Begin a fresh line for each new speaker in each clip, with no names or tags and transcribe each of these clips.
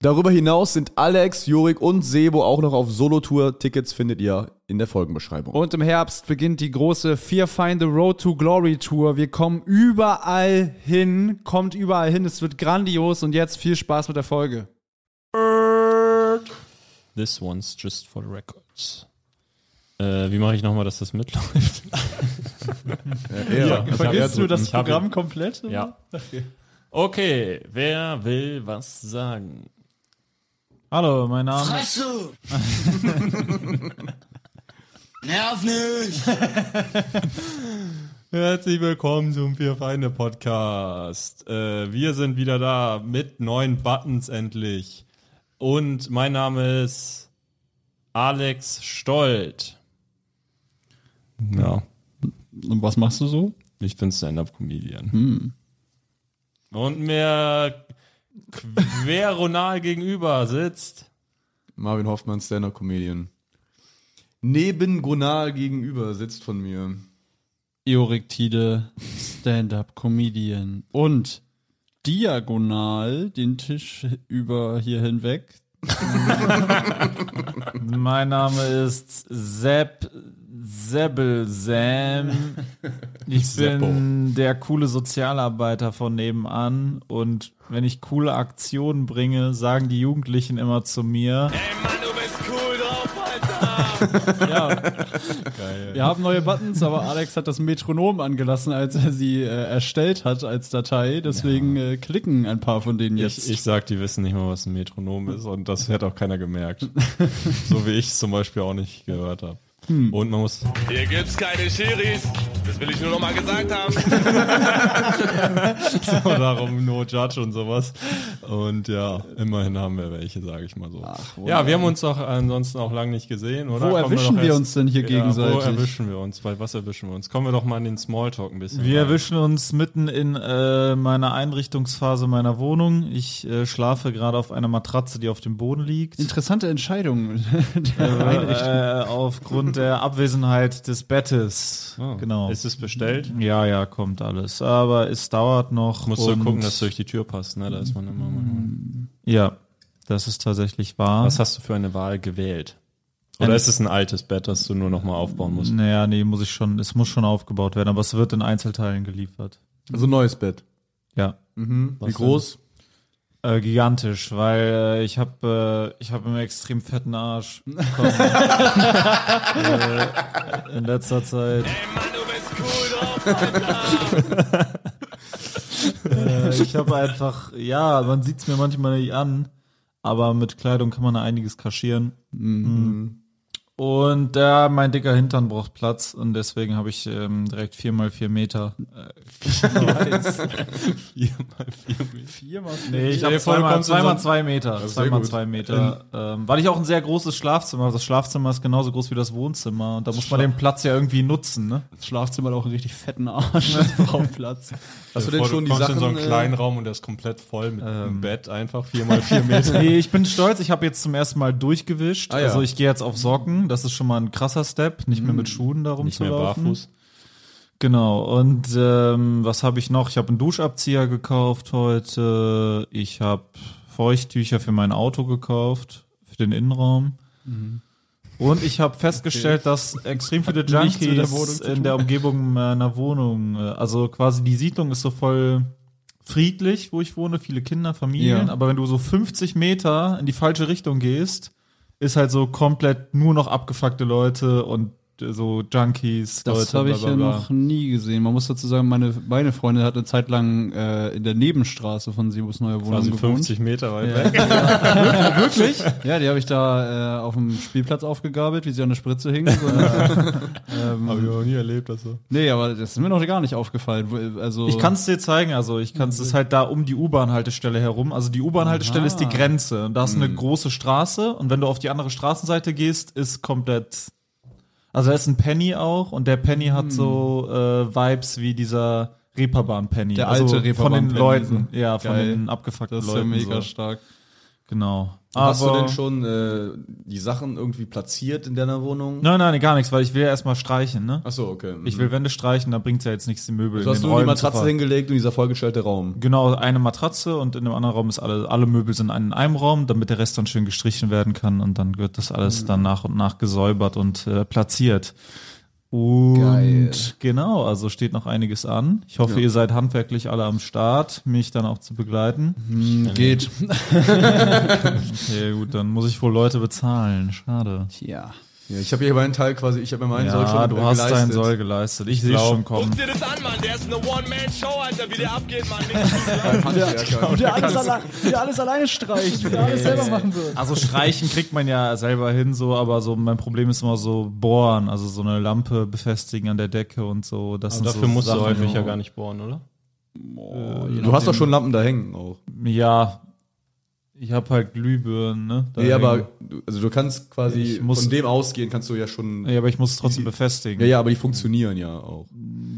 Darüber hinaus sind Alex, Jurik und Sebo auch noch auf Solo-Tour. Tickets findet ihr in der Folgenbeschreibung.
Oh,
Und im Herbst beginnt die große Fear Find the Road to Glory Tour. Wir kommen überall hin, kommt überall hin. Es wird grandios und jetzt viel Spaß mit der Folge.
This one's just for the records. Äh, wie mache ich nochmal, dass das mitläuft?
ja,
vergisst du das Programm
komplett?
ja. Okay, wer will was sagen?
Hallo, mein Name
Fresse! Nerv nicht!
Herzlich willkommen zum Vier Feinde Podcast. Äh, wir sind wieder da mit neuen Buttons endlich. Und mein Name ist Alex Stolt. Ja,
Und was machst du so? Hm.
ich bin Stand-Up-Comedian. Und mir queronal gegenüber sitzt.
Marvin Hoffmann, Stand-Up-Comedian. Neben Gunnar gegenüber sitzt von mir.
Jorik Tide, Stand-Up-Comedian. Und diagonal den Tisch über hier hinweg.
Mein Name ist Sepp Sebbelsam. Ich bin der coole Sozialarbeiter von nebenan und wenn ich coole Aktionen bringe, sagen die Jugendlichen immer zu mir.
Wir haben neue Buttons, aber Alex hat das Metronom angelassen, als er sie äh, erstellt hat als Datei. Deswegen äh, klicken ein paar von denen jetzt.
Ich, ich sag, die wissen nicht mal, was ein Metronom ist und das hätte auch keiner gemerkt. so wie ich es zum Beispiel auch nicht gehört habe.
Hm.
Und man muss.
Hier gibt's keine Schiris. Das will ich nur noch mal gesagt haben.
Und darum No Judge und sowas. Und ja, immerhin haben wir welche, sage ich mal so. ja, wir haben uns doch ansonsten auch lange nicht gesehen, oder?
Wo
Kommen
erwischen
doch
wir uns denn hier
Ja,
gegenseitig?
wo erwischen wir uns? Bei was erwischen wir uns? Kommen wir doch mal in den Smalltalk ein bisschen.
Wir
rein.
erwischen uns mitten in äh, meiner Einrichtungsphase meiner Wohnung. Ich äh, schlafe gerade auf einer Matratze, die auf dem Boden liegt.
Interessante Entscheidung.
Äh, aufgrund der Abwesenheit des Bettes.
Oh.
Genau.
Ist es bestellt?
ja, ja, kommt alles. Aber es dauert noch.
Musst du
und-
gucken, dass du durch die Tür passt, ne? Da ist man immer
Mhm.
mal.
Ja, das ist tatsächlich wahr.
Was hast du für eine Wahl gewählt? Oder ist es ein altes Bett, das du nur noch mal aufbauen musst?
naja, nee, muss ich schon, es muss schon aufgebaut werden, aber es wird in Einzelteilen geliefert.
Also neues Bett.
Ja.
Wie groß?
Äh, gigantisch, weil äh, ich habe äh, ich habe einen extrem fetten Arsch bekommen. äh, in letzter Zeit. Äh, ich habe einfach, ja, man sieht's mir manchmal nicht an, aber mit Kleidung kann man da einiges kaschieren. Mhm. Und äh, mein dicker Hintern braucht Platz und deswegen habe ich ähm, direkt vier mal vier Meter.
Viermal
Äh, Nee, ich
Stell dir
habe
vor, du
zweimal,
kommst in so
zweimal
ein-
zwei Meter.
sehr
Zweimal
gut.
zwei Meter. Ähm, weil ich auch ein sehr großes Schlafzimmer habe. Das Schlafzimmer ist genauso groß wie das Wohnzimmer. Und da muss man den Platz ja irgendwie nutzen, ne?
Schlafzimmer hat auch einen richtig fetten Arsch. Das braucht Platz.
Hast du
Bevor
denn schon die
Also kommst
Sachen?
in so einen
äh,
kleinen Raum und der ist komplett voll mit einem Bett, einfach vier mal vier Meter.
Nee, ich bin stolz. Ich habe jetzt zum ersten Mal durchgewischt.
Ah, ja.
Also ich gehe jetzt auf Socken. Das ist schon mal ein krasser Step. Nicht mehr mit Schuhen darum
Nicht
zu
mehr
laufen.
barfuß.
Genau. Und ähm, was habe ich noch? Ich habe einen Duschabzieher gekauft heute. Ich habe Feuchttücher für mein Auto gekauft, für den Innenraum. Und ich habe festgestellt, dass extrem viele
Mhm. nichts mit der
Junkies
Wohnung zu
in
tun.
der Umgebung meiner Wohnung, äh, also quasi die Siedlung ist so voll friedlich, wo ich wohne, viele Kinder, Familien,
Ja.
aber wenn du so 50 Meter in die falsche Richtung gehst, ist halt so komplett nur noch abgefuckte Leute und äh, so Junkies,
Das
Leute,
habe ich
bla,
ja
bla, bla.
noch nie gesehen. Man muss dazu sagen, meine, meine Freundin hat eine Zeit lang äh, in der Nebenstraße von Sebus neue Wohnung
Also
gewohnt.
50 Meter weit weg.
Wirklich? Ja, die habe ich da äh, auf dem Spielplatz aufgegabelt, wie sie an der Spritze hing. So eine-
Habe ich
ähm,
noch nie erlebt, also. das so.
nee, aber das ist mir noch gar nicht aufgefallen. Wo- Also,
Ich kann es dir zeigen, also ich
Mhm.
kann es ist halt da um die U-Bahn-Haltestelle herum. Also die U-Bahn-Haltestelle ist
Ah.
die
Mhm.
Grenze und da ist eine große Straße und wenn du auf die andere Straßenseite gehst, ist komplett Also da ist ein Penny auch und der Penny hat so äh, Vibes wie dieser Reeperbahn-Penny.
Mhm. Der
also
alte
Von den
Reeperbahn-Penny,
Leuten. Ja, von
Geil.
den abgefuckten
Das ist ja
Leuten.
mega
so.
stark.
Genau.
Hast du
Aber-
denn schon äh, die Sachen irgendwie platziert in deiner Wohnung?
Nein, nein, gar nichts, weil ich will ja erstmal streichen, ne?
Achso, okay. Mhm.
Ich will Wände streichen, da bringt's ja jetzt nichts, die Möbel
Also
Du hast
den
nur die
Räumen zu
Matratze
ver-
hingelegt und dieser vollgestellte Raum.
Genau, eine Matratze und in dem anderen Raum ist alle, alle Möbel sind in einem Raum, damit der Rest dann schön gestrichen werden kann und dann wird das
Mhm.
alles dann nach und nach gesäubert und äh, platziert. Und
Geil.
genau, also steht noch einiges an. Ich hoffe, ihr seid handwerklich alle am Start, mich dann auch zu begleiten.
Mhm.
Geht.
Okay, gut, dann muss ich wohl Leute bezahlen. Schade.
Ja.
Ja, ich habe hier meinen Teil quasi, ich habe mir meinen Soll
Ja,
schon
du hast deinen
geleistet.
Soll geleistet. Ich sehe
glaub-
schon kommen.
Guck dir das an, Mann. Der ist eine One-Man-Show, Alter. Wie der abgeht, Mann. Nichts zu sagen.
Handwerker.
Der alles, alle, der alles alleine streicht, der alles selber machen würde.
Also streichen kriegt man ja selber hin, so, aber so mein Problem ist immer so bohren, also so eine Lampe befestigen an der Decke und so. Das sind so
Dafür musst
Sachen,
du häufig ja
wo-
gar nicht bohren, oder?
Du hast doch schon Lampen da hängen auch.
Ja, ich habe halt Glühbirnen, ne? da
Nee, aber
hängen.
du- also du kannst quasi
Ich muss-
von dem ausgehen, kannst du ja schon.
Ja, aber ich muss es trotzdem befestigen.
Ja, ja, aber die funktionieren ja auch.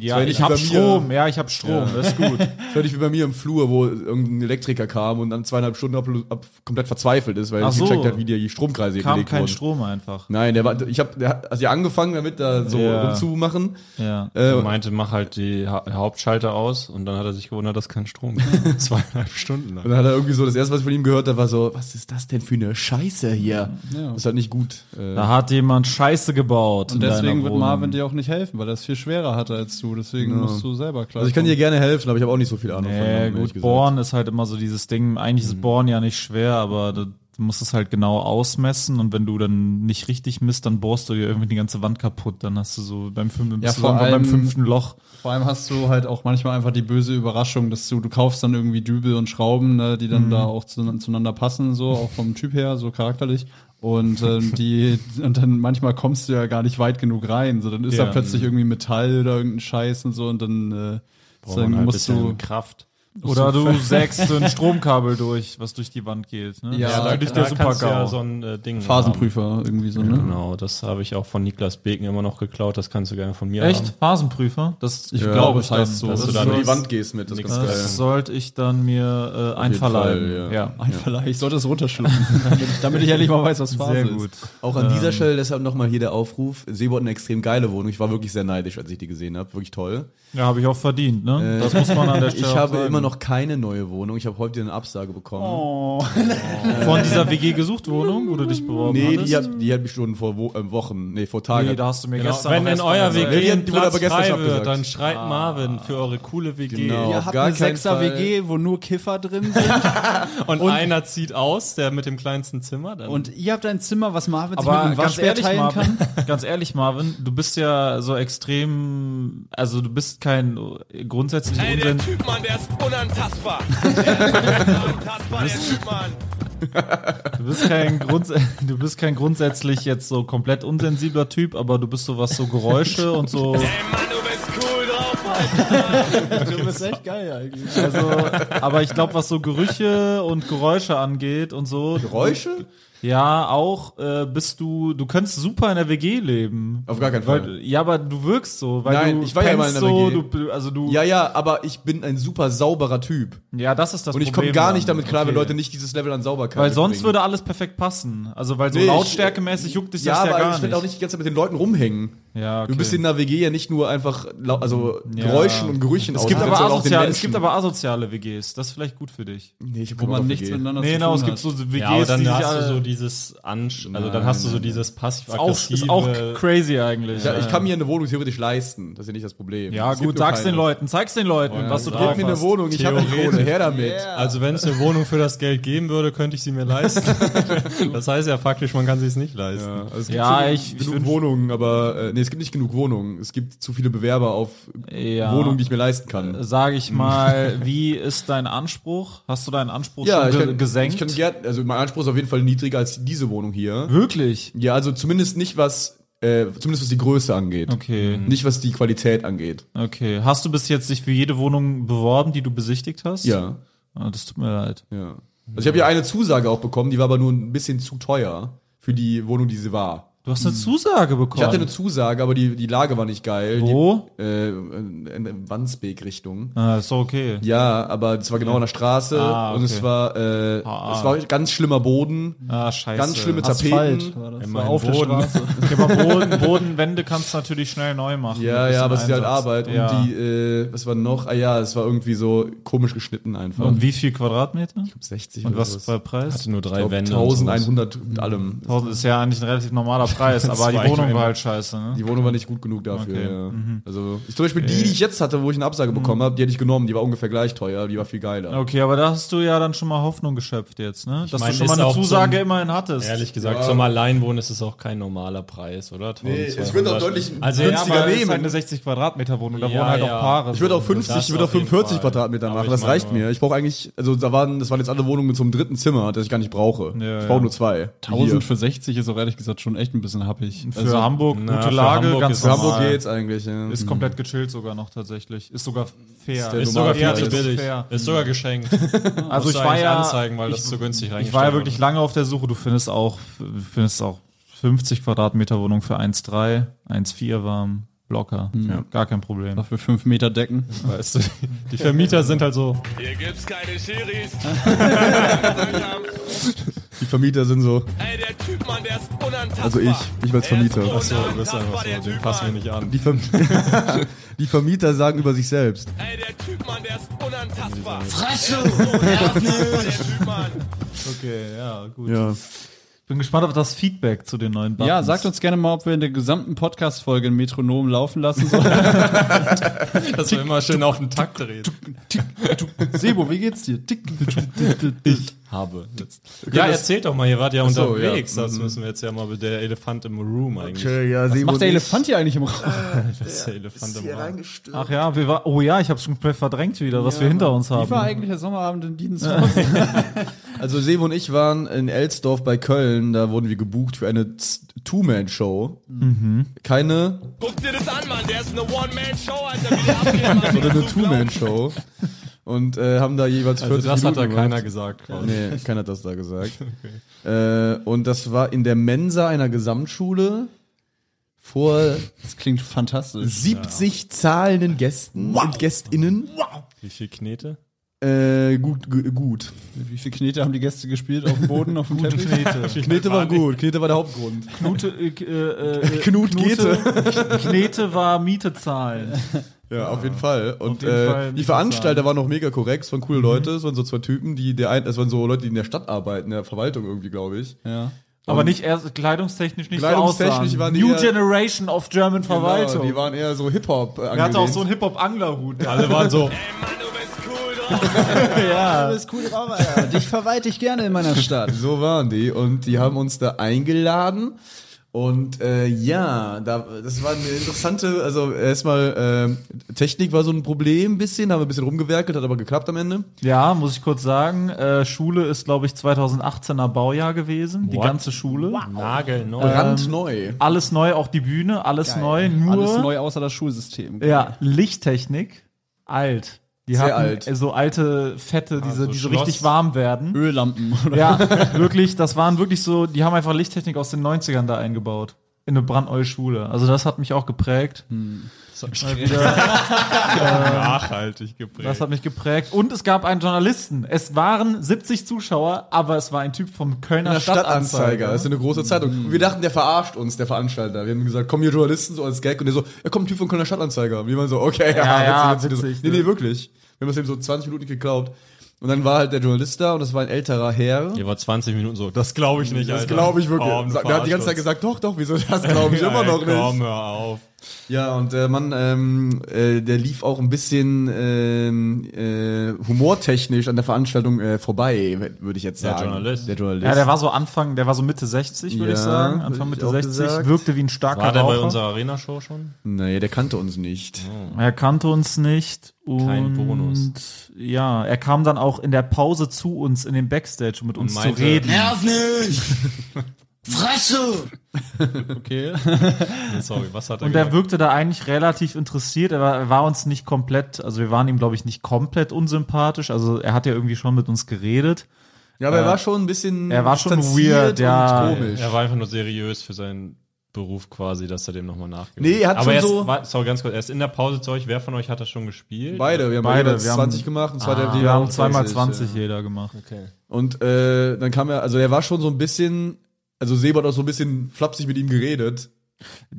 Ja,
wenn
ich
ich
habe
über mir-
Strom, ja, ich habe Strom,
Ja.
das ist gut.
Das hör ich wie bei mir im Flur, wo irgendein Elektriker kam und dann zweieinhalb Stunden ab, ab, komplett verzweifelt ist, weil er
Ach
nicht
so.
gecheckt hat, wie die Stromkreise hier
Kam
gelegt
kein
wurden.
Strom einfach.
Nein, der war, ich habe, der hat also ja angefangen damit, da so
Ja.
rumzumachen.
Ja.
Äh,
Er meinte, mach halt die ha Hauptschalter aus und dann hat er sich gewundert, dass kein Strom gibt. Zweieinhalb Stunden
und
lang.
dann hat er irgendwie so das erste, was ich von ihm gehört habe, war so, was ist das denn für eine Scheiße hier? Das ist halt nicht gut. Äh,
Da hat jemand Scheiße gebaut.
Und
in
deswegen
deiner
wird
Wohnung.
Marvin dir auch nicht helfen, weil er es viel schwerer hatte als du. Deswegen musst du selber klar.
also ich kann dir gerne helfen, aber ich habe auch nicht so viel Ahnung
Ja,
ehrlich
gut,
gesagt.
Bohren ist halt immer so dieses Ding. Eigentlich ist Bohren ja nicht schwer, aber du musst es halt genau ausmessen und wenn du dann nicht richtig misst, dann bohrst du dir irgendwie die ganze Wand kaputt. Dann hast du so beim fünften, bist du
vor
irgendwann beim
allem-
fünften Loch.
Vor allem hast du halt auch manchmal einfach die böse Überraschung, dass du, du kaufst dann irgendwie Dübel und Schrauben, ne, die
Mhm.
dann da auch zu, zueinander passen, so, auch vom Typ her, so charakterlich. Und ähm, die, und dann manchmal kommst du ja gar nicht weit genug rein. So, dann ist
Ja.
da plötzlich irgendwie Metall oder irgendein Scheiß und so und dann, äh, dann
halt
halt
musst du.
Kraft.
Oder du sägst so ein Stromkabel durch, was durch die Wand geht. Ne?
Ja,
das ist
da-
natürlich
Da
der
kannst du ja
Super-GAU.
so ein äh, Ding
Phasenprüfer irgendwie so,
haben.
ne?
Genau, das habe ich auch von Niklas Beken immer noch geklaut. Das kannst du gerne von mir
Echt?
haben.
Phasenprüfer? Das, ich
Ja,
glaube,
das
ich dann,
heißt so,
das
dass
Dass
du
du
da
dann in
nichts-
die Wand gehst mit, das ist
nichts
ganz
geil.
geil.
das sollte ich dann mir äh, einverleiben.
Fall,
ja.
Einfach leicht. Ich sollte es runterschlucken, damit, damit ich endlich mal weiß, was Phase
Sehr
ist.
gut.
Auch an dieser Stelle deshalb nochmal hier der Aufruf. Seebord eine extrem geile Wohnung. Ich war wirklich sehr neidisch, als ich die gesehen habe. Wirklich toll.
Ja, habe ich auch verdient, ne? das muss man an der Stelle
Ich
auch
habe
sagen.
immer noch keine neue Wohnung. Ich habe heute eine Absage bekommen.
Oh, von dieser WG gesucht Wohnung, wo du dich beworben
nee,
hattest.
die hat, die hat mich schon vor Wo äh, Wochen, nee, vor Tagen.
Nee, da hast du mir
Genau.
gestern
Wenn
noch
in
erst Ah.
euer
gesagt.
WG
Ja,
ein
die wurde
Platz
aber gestern
frei
schon
wird,
abgesagt.
dann schreit Marvin für eure coole WG.
Genau.
Ihr
Auf
habt
gar
eine
keinen
6er WG, wo nur Kiffer drin sind.
Und, einer zieht aus, der mit dem kleinsten Zimmer. Dann
Und ihr habt ein Zimmer, was Marvin sich
Aber
mit einem
ganz
Waschbär
ehrlich,
teilen
Marvin,
kann.
ganz ehrlich, Marvin, du bist ja so extrem, also du bist kein äh, grundsätzlich
Ey, der
unsinn.
Typ, Mann, der ist unantastbar. Der ist unantastbar, der Typ, Mann.
Du bist kein Grunds du bist kein grundsätzlich jetzt so komplett unsensibler Typ, aber du bist so was so Geräusche und so.
Ey, Mann, du bist cool drauf, Alter.
Das ist echt geil eigentlich.
Also, aber ich glaube, was so Gerüche und Geräusche angeht und so,
Geräusche?
ja, auch äh, bist du, du könntest super in der WG leben.
Auf gar keinen
Weil,
Fall.
ja, aber du wirkst so, weil
Nein,
du
ich war ja mal in
pennst
der
so,
WG.
du, also du
Ja, ja, aber ich bin ein super sauberer Typ.
Ja, das ist das
Und ich
Problem.
komme gar
dann.
nicht damit klar, wenn
Okay.
Leute nicht dieses Level an Sauberkeit
Weil sonst
mitbringen.
würde alles perfekt passen. Also, weil so
Nee, ich-
lautstärkemäßig juckt dich
ja,
das ja
aber
gar
ich
nicht.
will auch nicht die ganze Zeit mit den Leuten rumhängen.
Ja, okay.
Du bist in der WG ja nicht nur einfach lau- also Geräuschen und Gerüchen
es gibt,
ausgesetzt,
aber
sondern auch den
asozial, es
Menschen.
gibt aber asoziale WGs. Das ist vielleicht gut für dich.
nee, ich hab
Wo
Bock auf
man nichts
WG.
miteinander
nee,
zu
genau,
tun
es gibt
hat.
so WGs,
ja, aber dann
die sich
hast du
alle.
so dieses Ansch also dann hast du so dieses
auch,
passiv-aggressive.
ist auch crazy eigentlich.
Ja, ich kann mir eine Wohnung theoretisch leisten. Das ist ja nicht das Problem.
ja
Es gibt
gut,
nur
sag's den
keine.
Leuten, zeig's den Leuten, was du
sag
drauf
Gib mir eine
hast.
Wohnung, ich habe Kohle, her damit.
Also wenn es eine Wohnung für das Geld geben würde, könnte ich sie mir leisten. das heißt ja faktisch, man kann sie es nicht leisten.
Ja, also es gibt
Ja,
schon
ich- ich
genug
wünsch-
Wohnungen, aber äh, nee, es gibt nicht genug Wohnungen. Es gibt zu viele Bewerber auf
Ja.
Wohnungen, die ich mir leisten kann.
Sag ich mal, wie ist dein Anspruch? Hast du deinen Anspruch
Ja,
schon
ich
ge
kann,
gesenkt?
Ich kann gern, also mein Anspruch ist auf jeden Fall niedriger als diese Wohnung hier.
Wirklich?
Ja, also zumindest nicht was, äh, zumindest was die Größe angeht.
Okay.
Nicht was die Qualität angeht.
Okay. Hast du bis jetzt dich für jede Wohnung beworben, die du besichtigt hast?
Ja,
Ah, Das tut mir leid.
ja. Also ich habe ja eine Zusage auch bekommen, die war aber nur ein bisschen zu teuer für die Wohnung, die sie war.
Du hast eine Zusage bekommen.
Ich hatte eine Zusage, aber die, die Lage war nicht geil.
Wo?
Die, äh, in, in Wandsbek-Richtung.
ah, ist doch okay.
Ja, aber es war genau an der Straße
Ah,
und es
okay.
war, äh,
Ah.
es war ganz schlimmer Boden,
Ah, scheiße.
ganz schlimme
Asphalt.
Tapeten.
War das
Immer
war
im
auf
Boden.
der Straße.
Okay, aber Boden, Bodenwände kannst du natürlich schnell neu machen.
Ja,
Mit bisschen
ja, aber es ist halt
Einsatz.
Arbeit.
Ja.
Und die, äh, was war noch? Ah ja, es war irgendwie so komisch geschnitten einfach.
Und wie viel Quadratmeter?
60
Und
oder
was
sowas.
bei Preis?
Hatte nur drei
Ich glaub,
Wände.
1100 mit allem.
1000 ist ja eigentlich ein relativ normaler Preis, aber die
Zwei
Wohnung
Wände.
war halt scheiße. Ne?
Die Wohnung war nicht gut genug dafür.
Okay. Mhm.
Ja. Also ich, zum Beispiel die, die ich jetzt hatte, wo ich eine Absage bekommen habe, die hätte ich genommen. Die war ungefähr gleich teuer, die war viel geiler.
Okay, aber da hast du ja dann schon mal Hoffnung geschöpft jetzt, ne? Dass
meine,
du schon mal
ist
eine
auch so
Zusage
ein-
immerhin hattest.
Ehrlich gesagt, zum Alleinwohnen ist es auch kein normaler Preis, oder?
Nee, es wird auch
1200.
deutlich
also,
Ja, aber
günstiger
es ist
nehmen.
halt eine 60 Quadratmeter Wohnung, da
Ja,
wohnen halt
ja.
auch Paare.
Ich würde auch
so.
50,
das
ich würde auch
auf jeden
45
Fall.
Quadratmeter
Aber
machen,
ich
das
meine
reicht
nur-
mir. Ich brauche eigentlich, also da waren, das waren jetzt alle Wohnungen mit so einem dritten Zimmer, das ich gar nicht brauche.
Ja,
ich
ja.
brauche nur zwei. Wie
1000
hier.
für 60 ist auch ehrlich gesagt schon echt ein bisschen happig. Also
Für Hamburg,
also, na,
gute
für
Lage,
Hamburg
ganz
ist- Mhm.
Für
normal.
Hamburg geht's eigentlich. Ja.
Ist komplett gechillt sogar noch tatsächlich. Ist sogar fair.
der
Ist sogar viel
Normalpreis.
zu
Ist
billig.
fair.
Ist sogar geschenkt.
Also
Musst
ich
du
war
eigentlich
ja,
anzeigen, weil das zu günstig
ich war
reingestellt
ja wirklich lange auf der Suche. Du findest auch, findest auch 50 Quadratmeter Wohnung für 1,3, 1,4 warm, locker,
Mhm.
gar kein Problem.
Für 5 Meter Decken.
wurde. Weißt du, die Vermieter sind halt so.
Hier gibt's keine Schiris.
Die Vermieter sind so.
Ey, der Typ, Mann, der ist unantastbar.
Also ich, ich als Vermieter.
Der ist
So, du bist einfach
unantastbar, der
so, den
Typ,
passen wir nicht
Mann.
an.
Die, Verm die Vermieter sagen über sich selbst.
Ey, der Typ, Mann, der ist unantastbar.
Fresse!
Nerv nicht. Der Typ, Mann.
Okay, ja, gut.
Ja.
Ich bin gespannt auf das Feedback zu den neuen Buttons.
Ja, sagt uns gerne mal, ob wir in der gesamten Podcast-Folge ein Metronom laufen lassen sollen.
Dass wir immer schön auf den Takt reden.
Sebo, wie geht's dir? Tick, tick, tick, tick, tick.
Habe. Ja, erzählt doch mal, ihr wart ja
so,
unterwegs.
ja. Mhm.
Das müssen wir jetzt ja mal mit der Elefant im Room eigentlich.
ja,
Was macht der Elefant hier eigentlich im Raum?
Das ist der Elefant im Room.
reingestürzt.
Ach ja, wir war, oh ja, ich hab's schon komplett verdrängt wieder, was wir hinter uns haben.
Wie war eigentlich der Sommerabend in Dienstag?
Also Sebo und ich waren in Elsdorf bei Köln, da wurden wir gebucht für eine Z- Two-Man-Show. Mhm. Keine,
Guck dir das an, Mann. Der ist eine One-Man-Show, Alter. Wie der abgeht, Mann. Wie
sondern
der
eine
Zug läuft.
Two-Man-Show. Und äh, haben da jeweils 40
Also das hat
Minuten
da keiner
gemacht.
gesagt. quasi.
Nee, keiner hat das da gesagt. äh, und das war in der Mensa einer Gesamtschule vor
Das klingt fantastisch.
70 zahlenden Gästen und GästInnen.
Wie viel Knete?
Äh, gut, gu- gut.
Wie viele Knete haben die Gäste gespielt? Auf dem Boden, auf dem Teppich?
Knete war gut, Knete war der Hauptgrund.
Knute, äh, äh, äh,
Knut Gete.
Knete war Miete zahlen.
Ja, auf jeden Fall. Und
jeden
äh,
Fall
die Veranstalter waren noch mega korrekt, es waren
Mhm.
coole Leute, es waren so zwei Typen, die der ein, es waren so Leute, die in der Stadt arbeiten, in der Verwaltung irgendwie, glaube ich.
Ja.
Aber nicht erst kleidungstechnisch nicht
Kleidungstechnisch
so aussahen.
waren die
New
eher-
Generation of German Verwaltung.
Genau, die waren eher so Hip-Hop äh,
er hatte auch so
angelehnt.
einen Hip-Hop-Anglerhut.
Alle waren so.
Ey, Mann, du bist cool drauf.
ja.
Du bist cool drauf, Alter. Dich verwalte ich gerne in meiner Stadt.
So waren die und die haben uns da eingeladen. Und äh, ja, da, das war eine interessante, also erstmal äh, Technik war so ein Problem ein bisschen, haben wir ein bisschen rumgewerkelt, hat aber geklappt am
Ähm,
Ende.
Ja, muss ich kurz sagen. Äh, Schule ist, glaube ich, 2018er Baujahr gewesen. Die
What?
ganze Schule.
Nagelneu.
Brandneu.
Alles neu, auch die Bühne, alles neu, nur
Alles neu außer das Schulsystem.
Ja, Lichttechnik, alt. Die
Sehr
hatten
alt.
äh, so alte, fette, diese,
Ah, so
die so
Schloss-
richtig warm werden.
Öllampen oder
Ja, wirklich, das waren wirklich so, die haben einfach Lichttechnik aus den 90ern da eingebaut. In eine brandneue Schule. Also das hat mich auch geprägt.
Hm.
äh,
Nachhaltig geprägt.
Das hat mich geprägt. Und es gab einen Journalisten. Es waren 70 Zuschauer, aber es war ein Typ vom Kölner
Der Stadtanzeiger,
Stadtanzeiger.
das ist eine große Zeitung.
Mhm.
Und wir dachten, der verarscht uns, der Veranstalter. Wir haben gesagt, kommen hier Journalisten so als Gag und der so, er kommt ein Typ von Kölner Stadtanzeiger. Und wir waren so, okay,
Ja, ja,
witzig,
witzig,
witzig. Nee,
ne?
nee, wirklich. Wir haben es eben so 20 Minuten geglaubt. Und dann war halt der Journalist da und das war ein älterer Herr.
Ihr war 20 Minuten so. Das glaube ich nicht,
das
Alter.
glaube ich wirklich.
Komm, du
der hat die ganze Zeit
verarschst
gesagt, doch, doch, wieso, das glaube ich
uns.
immer noch
Nein,
nicht.
Komm, hör auf.
Ja, und der Mann, ähm, äh, der lief auch ein bisschen ähm, äh, humortechnisch an der Veranstaltung äh, vorbei, würde ich jetzt
Der
sagen.
Journalist.
Der Journalist.
Ja, der war so Anfang, der war so Mitte 60, würde
Ja,
ich sagen.
würd
Anfang
ich
Mitte
auch
60,
gesagt.
wirkte wie ein starker
War der bei
Raucher.
unserer Arena-Show schon?
nee, der kannte uns nicht.
Er kannte uns nicht und
Kein Bonus.
Ja, er kam dann auch in der Pause zu uns in den Backstage, um mit uns zu
meinte-
reden.
Nerv nicht! Fresse!
okay.
Nee, sorry, was hat er
Und er
gesagt?
wirkte da eigentlich relativ interessiert. Er war, er war uns nicht komplett, also wir waren ihm, glaube ich, nicht komplett unsympathisch. Also er hat ja irgendwie schon mit uns geredet.
Ja, aber er war schon ein bisschen
Äh, er war schon
distanziert
weird, ja.
komisch.
Er war einfach nur seriös für sein Beruf quasi, dass er dem nochmal nachgeht.
Nee, er hat
Aber
schon
erst,
so-
wa- sorry, ganz kurz, erst in der Pause zu euch, wer von euch hat das schon gespielt?
Beide, wir haben
Beide,
beide
wir haben-
20 gemacht und
Ah,
zweite Hälfte
Wir haben
auch
zweimal
30,
20 jeder gemacht.
Und äh, dann kam er, also er war schon so ein bisschen, also Sebo hat auch so ein bisschen flapsig mit ihm geredet.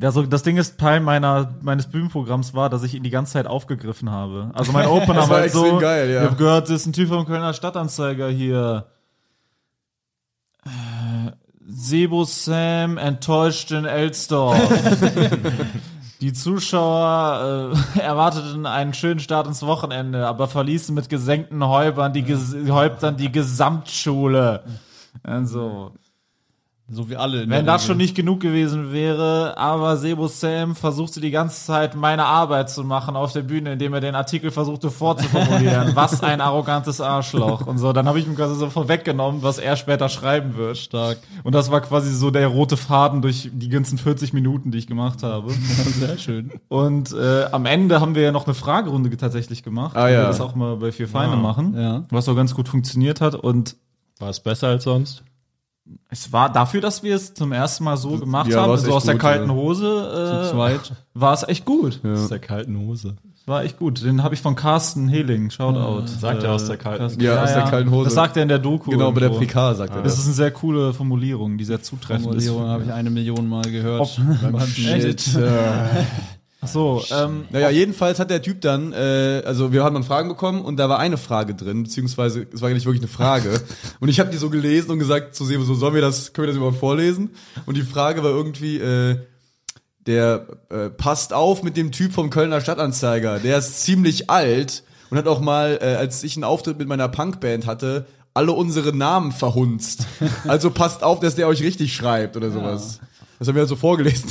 Also das Ding ist, Teil meiner, meines Bühnenprogramms war, dass ich ihn die ganze Zeit aufgegriffen habe. Also mein Opener war
Das war
halt so,
extrem geil, ja.
ich habe gehört, das ist ein Typ vom Kölner Stadtanzeiger hier. Äh, Sebo Sam enttäuscht in Elsdorf. die Zuschauer äh, erwarteten einen schönen Start ins Wochenende, aber verließen mit gesenkten Häubern die, ges Häuptern die Gesamtschule. Also,
So wie alle. In
wenn
der
das schon nicht genug gewesen wäre, aber Sebo Sam versuchte die ganze Zeit meine Arbeit zu machen auf der Bühne, indem er den Artikel versuchte vorzuformulieren. was ein arrogantes Arschloch und so. Dann habe ich ihm quasi so vorweggenommen, was er später schreiben wird. Stark. Und das war quasi so der rote Faden durch die ganzen 40 Minuten, die ich gemacht habe.
Sehr schön.
Und äh, am Ende haben wir ja noch eine Fragerunde ge- tatsächlich gemacht,
Ah,
wie
ja.
wir das auch mal bei vier Feinde machen,
Ja.
was auch ganz gut funktioniert hat und
War es besser als sonst?
es war dafür, dass wir es zum ersten Mal so gemacht
Ja,
haben,
war's
so
echt
aus der
gut,
kalten
ja.
Hose,
Zu
äh,
zweit.
war es echt gut.
Aus der kalten Hose.
War echt gut. Den habe ich von Carsten Heling.
Äh,
Shoutout. Äh,
Sagt er aus der kalten
Carsten-
Ja, aus der kalten Hose.
Das sagt er in der Doku.
genau, bei der
irgendwo.
PK sagt er
Das
das.
ist eine sehr coole Formulierung, die sehr zutreffend ist.
Formulierung habe ich eine Million Mal gehört.
Shit. äh.
Ach so, ähm,
Naja, jedenfalls hat der Typ dann, äh, also wir haben dann Fragen bekommen und da war eine Frage drin, beziehungsweise es war gar nicht wirklich eine Frage. und ich habe die so gelesen und gesagt zu Sebo, so sollen wir das, können wir das überhaupt vorlesen? Und die Frage war irgendwie, äh, der äh, passt auf mit dem Typ vom Kölner Stadtanzeiger. Der ist ziemlich alt und hat auch mal, äh, als ich einen Auftritt mit meiner Punkband hatte, alle unsere Namen verhunzt. Also passt auf, dass der euch richtig schreibt oder sowas. Das haben wir halt so vorgelesen.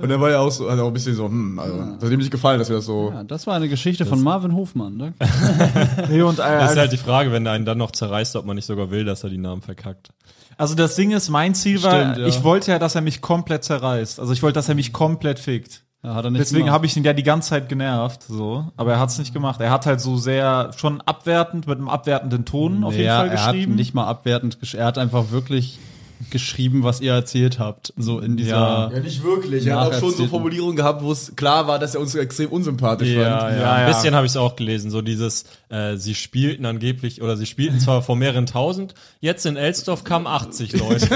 Und dann war ja auch so, also auch ein bisschen so, hm, also, das hat ihm nicht gefallen, dass wir das so.
Ja, das war eine Geschichte von Marvin Hofmann. Ne?
nee, und, äh,
Das ist
als-
halt die Frage, wenn er einen dann noch zerreißt, ob man nicht sogar will, dass er die Namen verkackt.
also das Ding ist, mein Ziel war,
Stimmt, ja.
ich wollte ja, dass er mich komplett zerreißt. Also ich wollte, dass er mich komplett fickt.
Ja, hat er nicht
Deswegen
gemacht.
habe ich ihn ja die ganze Zeit genervt, so. Aber er hat es nicht gemacht. Er hat halt so sehr schon abwertend mit einem abwertenden Ton auf jeden
ja,
Fall
er hat
geschrieben.
nicht mal abwertend geschrieben. Er hat einfach wirklich geschrieben, was ihr erzählt habt. So in dieser.
nicht wirklich.
Er hat auch schon so
Formulierungen gehabt, wo es klar war, dass er uns extrem unsympathisch
Ja, ja.
Ein bisschen habe ich es auch gelesen, so dieses, äh, sie spielten angeblich, oder sie spielten zwar vor mehreren tausend, jetzt in Elsdorf kamen 80 Leute.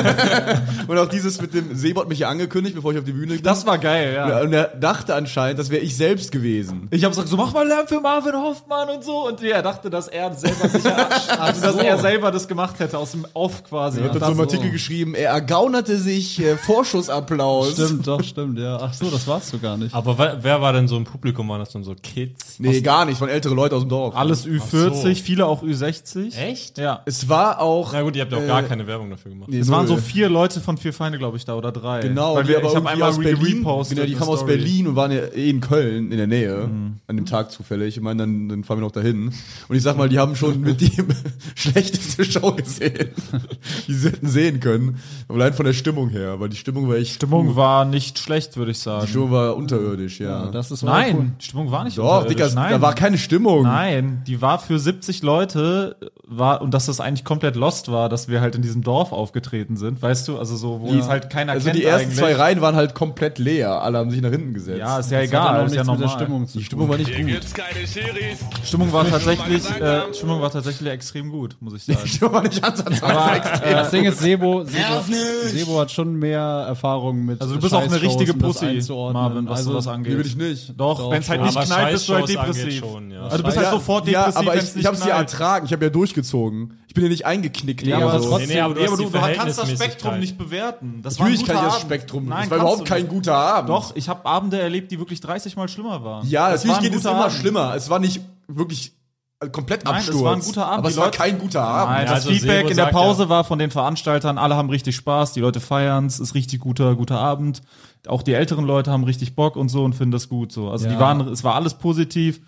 Und auch dieses mit dem Sebo hat mich ja angekündigt, bevor ich auf die Bühne ging.
Das war geil, ja.
Und er dachte anscheinend, das wäre ich selbst gewesen.
Ich habe gesagt, so mach mal Lärm für Marvin Hoffmann und so. Und er dachte, dass er selber sich also, dass er selber das gemacht hätte aus dem Off quasi.
Er hat
Und
dann so
das
im Artikel geschrieben, er ergaunerte sich äh, Vorschussapplaus.
Stimmt, doch, stimmt, ja. Ach so, das warst du gar nicht.
Aber wer, wer war denn so im Publikum? Waren das dann so Kids?
Nee, gar nicht, von ältere Leute aus dem Dorf.
alles Ü40,
so.
viele auch Ü60.
Echt?
Ja.
Es war auch.
Na gut, ihr habt ja auch
Äh,
gar keine Werbung dafür gemacht.
Es waren so vier Leute von vier Feinde, glaube ich, da oder drei.
Genau,
Weil
die
wir,
aber
ich habe
irgendwie
einmal
aus Berlin,
repostet.
genau, die kamen aus Berlin und waren ja eh in Köln in der Nähe
Mhm.
an dem Tag zufällig. Ich meine, dann, dann fahren wir noch dahin. Und ich sag mal, die haben schon mit dem schlechteste Show gesehen, die sie hätten sehen können. Aber Allein von der Stimmung her, weil die Stimmung war echt.
Stimmung war nicht schlecht, würde ich
Die
sagen.
Stimmung war unterirdisch, ja.
das ist
Nein, Stimmung war nicht
Doch,
unterirdisch,
Digga,
nein.
da war keine Stimmung.
Nein, die war für 70 Leute war und dass das eigentlich komplett lost war, dass wir halt in diesem Dorf aufgetreten sind, weißt du, also so wo uns halt keiner
Also
kennt
die ersten
eigentlich.
zwei Reihen waren halt komplett leer. Alle haben sich nach hinten gesetzt.
Ja, ist ja
Das hat dann
egal,
auch
ist ja
nichts mit der
normal.
Stimmung zu
die Stimmung war nicht
Hier
gut.
gibt's keine Schiris.
Stimmung war tatsächlich,
gesagt
äh,
haben.
Stimmung war tatsächlich extrem gut, muss ich sagen.
Die Stimmung war nicht ansatzweise.
Aber,
Das
äh,
Ding ist, Sebo, Sebo,
Nerv nicht!
Sebo hat schon mehr Erfahrung mit.
also du bist auch eine
Scheißshows,
richtige
um das
Pussy,
einzuordnen.
Marvin, was
also,
sowas
Nee, will
angeht.
ich nicht.
Doch, wenn es halt nicht
Aber
knallt, bist du halt
Scheißshows angeht
depressiv.
schon, ja.
Also du bist halt sofort depressiv,
ja, aber
wenn's
ich,
nicht
ich hab's hier
knallt.
ertragen. Ich habe ja durchgezogen. Ich bin ja nicht eingeknickt.
Ja,
oder
aber
so.
trotzdem-
Nee, nee, aber du hast die
kannst das
Verhältnismäßigkeit.
Spektrum nicht bewerten. Das war ein
Natürlich kann ich
guter
das
Abend.
Spektrum.
Nein,
das war überhaupt
kannst du
kein guter Abend.
Doch, ich habe Abende erlebt, die wirklich 30 Mal schlimmer waren.
Ja,
Das war
natürlich
ein
geht es
guter
immer
Abend.
schlimmer. Es war nicht wirklich äh, komplett
Nein, es
Absturz.
war ein guter Abend.
Aber es
Die
war
Leute-
kein guter Abend.
Nein, das
Ja, also
Feedback
Sebo
in der
sagt
Pause war von den Veranstaltern, alle haben richtig Spaß, die Leute feiern's, ist richtig guter, guter Abend. Auch die älteren Leute haben richtig Bock und so und finden das gut so. Also die waren, es war alles positiv.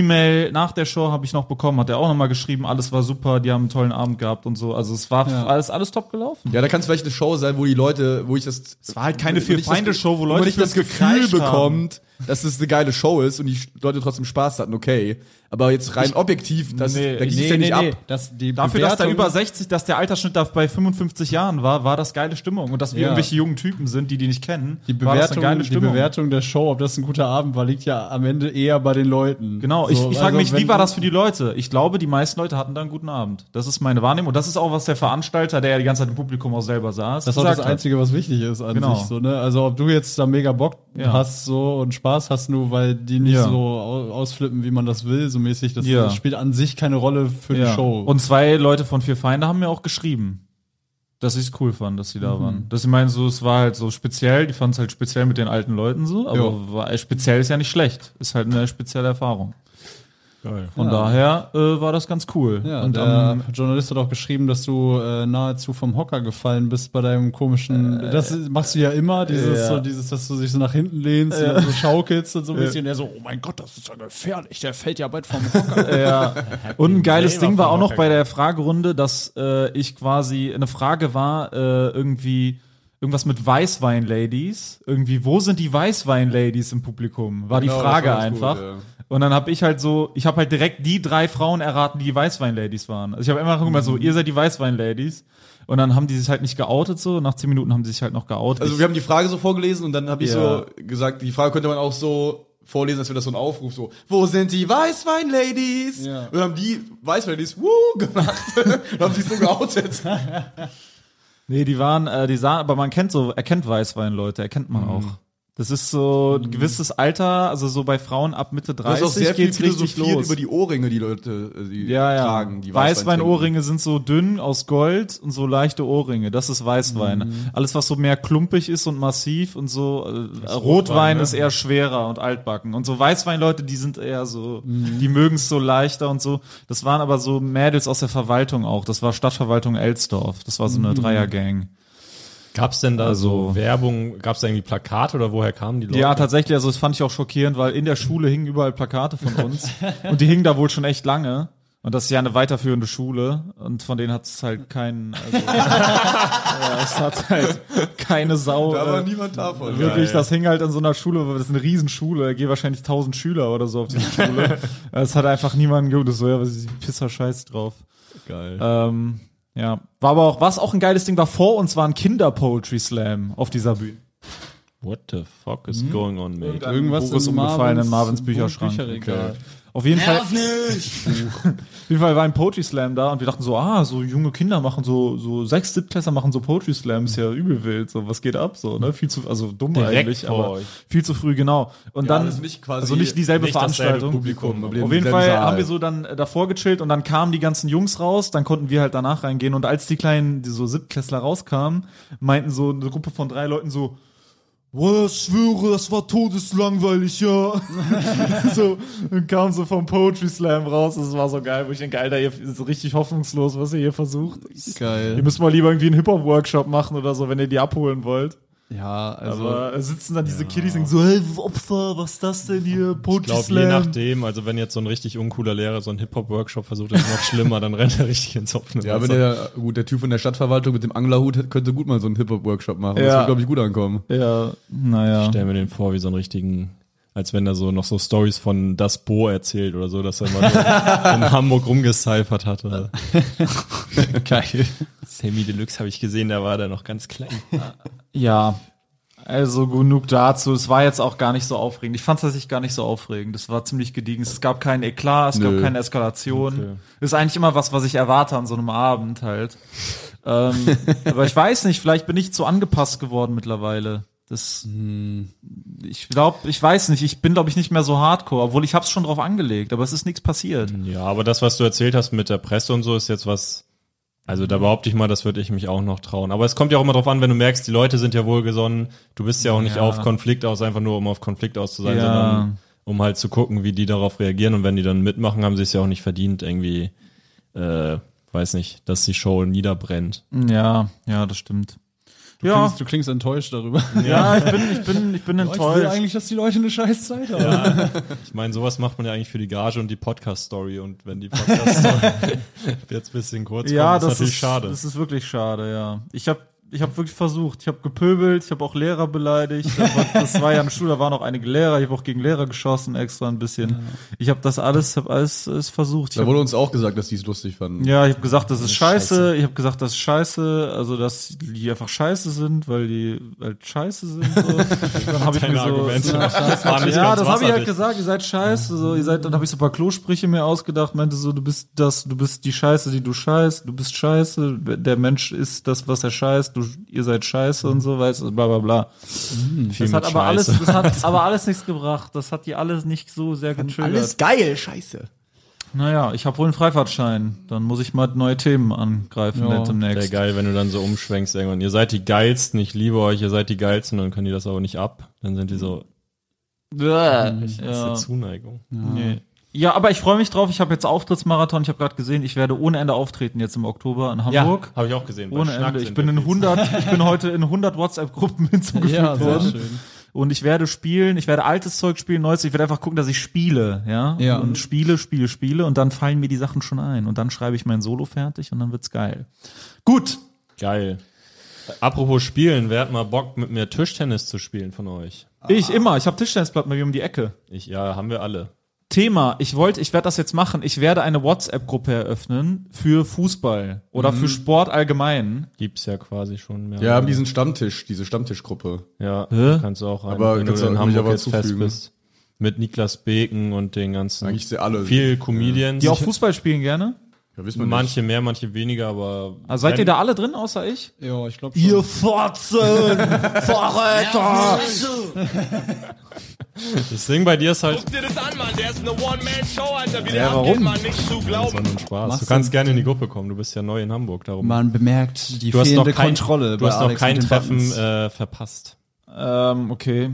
E-Mail nach der Show habe ich noch bekommen, hat er auch nochmal geschrieben, alles war super, die haben einen tollen Abend gehabt und so. Also es war
Ja.
alles, alles top gelaufen.
Ja, da kann es vielleicht eine Show sein, wo die Leute, wo ich das.
Es war halt keine
wo nicht das-
Vier-Feinde-Show, wo Leute
nicht das
für uns
Gefühl
gekreischt haben.
bekommt, dass es eine geile Show ist und die Leute trotzdem Spaß hatten, okay. Aber jetzt rein objektiv, das,
Nee,
da ging ja nicht ab.
Das, die
Dafür, dass da
Bewertung-
über 60, dass der Altersschnitt da bei 55 Jahren war, war das geile Stimmung. Und dass wir
Ja.
irgendwelche jungen Typen sind, die die nicht kennen,
Die
war das
Bewertung, die Bewertung der Show, ob das ein guter Abend war, liegt ja am Ende eher bei den Leuten.
Genau,
So,
ich, ich frage
also
mich,
wenn-
wie war das für die Leute? Ich glaube, die meisten Leute hatten da einen guten Abend. Das ist meine Wahrnehmung. Und das ist auch, was der Veranstalter, der ja die ganze Zeit im Publikum auch selber saß,
Das ist auch das
hat.
Einzige, was wichtig ist an
Genau.
sich. So, ne? Also ob du jetzt da mega Bock
Ja.
hast so und Spaß hast, nur weil die nicht
Ja.
so au- ausflippen, wie man das will, so mäßig, das,
Ja.
das spielt an sich keine Rolle für
ja.
die Show.
Und zwei Leute von Vier Feinde haben mir auch geschrieben, dass ich es cool fand, dass sie
Mhm.
da waren. Dass sie meinen, so, es war halt so speziell, die fanden es halt speziell mit den alten Leuten so, aber
Ja.
war, speziell ist ja nicht schlecht. Ist halt eine spezielle Erfahrung.
Geil.
Von daher äh, war das ganz cool.
ja,
Und
der
am-
Journalist hat auch geschrieben, dass du äh, nahezu vom Hocker gefallen bist bei deinem komischen. das machst du ja immer, dieses, so, dieses, dass du dich so nach hinten lehnst und so schaukelst und so ein bisschen. Und er so, oh mein Gott, das ist ja gefährlich, der fällt ja bald vom Hocker.
Ja. Und ein geiles
Nehmer
Ding war auch
von
noch
Wacker
bei der Fragerunde, dass äh, ich quasi eine Frage war, äh, irgendwie irgendwas mit Weißwein-Ladies. Irgendwie, wo sind die Weißwein-Ladies im Publikum? War die
Genau, das
Frage
war ganz gut,
einfach.
ja.
Und dann habe ich halt so, ich habe halt direkt die drei Frauen erraten, die die Weißwein-Ladies waren. Also ich habe immer immer
Mhm.
so, ihr seid die Weißwein-Ladies. Und dann haben die sich halt nicht geoutet so. Nach zehn Minuten haben sie sich halt noch geoutet.
Also wir haben die Frage so vorgelesen und dann habe ich
Ja.
so gesagt, die Frage könnte man auch so vorlesen, als wäre das so ein Aufruf, so, wo sind die Weißwein-Ladies?
Ja.
Und dann haben die Weißwein-Ladies, wuh, gemacht und haben sich so geoutet.
Nee, die waren, äh, die sahen, aber man kennt so, erkennt Weißwein, Leute, erkennt
Mhm.
man auch. Das ist so ein gewisses Alter, also so bei Frauen ab Mitte 30 geht's richtig los.
über die Ohrringe, die Leute äh, die
ja, ja.
tragen. Die
Weißweinohrringe sind so dünn aus Gold und so leichte Ohrringe. Das ist Weißwein.
Mhm.
Alles, was so mehr klumpig ist und massiv und so. Äh, Rotwein,
Rotwein, ne?
ist eher schwerer und altbacken. Und so Weißweinleute, die sind eher so,
Mhm.
die mögen es so leichter und so. Das waren aber so Mädels aus der Verwaltung auch. Das war Stadtverwaltung Elsdorf. Das war so
Mhm.
eine Dreiergang.
Gab's denn da
Also-
so Werbung? Gab's da irgendwie Plakate oder woher kamen die Leute?
Ja, tatsächlich, also das fand ich auch schockierend, weil in der Schule hingen überall Plakate von uns und die hingen da wohl schon echt lange. Und das ist ja eine weiterführende Schule und von denen hat es halt keinen, also, ja, es hat halt keine Sau.
Da war
äh,
niemand davon.
Wirklich, das hing halt an so einer Schule, weil das ist eine Riesenschule, da gehen wahrscheinlich 1000 Schüler oder so auf diese Schule. Es hat einfach niemanden gut, so, ja, was ist die Pisser Scheiß drauf.
Geil.
Ähm, ja, war aber auch, was auch ein geiles Ding war, vor uns war ein Kinder-Poetry Slam auf dieser Bühne.
What the fuck
Mhm.
is going on, mate?
Irgendwas
Buch ist umgefallen in Marvins Bücherschrank.
Bücherregal.
Auf jeden Fall,
Nerv nicht!
Auf jeden Fall war ein Poetry Slam da und wir dachten so, ah, so junge Kinder machen so, so sechs Siebtklässler machen so Poetry Slams, ja übel wild, so was geht ab, so, ne? Viel zu, also dumm
Direkt
eigentlich,
vor
aber
euch.
viel zu früh, genau. Und dann,
das ist nicht quasi-
also nicht dieselbe
nicht dasselbe
Veranstaltung.
Publikum. Auf
Auf jeden Fall haben wir so dann äh, davor gechillt und dann kamen die ganzen Jungs raus, dann konnten wir halt danach reingehen und als die kleinen, die so Siebtklässler rauskamen, meinten so eine Gruppe von drei Leuten so, Boah, ich schwöre, das war todeslangweilig, ja. so, und kam so vom Poetry Slam raus, das war so geil, wo ich denke, Alter, ihr ist richtig hoffnungslos, was ihr hier versucht. Ihr
halt.
Geil.
müsst mal lieber irgendwie einen Hip-Hop-Workshop machen oder so, wenn ihr die abholen wollt.
Ja, also.
Aber äh, sitzen dann diese Kiddies und so, hey, Opfer, was ist das denn hier? Poetry
Ich glaube, je
Slam.
nachdem, also wenn jetzt so ein richtig uncooler Lehrer so einen Hip-Hop-Workshop versucht, ist es noch schlimmer, dann rennt er richtig ins Also offene
Ja, wenn der,
Wasser.
gut, der Typ von der Stadtverwaltung mit dem Anglerhut könnte gut mal so einen Hip-Hop-Workshop machen. Das
Ja.
würde, glaube ich, gut ankommen.
Ja, naja.
Stell mir den vor, wie so einen richtigen, als wenn er so noch so Stories von Das Bo erzählt oder so, dass er mal so in Hamburg rumgecyphert hatte. Geil. Sammy Deluxe habe ich gesehen, da war der noch ganz klein.
Ja, also genug dazu. Es war jetzt auch gar nicht so aufregend. Ich fand es tatsächlich gar nicht so aufregend. Es war ziemlich gediegen. Es gab keinen Eklat, es
Nö.
gab keine Eskalation. Ist eigentlich immer was, was ich erwarte an so einem Abend halt. ähm, aber ich weiß nicht, vielleicht bin ich zu angepasst geworden mittlerweile. Das, ich glaube, ich weiß nicht, ich bin glaube ich nicht mehr so hardcore, obwohl ich hab's schon drauf angelegt, aber es ist nichts passiert.
Ja, aber das, was du erzählt hast mit der Presse und so, ist jetzt was. Also
Mhm.
da behaupte ich mal, das würde ich mich auch noch trauen. Aber es kommt ja auch immer drauf an, wenn du merkst, die Leute sind ja wohlgesonnen, du bist ja auch nicht
Ja.
auf Konflikt aus, einfach nur um auf Konflikt aus zu sein,
Ja.
sondern um halt zu gucken, wie die darauf reagieren. Und wenn die dann mitmachen, haben sie es ja auch nicht verdient, irgendwie, äh, weiß nicht, dass die Show niederbrennt.
Ja, ja, das stimmt.
Du,
Ja.
klingst, du klingst enttäuscht darüber.
Ja, ich bin, ich bin, ich bin
Ich will
enttäuscht.
eigentlich, dass die Leute eine scheiß Zeit haben.
Ich meine, sowas macht man ja eigentlich für die Gage und die Podcast-Story. Und wenn die Podcast-Story jetzt ein bisschen kurz
Ja,
kommt,
das
ist natürlich
ist,
schade.
das ist wirklich schade, ja. Ich habe ich hab wirklich versucht. Ich habe gepöbelt, ich habe auch Lehrer beleidigt. Aber das war ja eine Schule, da waren auch einige Lehrer. Ich habe auch gegen Lehrer geschossen extra ein bisschen. Ich habe das alles, habe alles, alles versucht. Ich
Da
hab
wurde uns auch gesagt, dass die es lustig fanden.
Ja, ich habe gesagt, das ist scheiße.
Scheiße.
Ich habe gesagt, das ist scheiße. Also, dass die einfach scheiße sind, weil die halt scheiße sind. So. Dann habe ich
Deine
mir so.
Argumente waren nicht
Ja, das habe
ganz
ich halt
wasserdicht.
gesagt. Ihr seid scheiße. So, ihr seid. Dann habe ich so ein paar Klosprüche mir ausgedacht. Meinte so, du bist das, du bist die Scheiße, die du scheißt. Du bist scheiße. Der Mensch ist das, was er scheißt. Du, ihr seid scheiße und so. Weißt du, bla bla bla.
Mhm, Viel
Das hat
mit
aber alles,
Scheiße.
das hat aber alles nichts gebracht. Das hat die alles nicht so sehr getriggert.
geil, scheiße.
Naja, ich habe wohl einen Freifahrtschein. Dann muss ich mal neue Themen angreifen
Ja,
jetzt demnächst.
Wäre geil, wenn du dann so umschwenkst irgendwann. Ihr seid die Geilsten, ich liebe euch, ihr seid die Geilsten. Dann können die das aber nicht ab. Dann sind die so, das ist ja
Ja.
Zuneigung.
Nee. ja, aber ich freue mich drauf. Ich habe jetzt Auftrittsmarathon. Ich habe gerade gesehen, ich werde ohne Ende auftreten jetzt im Oktober in Hamburg.
habe ich auch gesehen. bei
Ohne
Schnack
Ende. Ich
sind
bin
wir
in
viel
100, ich bin heute in 100 WhatsApp-Gruppen hinzugefügt worden.
schön.
Und ich werde spielen, ich werde altes Zeug spielen, neues. Ich werde einfach gucken, dass ich spiele, ja?
Ja.
Und spiele, spiele, spiele. Und dann fallen mir die Sachen schon ein. Und dann schreibe ich mein Solo fertig und dann wird's geil. Gut.
zu- Geil. Apropos Spielen, wer hat mal Bock, mit mir Tischtennis zu spielen von euch?
Ah.
Ich immer. Ich habe Tischtennisplatten bei mir um die Ecke.
Ich, ja, haben wir alle.
Thema, ich wollte, ich werde das jetzt machen. Ich werde eine WhatsApp-Gruppe eröffnen für Fußball oder für Sport allgemein.
Gibt's ja quasi schon mehr.
Wir haben diesen Stammtisch, diese Stammtischgruppe.
Ja, kannst du auch rein,
Aber
wenn du
kannst du
in
auch
Hamburg
mich aber
jetzt fest
zufügen.
bist. Mit Niklas Beken und den ganzen
Eigentlich sehr alle.
viel Comedians.
Die auch Fußball spielen gerne.
Ja, wissen wir
manche mehr, manche weniger, aber
Also seid ihr da alle drin, außer ich?
Ja, ich glaube schon.
Fotzen! Verräter!
Fresse!
das Ding bei dir ist halt
Guck dir das an, Mann. Der ist eine One-Man-Show, Alter. Wie
Ja,
der
warum?
abgeht, Mann. Nicht zu glauben.
sondern Spaß.
Machst
du kannst
du-
gerne in die Gruppe kommen, du bist ja neu in Hamburg, darum.
Man bemerkt die
du hast noch
fehlende
kein,
Kontrolle.
du hast noch kein Treffen
Äh,
äh, verpasst.
ähm, okay.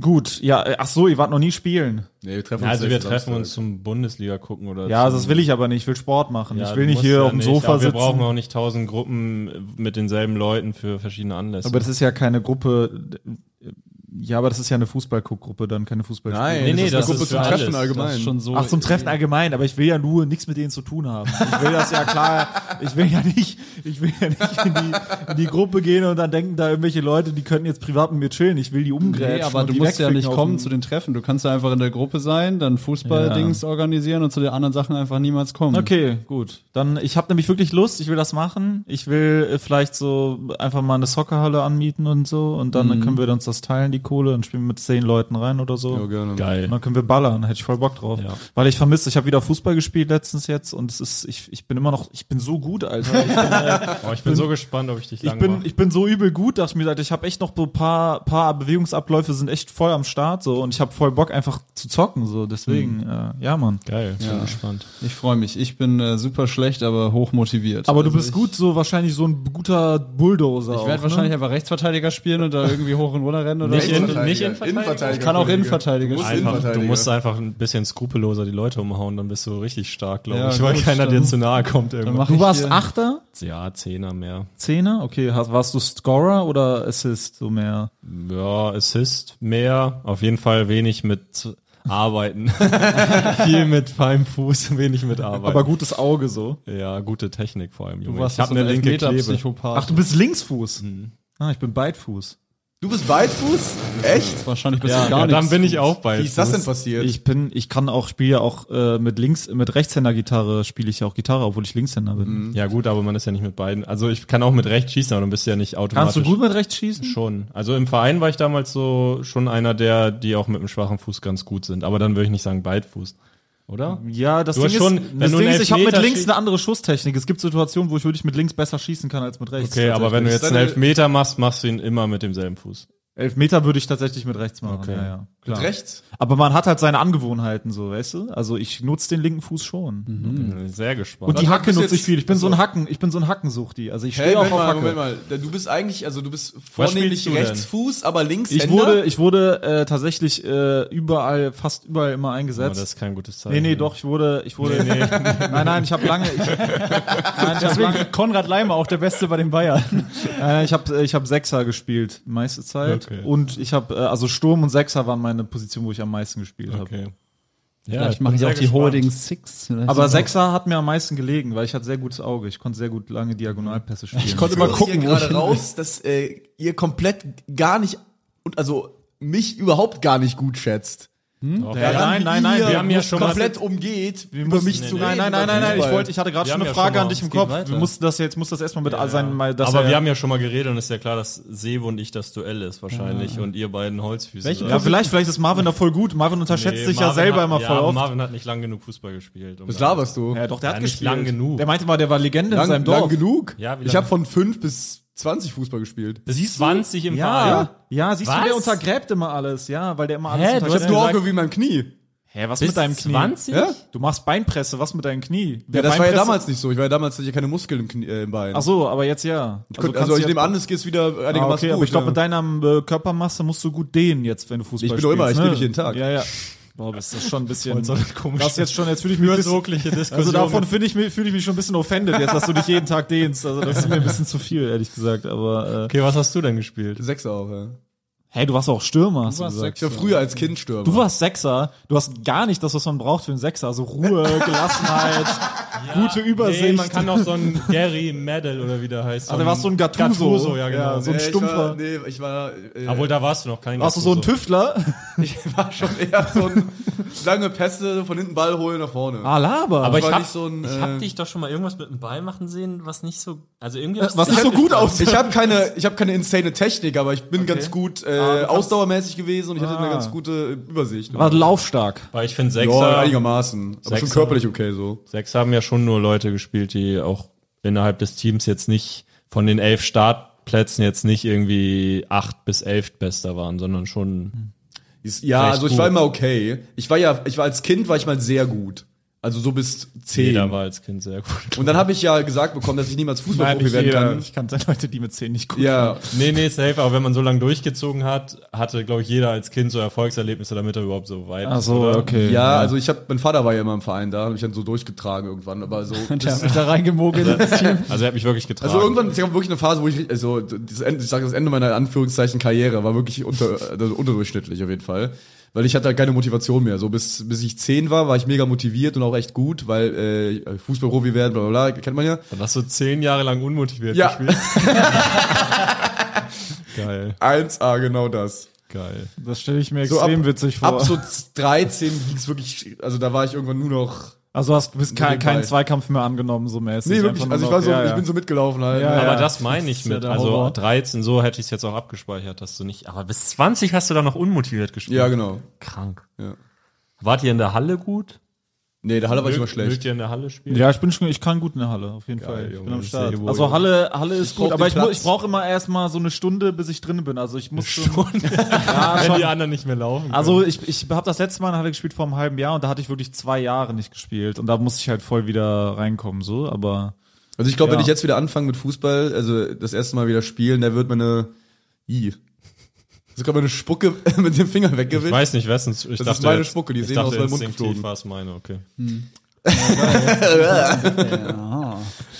Gut, ja, äh, ach so, ihr wart noch nie spielen.
Nee, wir treffen uns
Also wir
nächsten
treffen
Samstag.
uns zum Bundesliga gucken oder
Ja,
zum,
das will ich aber nicht. Ich will Sport machen.
Ja,
ich will nicht
musst
hier
ja
auf dem
nicht,
Sofa
aber Wir brauchen
sitzen.
auch nicht tausend Gruppen mit denselben Leuten für verschiedene Anlässe.
Aber das ist ja keine Gruppe. äh, Ja, aber das ist ja eine Fußballguckgruppe, dann keine Fußballspiele.
Nein,
Nee, nee,
eine
das ist für alles.
Treffen
Das
allgemein.
das ist schon so.
Ach, zum Treffen allgemein, aber ich will ja nur nichts mit denen zu tun haben. Ich will das ja klar, ich will ja nicht, ich will ja nicht in die, in die Gruppe gehen und dann denken da irgendwelche Leute, die könnten jetzt privat mit mir chillen. Ich will die umgrätschen.
Nee, aber
und
du
die
musst ja
wegficken
nicht
auf
kommen
dem-
zu den Treffen. Du kannst ja einfach in der Gruppe sein, dann Fußballdings organisieren und zu den anderen Sachen einfach niemals kommen.
Okay, gut. Dann, ich habe nämlich wirklich Lust, ich will das machen. Ich will äh, vielleicht so einfach mal eine Soccerhalle anmieten und so und dann können wir uns das teilen, die Kohle, und spielen wir mit zehn Leuten rein oder so.
Ja, gerne.
geil.
Und dann können wir ballern, hätte ich voll Bock drauf.
Ja.
Weil ich vermisse, ich habe wieder Fußball gespielt letztens jetzt und es ist, ich, ich bin immer noch, ich bin so gut, Alter. Ich bin,
Oh, ich bin, so gespannt, ob ich dich
ich
lang
bin,
mache.
ich bin so übel gut, dachte ich mir, Alter, ich habe echt noch so paar, paar Bewegungsabläufe sind echt voll am Start so und ich habe voll Bock einfach zu zocken so, deswegen, äh, ja Mann.
Geil, bin gespannt.
Ich freue mich. Ich bin äh, super schlecht, aber hoch motiviert.
Aber du
Also
bist
ich-
gut, so wahrscheinlich so ein guter Bulldozer. ne?
Ich werde wahrscheinlich einfach Rechtsverteidiger spielen und da irgendwie hoch und runter rennen oder
Nicht
so.
in-
Innenverteidiger.
nicht Innenverteidiger.
Innenverteidiger.
Ich kann auch Innenverteidiger
Du musst
spielen.
Einfach, du
Innenverteidiger.
musst einfach ein bisschen skrupelloser die Leute umhauen, dann bist du richtig stark, glaube
Ja,
ich, weil
gut,
keiner
dann-
dir zu nahe kommt irgendwann.
mach
Du
ich
warst
hier-
Achter,
Ja, Zehner mehr.
Zehner, okay, hast, warst du Scorer oder Assist so mehr?
Ja, Assist mehr. Auf jeden Fall wenig mit Arbeiten. Viel mit feinem Fuß, wenig mit Arbeiten.
Aber gutes Auge so.
Ja, gute Technik vor allem, Junge.
Du warst
ich habe
so
eine
ein
linke Klebe.
Elfmeter-Psychopath.
Ach, du bist Linksfuß.
Mhm.
Ah, ich bin Beidfuß.
Du bist Beidfuß? Echt?
Wahrscheinlich bist
Ja,
du gar
ja,
nichts.
dann bin ich auch bei.
Wie ist das denn passiert?
Ich bin, ich kann auch, spiele ja auch äh, mit links, mit Rechtshänder-Gitarre spiele ich ja auch Gitarre, obwohl ich Linkshänder bin.
Mhm.
Ja gut, aber man ist ja nicht mit beiden. Also ich kann auch mit rechts schießen, aber du bist ja nicht automatisch.
Kannst du gut mit rechts schießen?
Schon. Also im Verein war ich damals so schon einer der, die auch mit dem schwachen Fuß ganz gut sind. Aber dann würde ich nicht sagen Beidfuß, oder?
Ja, das
Du
Ding
hast
ist,
schon- wenn
das
du
Ding
einen
ist ich habe mit
Elfmeter
links
schießt-
eine andere Schusstechnik. Es gibt Situationen, wo ich wirklich mit links besser schießen kann als mit rechts.
Okay, aber wenn du jetzt einen
Seine-
Elfmeter machst, machst du ihn immer mit demselben Fuß.
Elfmeter würde ich tatsächlich mit rechts machen.
Okay.
Ja, ja.
Mit rechts.
Aber man hat halt seine Angewohnheiten so, weißt du? Also ich nutze den linken Fuß schon.
Bin Sehr
Hm.
gespannt.
Und die Hacke
Mhm. bist du
nutze ich
jetzt-
viel. Ich bin so ein Hacken, ich bin so ein Hackensuchti. Also ich stehe
Hey,
auch auf
Moment mal,
Hacke.
Moment mal. Du bist eigentlich, also du bist vornehmlich
spielst du denn?
Rechtsfuß, aber links
Ich wurde, ich wurde äh, tatsächlich äh, überall, fast überall immer
Aber
eingesetzt.
Oh, das ist kein gutes Zeichen.
nee, nee, doch, ich wurde, ich wurde. Nein, nein, ich habe lange. Ich, nein, ich habe lange.
Deswegen Konrad Leimer auch der Beste bei den Bayern.
Äh, ich habe ich hab Sechser gespielt, die meiste Zeit.
Okay.
Und ich habe, äh, also Sturm und Sechser waren meine Position, wo ich am meisten gespielt habe.
Okay.
Ja,
ich
ich halt
bin
mache
sehr
auch die
gespannt.
Holding Six. Vielleicht
Aber
sind
Sechser hat mir am meisten gelegen, weil ich hatte sehr gutes Auge. Ich konnte sehr gut lange Diagonalpässe spielen. Ich
mal gucken. Hier gerade raus, dass äh, ihr komplett gar nicht und also mich überhaupt gar nicht gut schätzt.
ja, nein, nein, nein,
Ihr
wir
haben ja
es
schon mal-
komplett umgeht, über mich
nee,
zu
nein,
reden.
nein, nein, nein, nein, ich
Fußball.
wollte, ich hatte gerade
Wir
schon
haben
eine
ja
Frage
schon mal-
an dich im
es geht
Kopf.
weiter.
Wir mussten das jetzt, muss das erstmal mit all sein, mal, dass
Aber
er-
wir haben ja schon mal geredet und es ist ja klar, dass Sebo und ich das Duell ist wahrscheinlich und ihr beiden Holzfüße.
Welche
seid.
ja, vielleicht, vielleicht ist Marvin da voll gut. Marvin unterschätzt
Nee,
sich ja
Marvin
selber
hat,
immer
ja,
voll
aber
oft.
Marvin hat nicht lang genug Fußball gespielt. um
Was
da-
laberst du?
Ja, doch, der
Ja,
hat
nicht
gespielt.
lang genug.
Der meinte mal, der war Legende in
lang,
seinem
lang
Dorf.
genug?
Ja, wie
ich
lange?
habe von 5 bis 20 Fußball gespielt.
Bis 20 im Verein.
Ja, ja, siehst du,
Was?
der untergräbt immer alles, ja, weil der immer alles
Hä, du
Ich habe
untergräbt.
nur aufgehört wie mein Knie.
Hä, was
Bis
mit deinem Knie?
20?
Ja?
Du machst Beinpresse, was mit deinem Knie?
Ja,
Wer
das war ja
Beinpresse-
damals nicht so. Ich war ja damals hatte ich ja keine Muskeln im, Knie, äh, im Bein.
Ach so, aber jetzt ja.
also,
kannst
also
du
ich
jetzt-
nehme an, es geht wieder
Ah,
einigermaßen
okay, aber ich glaube,
ja.
mit deiner äh, Körpermasse musst du gut dehnen jetzt, wenn du Fußball
Ich bin
spielst.
doch immer, ich
ne?
dehne mich jeden Tag.
Ja, ja. Boah, das ist schon ein bisschen.
so eine komische-
das ist jetzt schon, jetzt fühle ich mich. ein bisschen-
Fürsorgliche Diskussion.
Also davon finde ich, mich- fühle ich mich schon ein bisschen offended jetzt, dass du dich jeden Tag dehnst. Also das ist mir ein bisschen zu viel, ehrlich gesagt. Aber äh,
Okay, was hast du denn gespielt?
Sechser auch, ja.
hey, du warst auch Stürmer, hast du,
Du warst
gesagt.
Ich war früher als Kind Stürmer.
Du warst Sechser. Du hast gar nicht das, was man braucht für einen Sechser. Also Ruhe, Gelassenheit, gute Übersicht.
Nee, man kann auch so einen Gary Medal oder wie der heißt.
Ach, da Also, warst du ein Gattuso.
Gattuso, ja, genau.
so ein
Äh,
Stumpfer.
Ich war, nee, ich war, äh,
Obwohl, da warst du noch kein
Warst du so ein Tüftler?
ich war schon eher so ein lange Pässe von hinten Ball holen nach vorne.
Ah, Laber.
Aber
Aber
ich
ich
war
hab,
nicht so ein,
ich
äh,
hab dich doch schon mal irgendwas mit dem Ball machen sehen, was nicht so. Also irgendwie.
was nicht so gut aussieht.
Ich habe keine, ich habe keine insane Technik, aber ich bin ganz gut
Ah,
äh, ausdauermäßig gewesen und ich hatte eine
Ah.
ganz gute Übersicht.
War laufstark.
Weil ich finde,
ja,
Sechser,
einigermaßen, aber schon
Sechser.
körperlich okay so.
Sechs haben ja schon nur Leute gespielt, die auch innerhalb des Teams jetzt nicht von den elf Startplätzen jetzt nicht irgendwie acht bis elf Bester waren, sondern schon.
Ist- Ja,
Recht
also ich
gut.
war immer okay. Ich war ja, ich war als Kind war ich mal sehr gut. Also so bis
Jeder
zehn.
war als Kind sehr gut.
Und dann habe ich ja gesagt bekommen, dass ich niemals Fußballprofi werden kann.
Ich kannte Leute, die mit 10 nicht gut.
Ja,
Nee, nee, safe, aber wenn man so lange durchgezogen hat, hatte, glaube ich, jeder als Kind so Erfolgserlebnisse, damit er überhaupt so weit
Ach so,
oder?
okay.
Ja, also ich habe, mein Vater war ja immer im Verein da, habe ich dann so durchgetragen irgendwann, aber so.
die- Die haben mich da reingemogelt.
Also er hat mich wirklich getragen.
Also irgendwann, ich habe wirklich eine Phase, wo ich, also das Ende, ich sage das Ende meiner Anführungszeichen Karriere war wirklich unter, also unterdurchschnittlich auf jeden Fall, weil ich hatte halt keine Motivation mehr. So bis bis ich zehn war, war ich mega motiviert und auch echt gut, weil äh, Fußballprofi werden, bla bla bla, kennt man ja.
Dann hast du zehn Jahre lang unmotiviert
Ja.
gespielt. geil,
1A genau das.
geil.
das stelle ich mir
So
extrem
ab,
witzig vor.
Ab so 13 ging's wirklich, also da war ich irgendwann nur noch.
Also hast du bist kein,
Nebenbei.
keinen Zweikampf mehr angenommen, so mäßig.
Nee,
Einfach
wirklich,
nur
also ich
noch-
war so,
ja, ja.
ich bin so mitgelaufen halt.
Ja,
Aber
ja.
das meine ich mit.
der
Also
Horror.
13, so hätte ich es jetzt auch abgespeichert, dass du nicht. Aber bis 20 hast du da noch unmotiviert gespielt.
ja genau.
Krank.
Ja.
Wart ihr in der Halle gut?
Nee, der Halle war ich immer
Mögt- Mögt
schlecht.
ihr in der Halle spielen?
ja, ich bin schon, ich kann gut in der Halle, auf jeden Fall. Ich
Junge,
bin am
ich
Start.
sehe wohl,
Also
Junge.
Halle, Halle ist
brauch
gut,
den
aber ich, mu-
Platz.
ich brauche immer erstmal so eine Stunde, bis ich drin bin. Also ich muss schon.
Wenn die anderen nicht mehr laufen.
Also ich, ich habe das letzte Mal in der Halle gespielt vor einem halben Jahr und da hatte ich wirklich zwei Jahre nicht gespielt und da musste ich halt voll wieder reinkommen, so, aber.
Also ich glaube,
Ja.
wenn ich jetzt wieder anfange mit Fußball, also das erste Mal wieder spielen, da wird meine I. Also gerade meine Spucke mit dem Finger
ich
weggewischt.
weiß nicht, wessen. Ich das
ist
dachte,
meine
jetzt-
Spucke, die
ich
ist eben
dachte,
aus meinem Mund
instinktiv
geflogen.
war es meine, okay.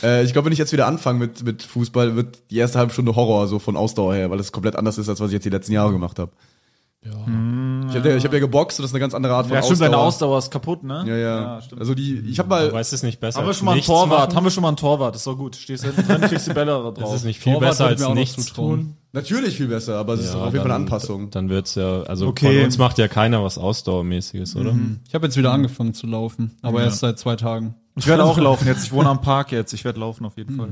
Äh, ich glaube, wenn ich jetzt wieder anfange mit, mit Fußball, wird die erste halbe Stunde Horror, so von Ausdauer her, weil das komplett anders ist, als was ich jetzt die letzten Jahre gemacht habe. Ja. Ich habe ja, ich hab ja geboxt und das ist eine ganz andere Art von
Ja, stimmt,
Ausdauer.
deine Ausdauer ist kaputt, ne?
Ja, ja. also die, ich habe mal,
Aber es ist nicht besser.
Haben wir
als
schon mal einen
nichts
Torwart?
machen?
Haben wir schon mal einen Torwart? Ist doch gut. Stehst hinten drin, kriegst die Bälle drauf.
Es ist nicht viel
Torwart
besser
würde
als
mir auch noch
nichts
zutrauen.
tun.
natürlich viel besser, aber es ist
Ja,
auf jeden Fall eine
dann-
Anpassung.
Dann wird's ja, also
Okay.
von uns macht ja keiner was Ausdauermäßiges, oder?
Ich habe jetzt wieder angefangen zu laufen, aber erst seit zwei Tagen.
Ich werde auch laufen jetzt. Ich wohne am Park jetzt. Ich werde laufen auf jeden Fall.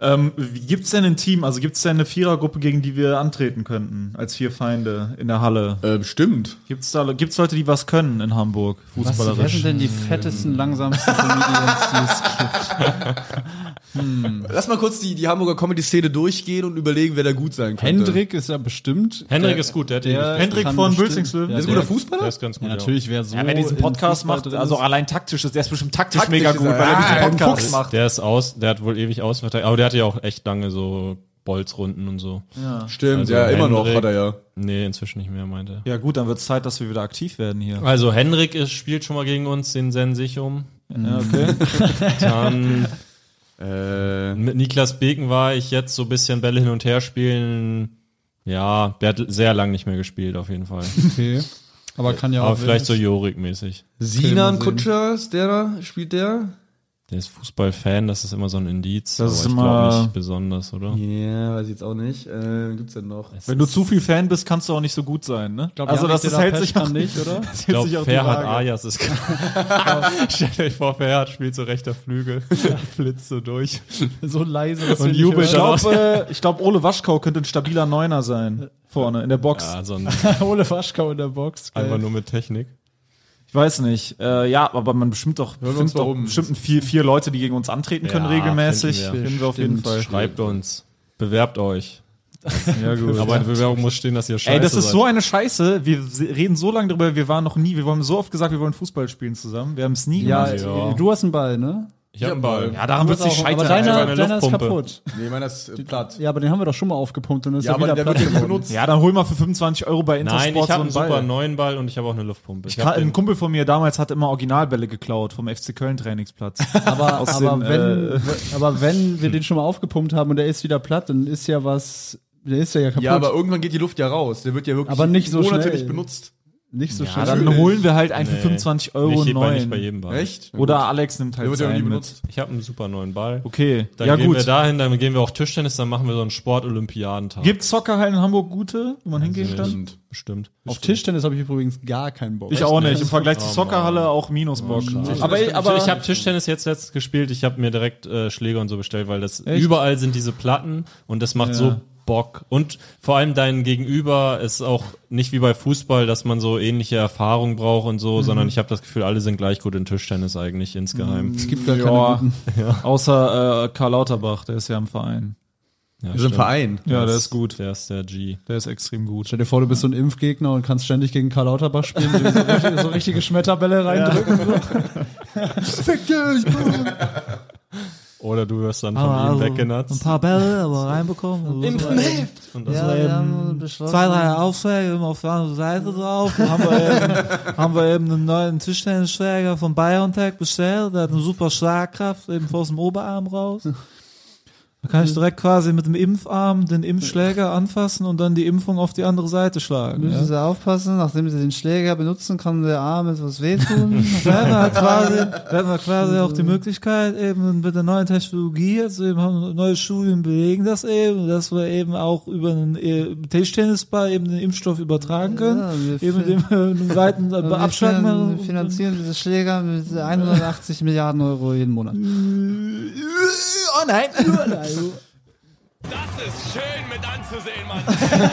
Ähm, gibt es denn ein Team, also gibt es denn eine Vierergruppe, gegen die wir antreten könnten, als vier Feinde in der Halle?
Äh, stimmt.
Gibt es da, gibt's Leute, die was können in Hamburg,
Wer sind
fußballerisch?
denn die fettesten, langsamsten Comedians, die es
Lass mal kurz die, die Hamburger Comedy-Szene durchgehen und überlegen, wer da gut sein könnte.
Hendrik ist ja bestimmt.
Hendrik ist gut, der hat
der
Hendrik,
Hendrik
kann
von
bestimmt-
Bülzingslöwen?
Ja,
Der ist ein
der-
guter Fußballer?
der ist ganz gut.
Ja, natürlich wäre so.
Ja, wer diesen
Oh, in
Podcast
Fußball
macht,
drin
also
ist.
allein taktisch ist, der ist bestimmt taktisch,
Taktisch
mega
ist
gut,
er-
weil er
Ah,
diesen
ein
Podcast
Fuchs.
macht.
Der ist aus, der hat wohl ewig ausverteidigt, aber der hatte ja auch echt lange so Bolzrunden und so.
Stimmt,
Also
ja, immer noch
Hendrik.
hat er ja.
Nee, inzwischen nicht mehr, meinte er.
Ja gut, dann wird es Zeit, dass wir wieder aktiv werden hier.
Also Henrik ist, spielt schon mal gegen uns, den Sensichum.
Ja, okay.
Dann
Äh,
mit Niklas Beken war ich jetzt so ein bisschen Bälle hin und her spielen. Ja, der hat sehr lang nicht mehr gespielt, auf jeden Fall.
Okay. Aber kann ja auch.
aber vielleicht so
wild-
Jorik-mäßig.
Sinan
sehen.
Kutscher ist der da? Spielt der?
Der ist Fußballfan, das ist immer so ein Indiz.
Das ist
ich glaub
immer-
nicht besonders, oder?
Ja, weiß ich jetzt auch nicht. Äh, gibt's denn noch?
Wenn du zu viel Fan bist, kannst du auch nicht so gut sein, ne?
glaub,
also
Janik
das, das
Della
hält
Pest
sich auch
kann
nicht,
nicht,
oder?
oder?
Das
Ich
hält
glaube,
sich auch die
Ferhat
Waage.
Ayas ist. Stellt euch vor, Ferhat spielt so rechter Flügel, flitzt so durch.
so leise, dass
Und
wir nicht
jubelt
Ich
hören.
glaube, äh, ich glaub, Ole Waschkau könnte ein stabiler Neuner sein. Vorne, in der Box.
Ja, so ein,
Ole Waschkau in der Box. geil.
einfach Also nur mit Technik.
Ich weiß nicht. Äh, ja, aber man bestimmt doch,
wir uns
bestimmt,
mal
doch
um.
bestimmt vier, vier Leute, die gegen uns antreten können,
Ja,
regelmäßig.
finden wir.
Finden wir auf jeden Fall.
Schreibt uns. Bewerbt euch.
Ja, gut.
Aber in der Bewerbung muss stehen, dass ihr scheiße
Ey, das ist
seid.
so eine Scheiße. Wir se- reden so lange darüber, wir waren noch nie, wir haben so oft gesagt, wir wollen Fußball spielen zusammen. Wir haben es nie
Ja,
gemacht.
Ja.
du hast einen Ball, ne?
Ich hab einen Ball.
Ja, daran wird sich
Auch-
scheitern.
aber
Alter.
deiner,
eine
deiner ist
Luftpumpe.
kaputt.
Nee, meiner ist äh, platt.
Ja, aber den haben wir doch schon mal aufgepumpt und dann ist
Ja,
er
aber
wieder
der
platt
wird ja nicht
geworden.
benutzt.
ja, dann hol mal für 25 Euro bei Intersport
Nein, ich
so
habe
einen
einen super
Ball.
neuen Ball und ich habe auch eine Luftpumpe. Ich, hab
Ein
den,
Kumpel von mir damals hat immer Originalbälle geklaut vom FC Köln Trainingsplatz.
Aber,
Aus
aber,
den,
wenn,
äh,
w- aber wenn wir den schon mal aufgepumpt haben und der ist wieder platt, dann ist ja was, der ist ja, ja kaputt.
Ja, aber irgendwann geht die Luft ja raus. Der wird ja wirklich
Aber nicht so
Monate
schnell.
nicht benutzt.
nicht so
ja,
schön.
dann
natürlich.
holen wir halt einen für
Nee.
25 Euro
ich
einen
heb mal nicht
neuen.
bei jedem Ball.
Echt?
Oder Alex nimmt
Der
halt
wird ja nie
seinen mit.
benutzt.
Ich habe einen super neuen Ball.
Okay,
Dann
ja
gehen wir
gut.
dahin, dann gehen wir auch Tischtennis, dann machen wir so einen Sport-Olympiadentag.
Gibt Soccerhallen halt in Hamburg gute, wo man hingehen kann?
Stimmt.
Bestimmt.
Auf Tischtennis habe ich übrigens gar keinen Bock.
Ich auch nicht. Im Vergleich zur Soccerhalle auch Minusbock. aber
Aber ich habe Tischtennis jetzt letztens gespielt. Ich habe mir direkt äh, Schläger und so bestellt, weil das überall sind diese Platten und das macht so Bock. Und vor allem dein Gegenüber ist auch nicht wie bei Fußball, dass man so ähnliche Erfahrung braucht und
Mhm.
so, sondern ich habe das Gefühl, alle sind gleich gut in Tischtennis eigentlich insgeheim.
Mhm.
Es gibt gar keine
ja,
guten.
außer äh, Karl Lauterbach, der ist ja im Verein.
Ja,
Wir sind
stimmt.
ein Verein.
Ja, der ist gut.
Der ist der G.
Der ist extrem gut.
Stell dir vor, du bist so ein Impfgegner und kannst ständig gegen Karl Lauterbach spielen, die so, richtig, so richtige Schmetterbälle reindrücken.
Fick dich, Bro.
Oder du wirst dann von ihm weggenatzt.
Ah, also paar Bälle, aber reinbekommen.
Und das
Ja, wir haben zwei, drei Aufschläge auf der anderen Seite drauf. Dann haben, wir eben, haben wir eben einen neuen Tischtennisschläger von Biontech bestellt. Der hat eine super Schlagkraft, eben vor dem Oberarm raus. Da kann
Mhm.
ich direkt quasi mit dem Impfarm den Impfschläger anfassen und dann die Impfung auf die andere Seite schlagen. Ja.
Sie aufpassen, nachdem Sie den Schläger benutzen, kann der Arm etwas wehtun.
Da hätten wir, halt quasi, da hätten wir quasi auch die Möglichkeit, eben mit der neuen Technologie, jetzt eben haben neue Studien belegen das eben, dass wir eben auch über einen äh, Tischtennisball eben den Impfstoff übertragen können.
wir
eben dem äh, einen weiten äh, Abschlag machen.
diese Schläger mit 180 Milliarden Euro jeden Monat.
Oh nein!
Das ist schön mit anzusehen, Mann.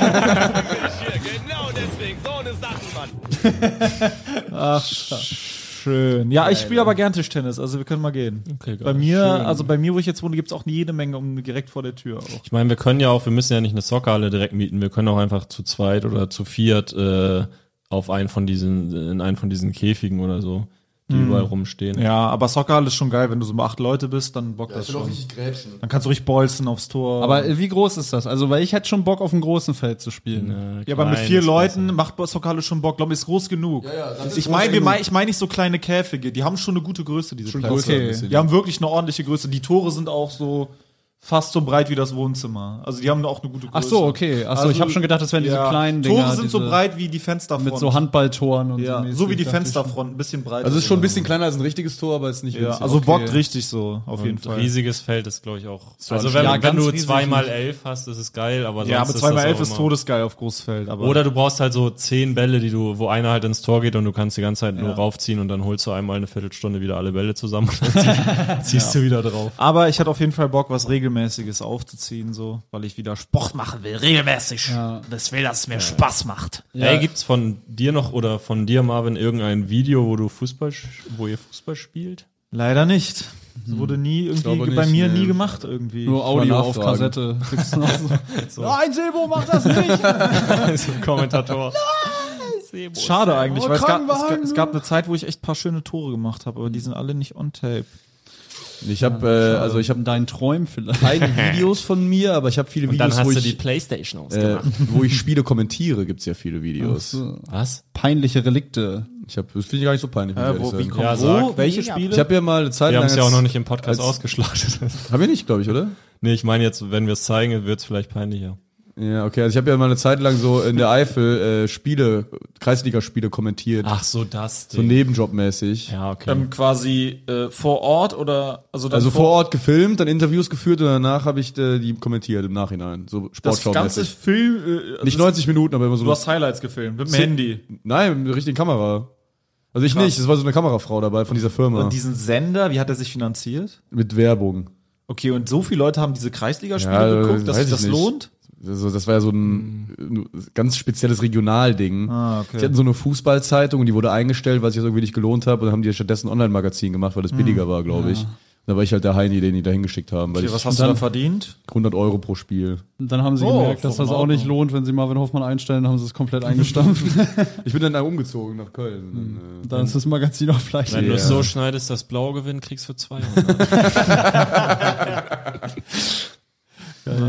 Hier, genau deswegen. So eine Sache, Mann.
Schön. Ja, ich spiele aber gern Tischtennis, also wir können mal gehen.
Okay,
bei mir, also bei mir, wo ich jetzt wohne, gibt's auch jede Menge um direkt vor der Tür auch.
Ich meine, wir können ja auch, wir müssen ja nicht eine Soccerhalle direkt mieten, wir können auch einfach zu zweit oder zu viert äh, auf einen von diesen, in einen von diesen Käfigen oder so, die
Mhm.
überall rumstehen.
Ja, aber Soccer ist schon geil, wenn du so mal acht Leute bist, dann bockt das
Das will auch richtig grätschen.
Dann kannst du richtig bolzen aufs Tor.
Aber äh, wie groß ist das? Also, weil ich hätte schon Bock, auf einem großen Feld zu spielen.
Ja, aber mit vier Leuten macht Soccerhalle schon Bock. Glaube ich, ist groß genug. ich meine, wir mein, ich meine nicht so kleine Käfige. Die haben schon eine gute Größe, diese Plätze.
größer ein bisschen,
Die haben wirklich eine ordentliche Größe. Die Tore sind auch so fast so breit wie das Wohnzimmer. Also die haben auch eine gute Größe.
Ach so, okay. Ach so, ich hab schon gedacht, das wären diese kleinen
Tore
Dinger,
Tore sind so
diese-
breit wie die Fensterfront.
Mit so Handballtoren und
ja,
mäßig,
so wie die
dachte ich.
Fensterfront, ein bisschen breiter.
Also es ist schon ein bisschen kleiner als ein richtiges Tor, aber es ist nicht
Ja,
winzig.
also
okay.
bockt richtig so, auf jeden
Und
Fall.
riesiges Feld ist, glaube ich, auch. also
anstrengend.
wenn,
Ja,
wenn
ganz
du
riesig
zweimal elf hast, ist es geil, aber
Ja, aber
sonst
zweimal
ist das
elf
auch
ist
immer-
todesgeil auf Großfeld. Aber
Oder du brauchst halt so zehn Bälle, die du, wo einer halt ins Tor geht und du kannst die ganze Zeit nur raufziehen und dann holst du einmal eine Viertelstunde wieder alle Bälle zusammen und dann ziehst du wieder drauf.
Aber ich hatte auf jeden Fall Bock, was regelmäßiges aufzuziehen, so, weil ich wieder Sport machen will, regelmäßig. Das will, dass es mir Spaß macht.
Ey, gibt's von dir noch oder von dir, Marvin, irgendein Video, wo du Fußball, sch- wo ihr Fußball spielt?
Leider nicht. Das wurde nie
glaube
irgendwie bei
nicht,
mir
nee.
nie gemacht irgendwie.
Nur Audio auf
nachfragen.
Kassette. Gibt's noch so.
Nein, Silbo, mach das nicht!
Also Kommentator.
Schade eigentlich,
Oh,
weil es gab, es,
Krankenwagen.
gab, es gab eine Zeit, wo ich echt ein paar schöne Tore gemacht habe, aber die sind alle nicht on tape.
Ich habe äh, also ich habe
Dein Träum vielleicht.
keine Videos von mir, aber ich habe viele Videos, wo ich
Playstation aus.
äh, wo ich Spiele kommentiere, gibt's ja viele Videos.
Was?
Peinliche Relikte.
Ich habe das finde ich gar nicht so peinlich. muss ich ehrlich sagen.
Ja,
wo?
sag.
Welche Spiele?
Ich habe ja mal eine Zeit
Wir
lang
haben es ja auch
als-
noch nicht im Podcast
als-
ausgeschlachtet.
Haben wir nicht, glaube ich, oder?
nee, ich meine jetzt, wenn wir es zeigen, wird's vielleicht peinlicher.
Ja, okay. Also ich habe ja mal eine Zeit lang so in der Eifel äh, Spiele, Kreisligaspiele kommentiert,
Ach so, das
so nebenjobmäßig.
ja, okay.
ähm, quasi äh, vor Ort oder also, dann
Also vor Ort gefilmt, dann Interviews geführt und danach habe ich äh, die kommentiert im Nachhinein, so
das ganze
Sportschau-mäßig.
Film äh, also
Nicht 90 Minuten, aber immer so.
du hast Highlights gefilmt mit dem
Zehn-
Handy.
Nein, mit der richtigen Kamera. Also ich
Krass.
nicht, es war so eine Kamerafrau dabei von dieser Firma
Und diesen Sender, wie hat er sich finanziert?
mit Werbung.
Okay, und so viele Leute haben diese Kreisligaspiele
Ja, also
geguckt, dass sich
weiß ich
das
nicht.
lohnt? Mhm.
Also das war ja so ein äh, ganz spezielles Regionalding.
Ah, okay.
Die hatten so eine Fußballzeitung und die wurde eingestellt, weil sich das irgendwie nicht gelohnt hat. Und dann haben die stattdessen ein Online-Magazin gemacht, weil
Mhm.
das billiger war, glaube ich. Da war ich halt der Heini, den die da hingeschickt haben, weil
Okay,
ich
was hast du da verdient?
100 Euro pro Spiel.
Und dann haben sie
Oh, ist
gemerkt, dass
doch in
das auch nicht lohnt, wenn sie Marvin Hoffmann einstellen, haben sie es komplett eingestampft.
Ich bin dann da umgezogen nach Köln. Und dann, äh,
dann ist das Magazin auch vielleicht.
wenn du es
ja.
so schneidest, dass Blau gewinnt, kriegst du 200.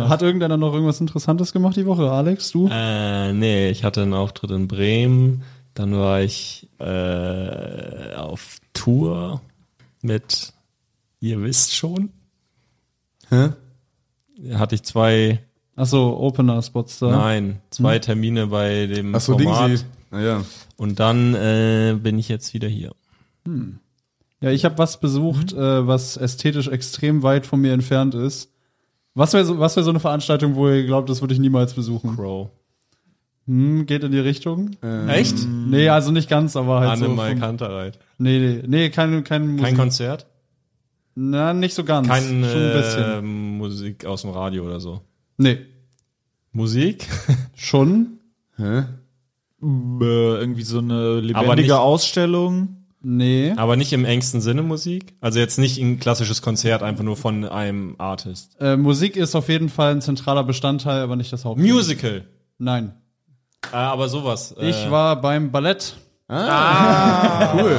Hat irgendeiner noch irgendwas Interessantes gemacht die Woche? Alex, du?
äh, nee, ich hatte einen Auftritt in Bremen. Dann war ich äh, auf Tour mit, ihr wisst schon. Hä? Hatte ich zwei,
Achso, Opener-Spots da.
nein, zwei Termine bei dem
Hm? Ach so, Ah,
Format.
Dingsi. Naja.
Und dann äh, bin ich jetzt wieder hier.
Ja, ich habe was besucht, äh, was ästhetisch extrem weit von mir entfernt ist. Was wäre so, was wär so eine Veranstaltung, wo ihr glaubt, das würde ich niemals besuchen?
Crow.
Hm, geht in die Richtung?
Echt?
Nee, also nicht ganz, aber halt
Annemal
so. vom-
Kantereit.
Nee, nee, nee, kein, kein Musik.
Kein Konzert?
Na, nicht so ganz.
Kein
Schon ein
äh,
bisschen.
Musik aus dem Radio oder so.
Nee,
Musik?
schon.
Äh, irgendwie so eine lebendige
nicht-
Ausstellung.
Nee.
Aber nicht im engsten Sinne Musik? Also jetzt nicht ein klassisches Konzert, einfach nur von einem Artist.
Äh, Musik ist auf jeden Fall ein zentraler Bestandteil, aber nicht das Haupt.
Musical.
Nein.
Äh, aber sowas. Äh,
Ich war beim Ballett.
Ah.
Ah.
Cool.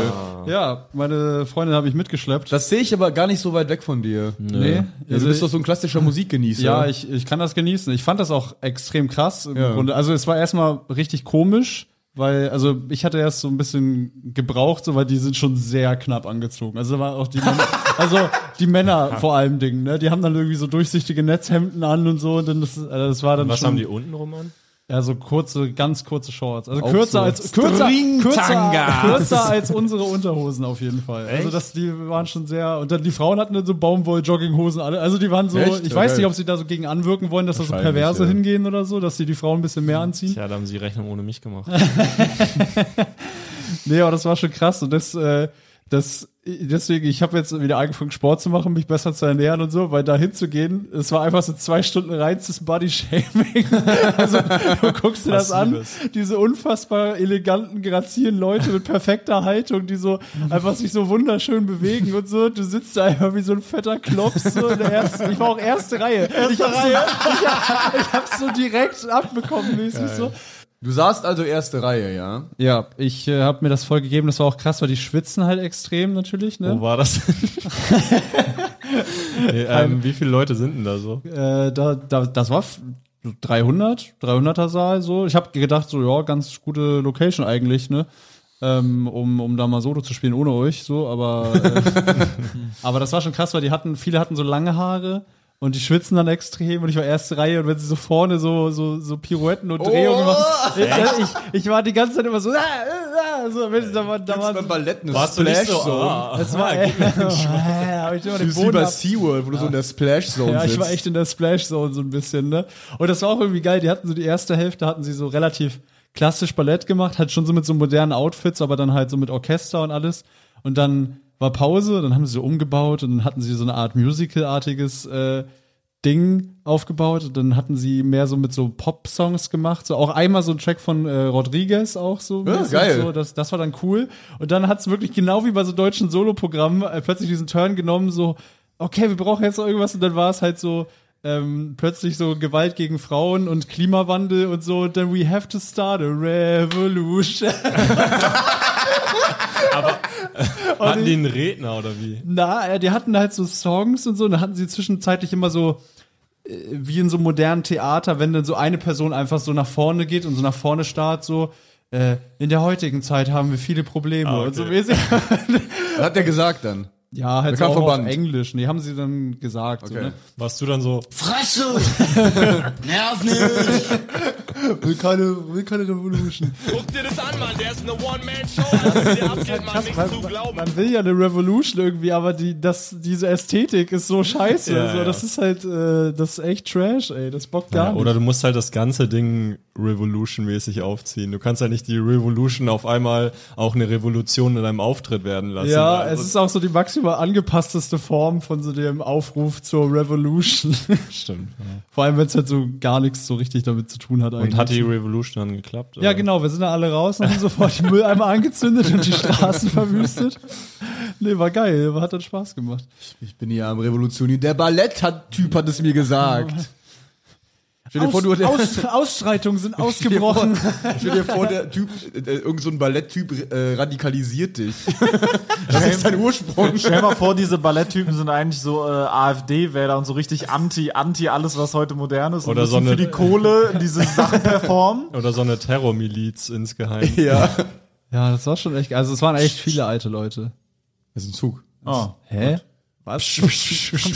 Ja, meine Freundin habe ich mitgeschleppt.
Das sehe ich aber gar nicht so weit weg von dir.
nee.
Also,
Also,
du bist doch so ein klassischer Musikgenießer.
ja, ich, ich kann das genießen. Ich fand das auch extrem krass im
Ja.
Grunde. Also es war erstmal richtig komisch, weil, also ich hatte erst so ein bisschen gebraucht, so, weil die sind schon sehr knapp angezogen. Also da war auch die Männer, also die Männer vor allem Dingen, ne? Die haben dann irgendwie so durchsichtige Netzhemden an und so und dann das, also das war dann
was
schon,
haben die unten rum an?
Ja, so kurze, ganz kurze Shorts. Also kürzer
so
als kürzer, kürzer, kürzer als unsere Unterhosen auf jeden Fall. Also das, die waren schon sehr. Und dann die Frauen hatten dann so Baumwoll-Jogginghosen alle. Also die waren so,
Echt?
ich
Ja,
weiß
geil.
nicht, ob sie da so gegen anwirken wollen, dass da so
Wahrscheinlich,
Perverse
ja.
hingehen oder so, dass sie die Frauen ein bisschen mehr anziehen.
Tja, da haben sie Rechnung ohne mich gemacht.
Nee, aber das war schon krass. Und das, äh, das, deswegen, ich habe jetzt wieder angefangen, Sport zu machen, mich besser zu ernähren und so, weil da hinzugehen, es war einfach so zwei Stunden reinstes Body-Shaming. Also, du guckst dir das an, diese unfassbar eleganten, grazilen Leute mit perfekter Haltung, die so einfach sich so wunderschön bewegen und so. Du sitzt da einfach wie so ein fetter Klops. So in der ersten, ich war auch erste Reihe. ich hab's So, ich, hab, ich hab's so direkt abbekommen, mäßig so.
du saßt also erste Reihe, ja?
Ja, ich äh, habe mir das voll gegeben. Das war auch krass, weil die schwitzen halt extrem natürlich.
Wo
Ne?
war das denn? nee, ähm, wie viele Leute sind denn da so?
Äh, da, da, das war f- 300, 300er Saal so. Ich habe gedacht so, ja, ganz gute Location eigentlich, ne? Ähm, um, um da mal Solo zu spielen ohne euch, so, aber äh, aber das war schon krass, weil die hatten, viele hatten so lange Haare und die schwitzen dann extrem und ich war erste Reihe und wenn sie so vorne so so, so Pirouetten und Drehungen machen, ich, ich, ich war die ganze Zeit immer so, ah, ah, ah, so wenn sie da waren, da waren so-
Ballett eine
Warst du nicht so?
Zone.
Ah,
Das war echt. Hab ich
Du
immer den
bist wie
Boden
bei
ab.
SeaWorld, wo du so in der Splash Zone
Ja,
sitzt.
ich war echt in der Splash Zone so ein bisschen, ne? Und das war auch irgendwie geil. Die hatten so die erste Hälfte, hatten sie so relativ klassisch Ballett gemacht, halt schon so mit so modernen Outfits, aber dann halt so mit Orchester und alles. Und dann war Pause, dann haben sie so umgebaut und dann hatten sie so eine Art Musical-artiges äh, Ding aufgebaut. Dann hatten sie mehr so mit so Pop-Songs gemacht. So auch einmal so ein Track von äh, Rodriguez auch so.
Ja,
mäßig
geil.
So, das, das war dann cool. Und dann hat es wirklich genau wie bei so deutschen Soloprogrammen äh, plötzlich diesen Turn genommen, so, okay, wir brauchen jetzt noch irgendwas. Und dann war es halt so. Ähm, plötzlich so Gewalt gegen Frauen und Klimawandel und so, then we have to start a revolution. Ah,
Hatten die einen Redner oder wie?
Na, äh, die hatten halt so Songs und so, und dann hatten sie zwischenzeitlich immer so, äh, wie in so modernen Theater, wenn dann so eine Person einfach so nach vorne geht und so nach vorne starrt, so, äh, in der heutigen Zeit haben wir viele Probleme
Ah, okay.
und so mäßig.
Was hat der gesagt dann?
ja, halt so
kam
auch
vom
auf
Band.
Englisch, nee, haben sie dann gesagt. So,
Okay.
ne?
Warst du dann so,
Fresse! Nerv nicht!
Will keine, will keine Revolution.
Guck dir das an, Mann. Der ist eine One-Man-Show. Also, der
halt
abgeht, Mann. Nicht zu glauben.
Man will ja eine Revolution irgendwie, aber die, das, diese Ästhetik ist so scheiße.
Ja,
so,
ja.
Das ist halt, äh, das ist echt Trash, ey. Das bockt gar
Ja,
nicht.
oder du musst halt das ganze Ding Revolution-mäßig aufziehen. Du kannst ja nicht die Revolution auf einmal auch eine Revolution in deinem Auftritt werden lassen.
Ja,
Also,
es ist auch so die maximal angepassteste Form von so dem Aufruf zur Revolution.
stimmt. ja.
Vor allem, wenn es halt so gar nichts so richtig damit zu tun hat eigentlich.
Und hat die Revolution dann geklappt?
ja,
oder?
genau, wir sind da alle raus und haben sofort die Mülleimer angezündet und die Straßen verwüstet. Nee, war geil, hat dann Spaß gemacht.
Ich bin hier am Revolutionieren. Der Ballett-Typ hat es mir gesagt. Stell dir
Aus,
vor, du
Aus, Ausschreitungen sind
Stell dir vor-
ausgebrochen.
Stell dir vor, der Typ, äh, irgend so ein Balletttyp äh, radikalisiert dich. Das ist dein Ursprung.
Stell mal vor, diese Balletttypen sind eigentlich so äh, AfD-Wähler und so richtig anti, anti alles, was heute modern ist. und
Oder
müssen
so eine-
für die Kohle diese Sachen performen.
Oder so eine Terrormiliz insgeheim.
Ja.
Ja, das war schon echt, also es waren echt viele alte Leute.
Das ist ein Zug.
Oh,
Hä?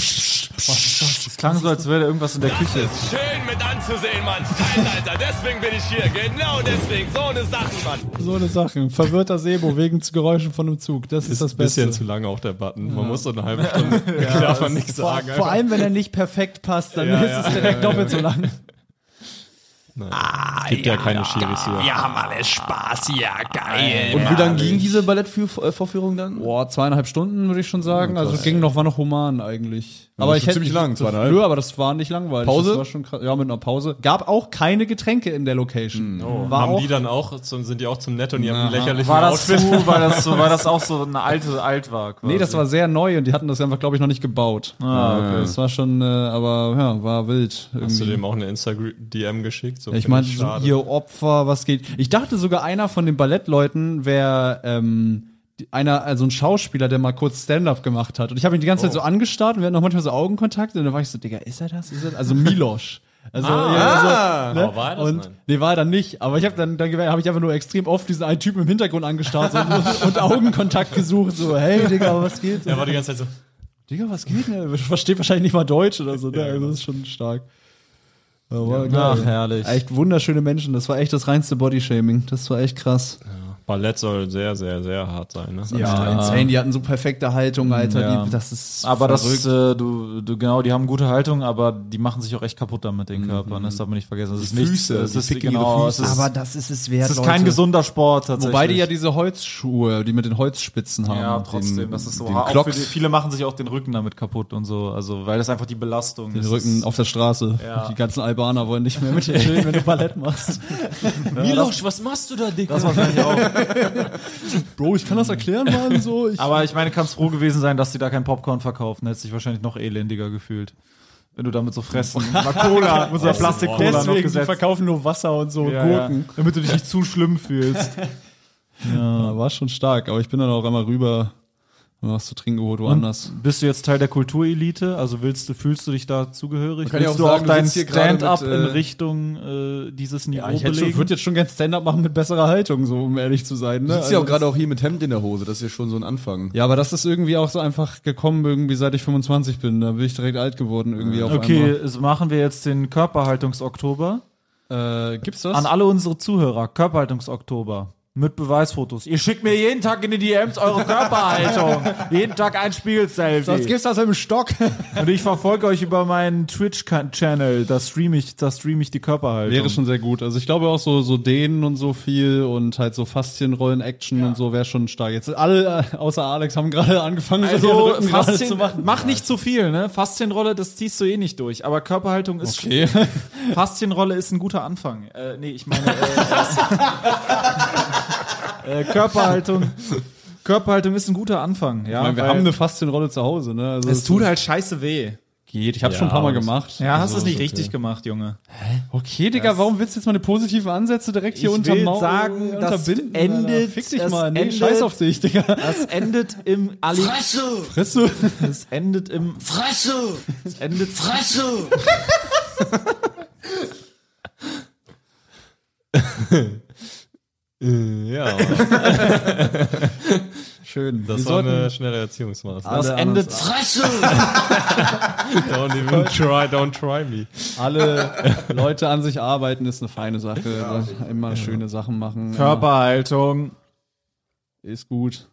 es klang so, als wäre irgendwas in der
Das
Küche.
ist schön mit anzusehen, Mann. Nein, Alter, deswegen bin ich hier. Genau deswegen. So eine Sache, Mann.
So eine Sache. Verwirrter Sebo wegen zu Geräuschen von einem Zug. Das ist, das Beste.
Bisschen zu lange auch der Button. Man muss so eine halbe Stunde. darf man nichts sagen.
Vor allem, wenn er nicht perfekt passt, dann
Ah,
Ja,
ist
ja,
es direkt doppelt so lang.
gibt ja, keine Schiris hier.
Ja, Mann, ist Spaß hier, geil.
Und wie lange ging diese Ballettvorführung dann? Oh,
Boah, zweieinhalb Stunden würde ich schon sagen. also ging noch, war noch human eigentlich.
das ist schon ziemlich lang,
zweieinhalb.
zweieinhalb.
Nö, aber das war nicht langweilig.
Pause?
Das war schon krass. Ja, mit einer Pause. Gab auch keine Getränke in der Location.
Hm.
War
Haben
auch,
die dann auch, zum, sind die auch zum Netto und die haben einen lächerlichen
War das,
Outfit.
so, war, das so, war das auch so eine alte Altwag?
nee, das war sehr neu und die hatten das einfach, glaube ich, noch nicht gebaut. Ah, okay. Das war schon, äh, aber ja, war wild.
Hast du
Irgendwie.
dem auch eine Instagram-DM geschickt? So
Ich
find
meine, so,
schade.
ihr Opfer, was geht? Ich dachte sogar, einer von den Ballettleuten wäre ähm, die- einer, also ein Schauspieler, der mal kurz Stand-up gemacht hat. Und ich habe ihn die ganze Zeit
Oh.
so angestarrt und wir hatten auch manchmal so Augenkontakt. Und dann war ich so, Digga, ist er das? Ist er das? Also Milosch. Also, ja, so, ne?
Aber Ah. Oh, war er das,
und
Mann?
nee, war er dann nicht. Aber ich habe dann, dann habe ich einfach nur extrem oft diesen einen Typen im Hintergrund angestarrt so, und, und Augenkontakt gesucht. So, hey, Digga, was geht?
Er war die ganze Zeit so.
Digga, was geht? Ne? Versteht wahrscheinlich nicht mal Deutsch oder so. Ne? Also das ist schon stark. Aber
Ach,
geil.
herrlich.
Echt wunderschöne Menschen. Das war echt das reinste Bodyshaming. Das war echt krass.
Ballett soll sehr, sehr, sehr hart sein. Ne?
Ja, insane. Die hatten so perfekte Haltung, Alter.
Ja.
Die, das ist
Aber das,
verrückt.
äh, du, du, genau, die haben gute Haltung, aber die machen sich auch echt kaputt damit, den Körper. Ne? Das darf man nicht vergessen. Das ist nichts,
Füße,
das
Mhm. die
ist,
ficken ihre
genau, es
Füße.
ist,
aber das ist es wert,
es ist
Leute.
kein gesunder Sport tatsächlich.
Wobei die ja diese Holzschuhe, die mit den Holzspitzen haben.
Ja, trotzdem, das ist so.
den
Auch für
Klotz.
die, viele machen sich auch den Rücken damit kaputt und so, also weil das einfach die Belastung
Den
ist.
Rücken
Das-
auf der Straße.
Ja.
Die ganzen Albaner wollen nicht mehr mit dir chillen, wenn du Ballett machst.
Milosch, was machst du da, Digga?
das wahrscheinlich auch.
Bro, ich kann das erklären, Mann. So, ich
Aber ich meine, kannst froh gewesen sein, dass die da kein Popcorn verkaufen. Hättest dich wahrscheinlich noch elendiger gefühlt. Wenn du damit so fressen. Mal Cola, mit so einer Plastik-Cola noch
deswegen, die
gesetzt.
verkaufen nur Wasser und so
Ja, ja.
Gurken.
Damit du dich nicht zu schlimm fühlst.
Ja, war schon stark, aber ich bin dann auch einmal rüber, hab mir was zu trinken geholt, woanders.
Bist du jetzt Teil der Kulturelite? Also willst du, fühlst du dich da zugehörig?
kann ja
Willst du
auch sagen,
auch
du
dein
sitzt hier gerade
Stand-up
mit,
in
äh,
Richtung äh, dieses Niveau belegen?
würde jetzt schon gern Stand-up machen mit besserer Haltung, so um ehrlich zu sein. Ne?
Du sitzt ja auch
Also
gerade auch hier mit Hemd in der Hose. Das ist ja schon so ein Anfang.
das- ja, aber das ist irgendwie auch so einfach gekommen, irgendwie seit ich 25 bin. Da bin ich direkt alt geworden, irgendwie auf
okay, so machen wir jetzt den Körperhaltungs-Oktober.
einmal. Äh, gibt's das?
An alle unsere Zuhörer, Körperhaltungs-Oktober.
Mit Beweisfotos. Ihr schickt mir jeden Tag in die DMs eure Körperhaltung. jeden Tag ein
Sonst
Spiegel-Selfie.
gibst du das mit dem Stock.
Und ich verfolge euch über meinen Twitch-Channel. Da streame ich, da stream ich die Körperhaltung.
Wäre schon sehr gut. Also ich glaube auch so, so Dehnen und so viel und halt so Faszienrollen, Action und so wäre schon stark. Jetzt alle äh, außer Alex haben gerade angefangen, so ihren
also,
Rücken gerade
Faszien, mach nicht zu viel, ne? Faszienrolle, das ziehst du eh nicht durch. Aber Körperhaltung ist
Okay.
Faszienrolle ist ein guter Anfang. Äh, nee, ich meine. Äh, äh, Körperhaltung. Körperhaltung ist ein guter Anfang. Ja,
Ich meine, wir
weil
haben eine Faszienrolle zu Hause, ne? Also
es tut halt scheiße weh.
geht. Ich habe schon ein paar Mal gemacht.
Ja, hast du es nicht richtig gemacht, Junge.
Okay, Digga, warum willst du jetzt meine positiven Ansätze direkt hier
Ich
unter
will sagen, das endet-
Fick dich
das
mal. Nee,
endet-
scheiß auf dich, Digga.
Das endet im Ali.
Fresse!
Frisst du?
Das endet im.
Fresse!
Das endet.
Fresse!
Ja,
Schön.
das
Wir
war
sollten-
eine schnelle Erziehungsmaßnahme.
Das endet.
Fresse!
Ah.
Don't even try, don't try me.
alle Leute an sich arbeiten, ist eine feine Sache. immer schöne Sachen machen.
Körperhaltung.
Immer Ist gut.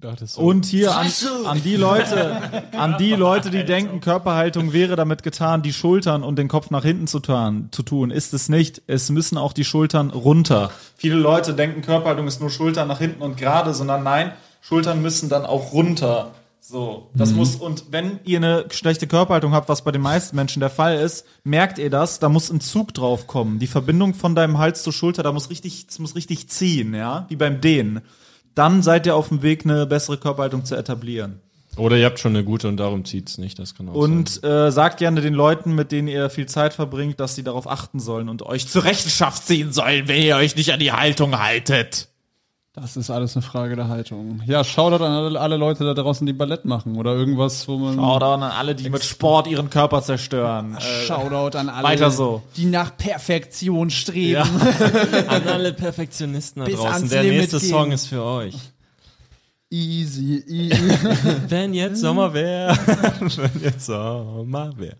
Dachtest du,
Und hier an,
Fresse!
an die Leute, an die Leute, die denken, Körperhaltung wäre damit getan, die Schultern und den Kopf nach hinten zu, tan, zu tun, ist es nicht. Es müssen auch die Schultern runter. Viele Leute denken, Körperhaltung ist nur Schultern nach hinten und gerade, sondern nein, Schultern müssen dann auch runter. So, das muss, und wenn ihr eine schlechte Körperhaltung habt, was bei den meisten Menschen der Fall ist, merkt ihr das, da muss ein Zug drauf kommen. Die Verbindung von deinem Hals zur Schulter, da muss richtig, es muss richtig ziehen, ja, wie beim Dehnen dann seid ihr auf dem Weg, eine bessere Körperhaltung zu etablieren.
oder ihr habt schon eine gute und darum zieht's nicht, das kann auch sein.
Und äh, sagt gerne den Leuten, mit denen ihr viel Zeit verbringt, dass sie darauf achten sollen und euch zur Rechenschaft ziehen sollen, wenn ihr euch nicht an die Haltung haltet.
Das ist alles eine Frage der Haltung. Ja, Shoutout an alle, alle Leute da draußen, die Ballett machen oder irgendwas, wo
Mhm.
man.
Oder an alle, die mit Sport ihren Körper zerstören. Äh,
Shoutout an alle,
Weiter so.
die nach Perfektion streben.
An alle Perfektionisten da
Bis
draußen.
ans
Der
Limit
nächste
gehen.
Song ist für euch.
Easy, easy.
Wenn jetzt Sommer wäre.
Wenn jetzt Sommer wäre.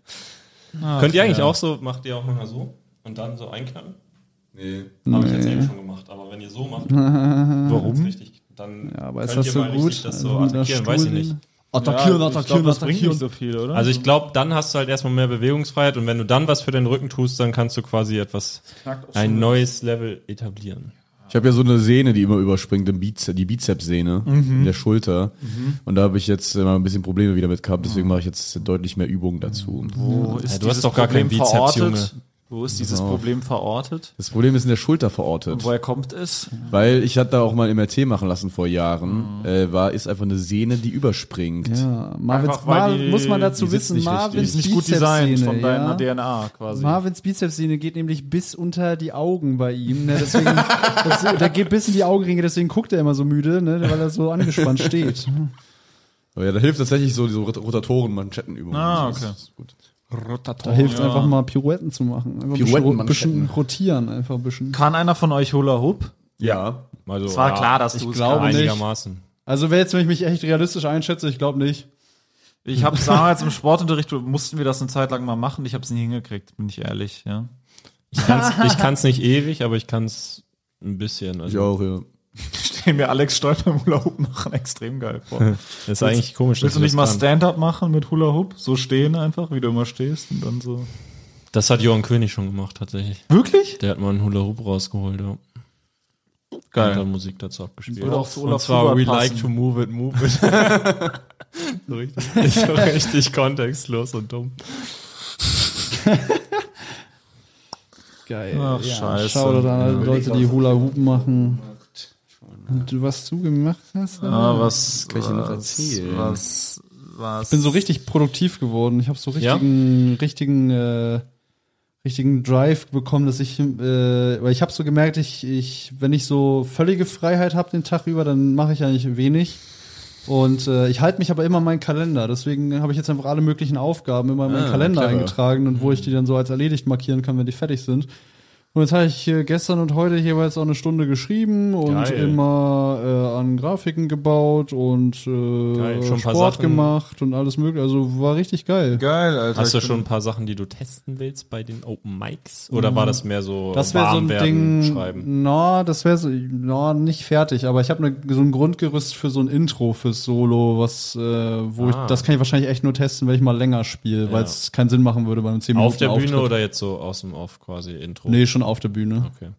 Könnt ihr eigentlich auch so, macht ihr auch manchmal so und dann so einknacken?
Nee.
Hab ich jetzt eben schon gemacht, aber wenn ihr so macht, warum? Richtig, dann
Ja, aber ist
könnt
das
ihr
so
mal
gut?
richtig das so
Also mit der
attackieren, weiß ich
Stuhl-
nicht.
Attackieren,
Ja, ich
attackieren,
glaub, das bringt
attackieren.
nicht so viel, oder?
Also ich glaube, dann hast du halt erstmal mehr Bewegungsfreiheit und wenn du dann was für den Rücken tust, dann kannst du quasi etwas, ein neues Level etablieren.
Ich habe ja so eine Sehne, die immer überspringt, im Bize die Bizepssehne in der Schulter. Und da habe ich jetzt immer ein bisschen Probleme wieder mit gehabt, deswegen mache ich jetzt deutlich mehr Übungen dazu.
Wo ist
Ja, du hast doch gar keinen Bizeps, Junge.
Wo ist dieses Problem verortet?
Das Problem ist in der Schulter verortet,
Woher kommt es?
weil ich hatte da auch mal ein MRT machen lassen vor Jahren, äh, war ist einfach eine Sehne, die überspringt.
Ja, Marvins,
Einfach, weil
Mar
die-
muss man dazu
die sitzt
wissen,
nicht
Marvins
richtig.
Ist nicht gut designt von
Bizepssehne,
deiner DNA quasi.
Marvins Bizepssehne geht nämlich bis unter die Augen bei ihm. Ne? Deswegen, das, da geht bis in die Augenringe, deswegen guckt er immer so müde, ne? weil er so angespannt steht.
Oh,
Aber ja, da hilft tatsächlich so diese Rot- Rotatoren, Manschettenübungen.
Ah,
Das ist-
okay.
das ist gut.
Da hilft es einfach mal Pirouetten zu machen. Einfach
Pirouetten,
ein bisschen, bisschen
Manschetten.
rotieren, einfach ein bisschen.
Kann einer von euch Hula Hoop?
Ja.
Also,
Es war klar, dass du es
glaube
kannst.
nicht.
einigermaßen.
Also wer jetzt, wenn ich mich echt realistisch einschätze, ich glaube nicht.
Ich habe damals im Sportunterricht, mussten wir das eine Zeit lang mal machen. Ich habe es nie hingekriegt, bin ich ehrlich. Ja.
Ich kann's, ich kann's nicht ewig, aber ich kann's ein bisschen.
Ich
Also,
auch, ja.
Stell mir Alex Stolz beim Hula Hoop machen extrem geil vor.
ist eigentlich komisch.
Willst du
dass
nicht
ich
mal
das kann.
Stand-up machen mit Hula Hoop? So stehen einfach, wie du immer stehst und dann so.
Das hat Johann König schon gemacht, tatsächlich.
Wirklich?
Der hat mal einen Hula Hoop rausgeholt, ja.
Geil.
Und dann Musik dazu abgespielt.
Würde auch zu
Und
Olaf
zwar
Schubert
We
passen.
Like to Move It, Move It. so, richtig, so richtig kontextlos und dumm.
Geil.
Ach, scheiße.
Schau da an alle Leute, die Hula Hoop machen. Und du, was du gemacht hast?
Ah, was,
ich dir noch erzählen?
was, was.
Ich bin so richtig produktiv geworden. Ich habe so
Ja?
richtigen, richtigen, äh, richtigen Drive bekommen, dass ich, äh, weil ich habe so gemerkt, ich, ich, wenn ich so völlige Freiheit habe den Tag über, dann mache ich eigentlich wenig. Und äh, ich halte mich aber immer an meinen Kalender. Deswegen habe ich jetzt einfach alle möglichen Aufgaben immer in meinen
Ah,
Kalender
clever.
Mhm.
eingetragen und wo ich die dann so als erledigt markieren kann, wenn die fertig sind. Und jetzt habe ich hier gestern und heute jeweils auch eine Stunde geschrieben und
Geil.
immer äh, an Grafiken gebaut und äh,
Geil, schon ein paar
Sport
Sachen.
gemacht und alles mögliche. Also war richtig geil.
Geil, Alter.
Hast du
Ich bin-
schon ein paar Sachen, die du testen willst bei den Open Mics?
Mhm.
Oder war das mehr so
Das wäre so ein
werden,
Ding.
schreiben?
Na, das wäre so, na, nicht fertig, aber ich habe ne, so ein Grundgerüst für so ein Intro fürs Solo, was, äh, wo ich,
Ah.
das kann ich wahrscheinlich echt nur testen, wenn ich mal länger spiele, weil es keinen Sinn machen würde bei einem 10 Minuten
Auf der Bühne
Auftritt.
oder jetzt so aus dem Off quasi Intro?
Nee, schon auf der Bühne.
Okay.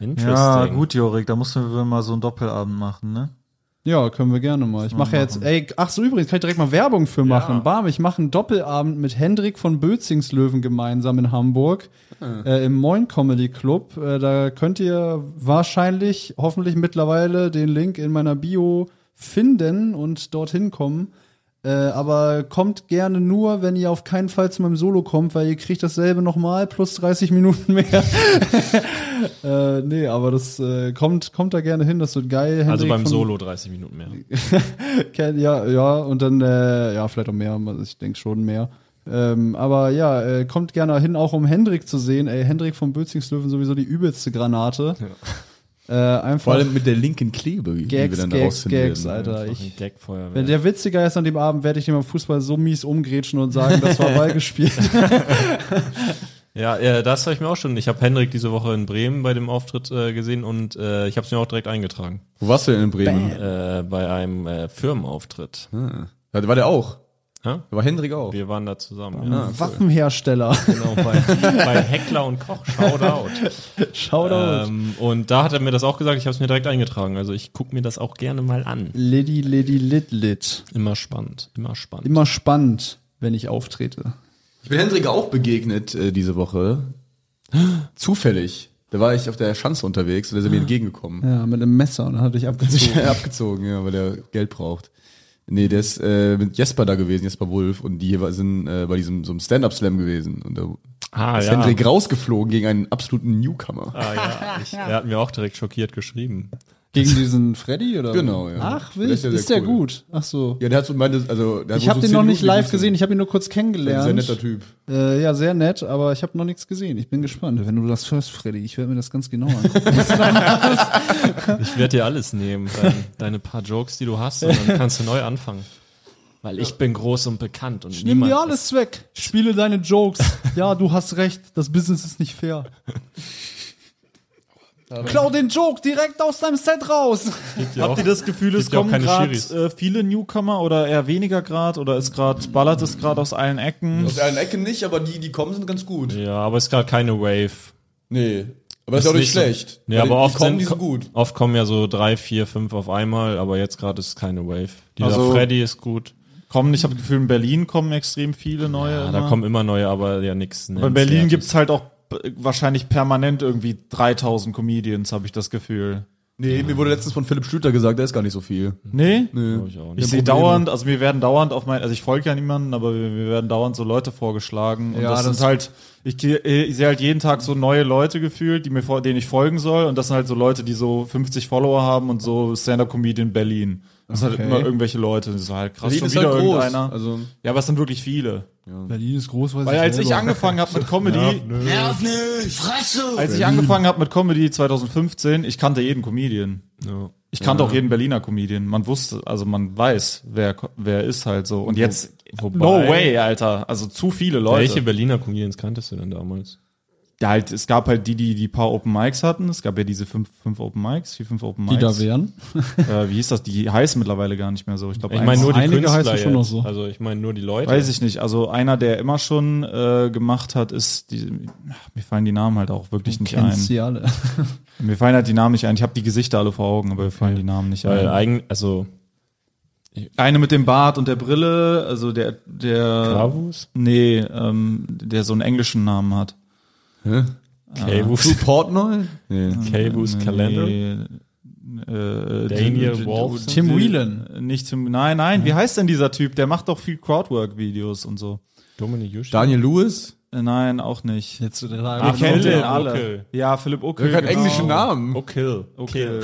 Interesting.
Ja, gut, Jorik, da mussten wir mal so einen Doppelabend machen, ne?
Ja, können wir gerne mal. Ich mache ja jetzt, ey, ach so, übrigens, kann ich direkt mal Werbung für machen. Bam, ich mache einen Doppelabend mit Hendrik von Bözingslöwen gemeinsam in Hamburg
Ah.
äh, im Moin Comedy Club. Äh, da könnt ihr wahrscheinlich, hoffentlich mittlerweile den Link in meiner Bio finden und dorthin kommen. Äh, aber kommt gerne nur, wenn ihr auf keinen Fall zu meinem Solo kommt, weil ihr kriegt dasselbe nochmal plus 30 Minuten mehr. äh, nee, aber das äh, kommt, kommt da gerne hin, das wird geil.
Also
Hendrik
beim
von-
Solo 30 Minuten mehr.
Ken, ja, ja, und dann, äh, ja, vielleicht auch mehr, ich denke schon mehr. Ähm, aber ja, äh, kommt gerne hin, auch um Hendrik zu sehen. Ey, Hendrik vom Bözingslöwen sowieso die übelste Granate. Äh, einfach
Vor allem mit der linken Klebe, wie
Gags,
dann
Gags,
finden
Gags,
werden. ne?
Alter. Ich,
Ein Gagfeuerwerk.
wenn der witziger ist an dem Abend, werde ich dem am Fußball so mies umgrätschen und sagen, das war Ball gespielt.
Ja, äh, das habe ich mir auch schon. Ich habe Henrik diese Woche in Bremen bei dem Auftritt äh, gesehen und äh, ich habe es mir auch direkt eingetragen.
Wo warst du denn in Bremen?
Äh, bei einem äh, Firmenauftritt.
Da war der auch.
Ja?
Da war Hendrik auch.
Wir waren da zusammen. Ja.
Waffenhersteller.
Genau, bei, bei Heckler und Koch. Shoutout.
Shoutout.
ähm, und da hat er mir das auch gesagt. Ich habe es mir direkt eingetragen. Also ich gucke mir das auch gerne mal an.
Liddy, Liddy, Lit, Lit.
Immer spannend. Immer spannend.
Immer spannend, wenn ich auftrete.
Ich bin Hendrik auch begegnet äh, diese Woche. Zufällig. Da war ich auf der Schanze unterwegs und da ist er mir entgegengekommen.
Ja, mit einem Messer und dann hatte ich abgezogen.
Ja. Abgezogen, ja, weil er Geld braucht. Nee, der ist äh, mit Jesper da gewesen, Jesper Wolf, und die jewe- sind äh, bei diesem so einem Stand-Up-Slam gewesen. Und da
Ah,
ist
ja.
Hendrik rausgeflogen gegen einen absoluten Newcomer.
Ah, ja. Ich, er hat mir auch direkt schockiert geschrieben.
Gegen diesen Freddy oder?
Genau, ja.
Ach,
Der
wild.
ist
Ist
ja
der,
sehr cool.
gut? Ach so.
Ja, der hat so meinte, also der hat
ich
wohl so
habe den
zehn
noch nicht
Minuten
live
geguckt.
gesehen, ich habe ihn nur kurz
Ein
kennengelernt.
sehr netter Typ.
Äh, ja, sehr nett, aber ich habe noch nichts gesehen. Ich bin gespannt. Wenn du das hörst, Freddy, ich werde mir das ganz genau angucken.
Ich werde dir alles nehmen, dein, deine paar Jokes, die du hast, und dann kannst du neu anfangen. Weil ich bin groß und bekannt und
Nimm
niemand
dir alles weg. Spiele deine Jokes. Ja, du hast recht. Das Business ist nicht fair. Klau den Joke direkt aus deinem Set raus.
Ist,
Habt ihr das Gefühl, es
gibt ja auch
kommen
keine
gerade
Schiris.
äh, viele Newcomer oder eher weniger gerade oder ist gerade ballert es gerade aus allen Ecken?
Aus allen Ecken nicht, aber die, die kommen, sind ganz gut.
Ja, aber es ist gerade keine Wave.
Nee. Aber ist auch nicht schlecht.
So, nee,
Weil
aber
die- die
oft,
kommen
sind,
die so gut.
oft kommen ja so drei, vier, fünf auf einmal, aber jetzt gerade ist keine Wave. Dieser
Also-
Freddy ist gut.
Kommen, ich habe das Gefühl, in Berlin kommen extrem viele neue.
Ja, Ah, da
immer.
kommen immer neue, aber ja nix. ne,
Aber in
nennenswertes.
Berlin gibt's halt auch äh, wahrscheinlich permanent irgendwie 3000 Comedians, habe ich das Gefühl.
Nee, mir wurde letztens von Philipp Schlüter gesagt, der ist gar nicht so viel.
Nee?
Glaub ich auch nicht.
Ich sehe dauernd, also mir werden dauernd auf mein, also ich folge ja niemanden, aber wir, wir werden dauernd so Leute vorgeschlagen. Und
Ja,
das,
das-
sind halt, ich, geh- ich sehe halt jeden Tag so neue Leute gefühlt, die mir, vor- denen ich folgen soll. Und das sind halt so Leute, die so 50 Follower haben und so Stand-Up-Comedian Berlin. Das sind halt immer irgendwelche Leute. Das ist halt krass,
Berlin
schon
ist
wieder
halt groß,
irgendeiner.
also-
ja, aber es sind wirklich viele.
Berlin ist groß,
Weil als ich angefangen habe mit Comedy,
Nerv nicht! Fresse!
Als ich angefangen habe mit Comedy 2015, ich kannte jeden Comedian.
Ja.
Ich kannte auch jeden Berliner Comedian. Man wusste, also man weiß, wer, ko- wer ist halt so. Und jetzt,
wobei-
no way, Alter. Also zu viele Leute.
Welche Berliner Comedians kanntest du denn damals?
Ja, halt, es gab halt die, die die paar Open Mics hatten. Es gab ja diese fünf, fünf Open Mics, vier, fünf Open
die
Mics.
da wären.
Äh, wie hieß das? Die heißen mittlerweile gar nicht mehr so. Ich glaube,
Ich meine nur die
einige
Künstler
heißen schon
jetzt.
noch so.
Also ich meine nur die Leute.
Weiß ich nicht. Also einer, der immer schon äh, gemacht hat, ist die, ach, mir fallen die Namen halt auch wirklich nicht ein.
Kennst du alle.
Mir fallen halt die Namen nicht ein. Ich habe die Gesichter alle vor Augen, aber mir fallen die Namen nicht
Weil
ein.
eigen, also
Eine mit dem Bart und der Brille, also der, der.
Bravus?
Nee, ähm, der so einen englischen Namen hat. Ah.
K-Bus,
Portnoy? Nee.
K-Bus Calendar.
Nee, äh,
Daniel
d- d-
Wolfson?
Tim
Nee.
Whelan. Nicht Tim, nein, nein, wie heißt denn dieser Typ? Der macht doch viel Crowdwork-Videos und so.
Dominik Jusch.
Daniel Lewis?
Äh, Nein, auch nicht.
Jetzt zu der Lage.
Ihr
Philipp
kennt den alle.
Uckel.
Ja, Philipp Uckel.
Der hat einen englischen Namen.
Okay. Okay.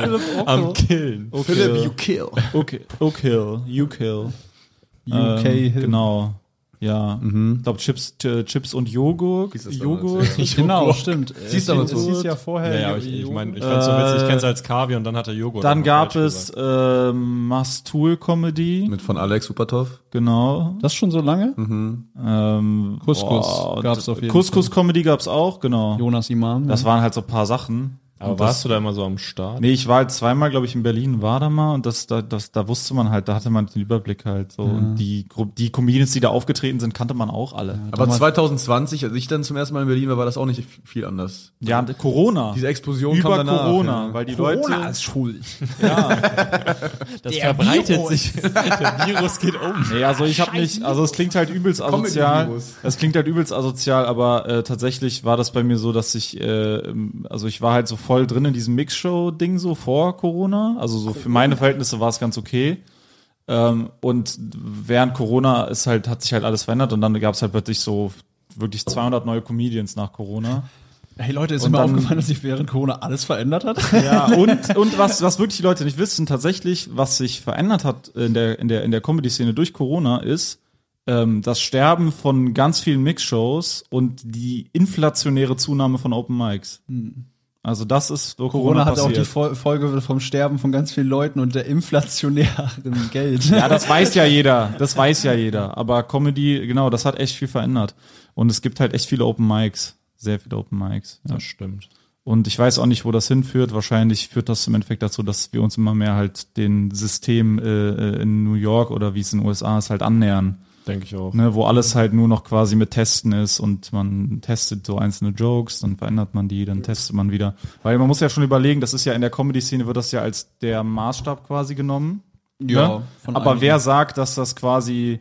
Uckel.
Am Killen.
Philipp, you kill.
Uckel. Uckel. Uckel.
UK
ähm,
Hill.
Genau. Ja, ich glaube Chips, äh, Chips und Joghurt.
Hieß das damals,
Joghurt.
ja.
Genau, stimmt.
Siehst aber
es
so.
hieß ja vorher.
Ja, ja, aber ich, ich meine, ich fand's so
Äh,
witzig, ich kenn's als Kaviar und dann hat er Joghurt.
Dann
auch noch
gab
falsch
es
gesagt.
äh, Mastul-Comedy,
Mit von Alex Upatov.
genau.
das schon so lange?
Ähm,
Couscous
boah,
gab's auf jeden
Couscous-Comedy gab es auch, genau.
Jonas Iman.
Das waren halt so ein paar Sachen.
Aber warst du da immer so am Start?
Nee, ich war halt zweimal, glaube ich, in Berlin, war da mal und das, da, das, da wusste man halt, da hatte man den Überblick halt so. Und die, Gru- die Comedians, die da aufgetreten sind, kannte man auch alle.
Aber 2020, als ich dann zum ersten Mal in Berlin war, war das auch nicht viel anders.
Ja, und Corona.
Diese Explosion
Über
kam danach.
Corona,
ja.
weil die Leute.
schuld.
Das verbreitet sich. Der Virus geht um.
Nee, also ich habe nicht, also es klingt halt übelst asozial.
Comedy-Virus.
Es klingt halt übelst asozial, aber äh, tatsächlich war das bei mir so, dass ich, äh, ähm, also ich war halt so voll drin in diesem Mixshow-Ding so vor Corona. Also so für meine Verhältnisse war es ganz okay. Ähm, und während Corona ist halt, hat sich halt alles verändert und dann gab es halt plötzlich so wirklich 200 neue Comedians nach Corona.
hey Leute, ist
Und
mir
dann-
aufgefallen, dass sich während Corona alles verändert hat?
Ja, und, und was, was wirklich die Leute nicht wissen, tatsächlich, was sich verändert hat in der, in der, in der Comedy-Szene durch Corona, ist ähm, das Sterben von ganz vielen Mixshows und die inflationäre Zunahme von Open Mics. Also das ist durch
Hm. Corona hat auch die
passiert.
Fol- Folge vom Sterben von ganz vielen Leuten und der inflationären Geld.
ja, das weiß ja jeder, das weiß ja jeder. Aber Comedy, genau, das hat echt viel verändert. Und es gibt halt echt viele Open Mics, sehr viele Open Mics. Ja.
Das stimmt.
Und ich weiß auch nicht, wo das hinführt. Wahrscheinlich führt das im Endeffekt dazu, dass wir uns immer mehr halt den System äh, äh, in New York oder wie es in den USA ist, halt annähern.
Denke ich auch.
Ne, wo alles halt nur noch quasi mit Testen ist und man testet so einzelne Jokes, dann verändert man die, dann testet man wieder. Weil man muss ja schon überlegen, das ist ja in der Comedy-Szene wird das ja als der Maßstab quasi genommen.
Ja,
ne?
von
Aber
einigen.
wer sagt, dass das quasi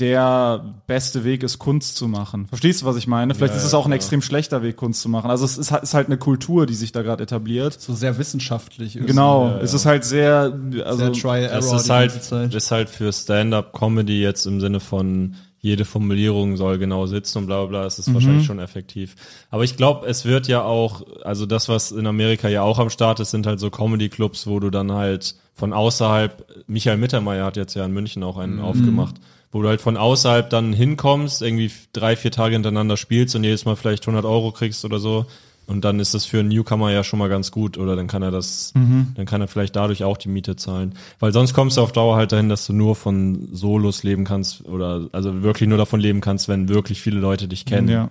der beste Weg ist, Kunst zu machen? Verstehst du, was ich meine? Vielleicht ist es auch ein extrem schlechter Weg, Kunst zu machen. Also es ist, halt- ist halt eine Kultur, die sich da gerade etabliert.
so sehr wissenschaftlich. ist.
Genau, es ist halt sehr, also
Sehr Trial
Es
Error
ist
die
halt,
ganze Zeit.
ist halt für Stand-up-Comedy jetzt im Sinne von jede Formulierung soll genau sitzen und bla bla bla, es
Mhm.
ist wahrscheinlich schon effektiv. Aber ich glaube, es wird ja auch, also das, was in Amerika ja auch am Start ist, sind halt so Comedy-Clubs, wo du dann halt von außerhalb, Michael Mittermeier hat jetzt ja in München auch einen aufgemacht, wo du halt von außerhalb dann hinkommst, irgendwie drei, vier Tage hintereinander spielst und jedes Mal vielleicht 100 Euro kriegst oder so. Und dann ist das für einen Newcomer ja schon mal ganz gut, oder dann kann er das, dann kann er vielleicht dadurch auch die Miete zahlen. Weil sonst kommst du auf Dauer halt dahin, dass du nur von Solos leben kannst, oder also wirklich nur davon leben kannst, wenn wirklich viele Leute dich kennen.
ja.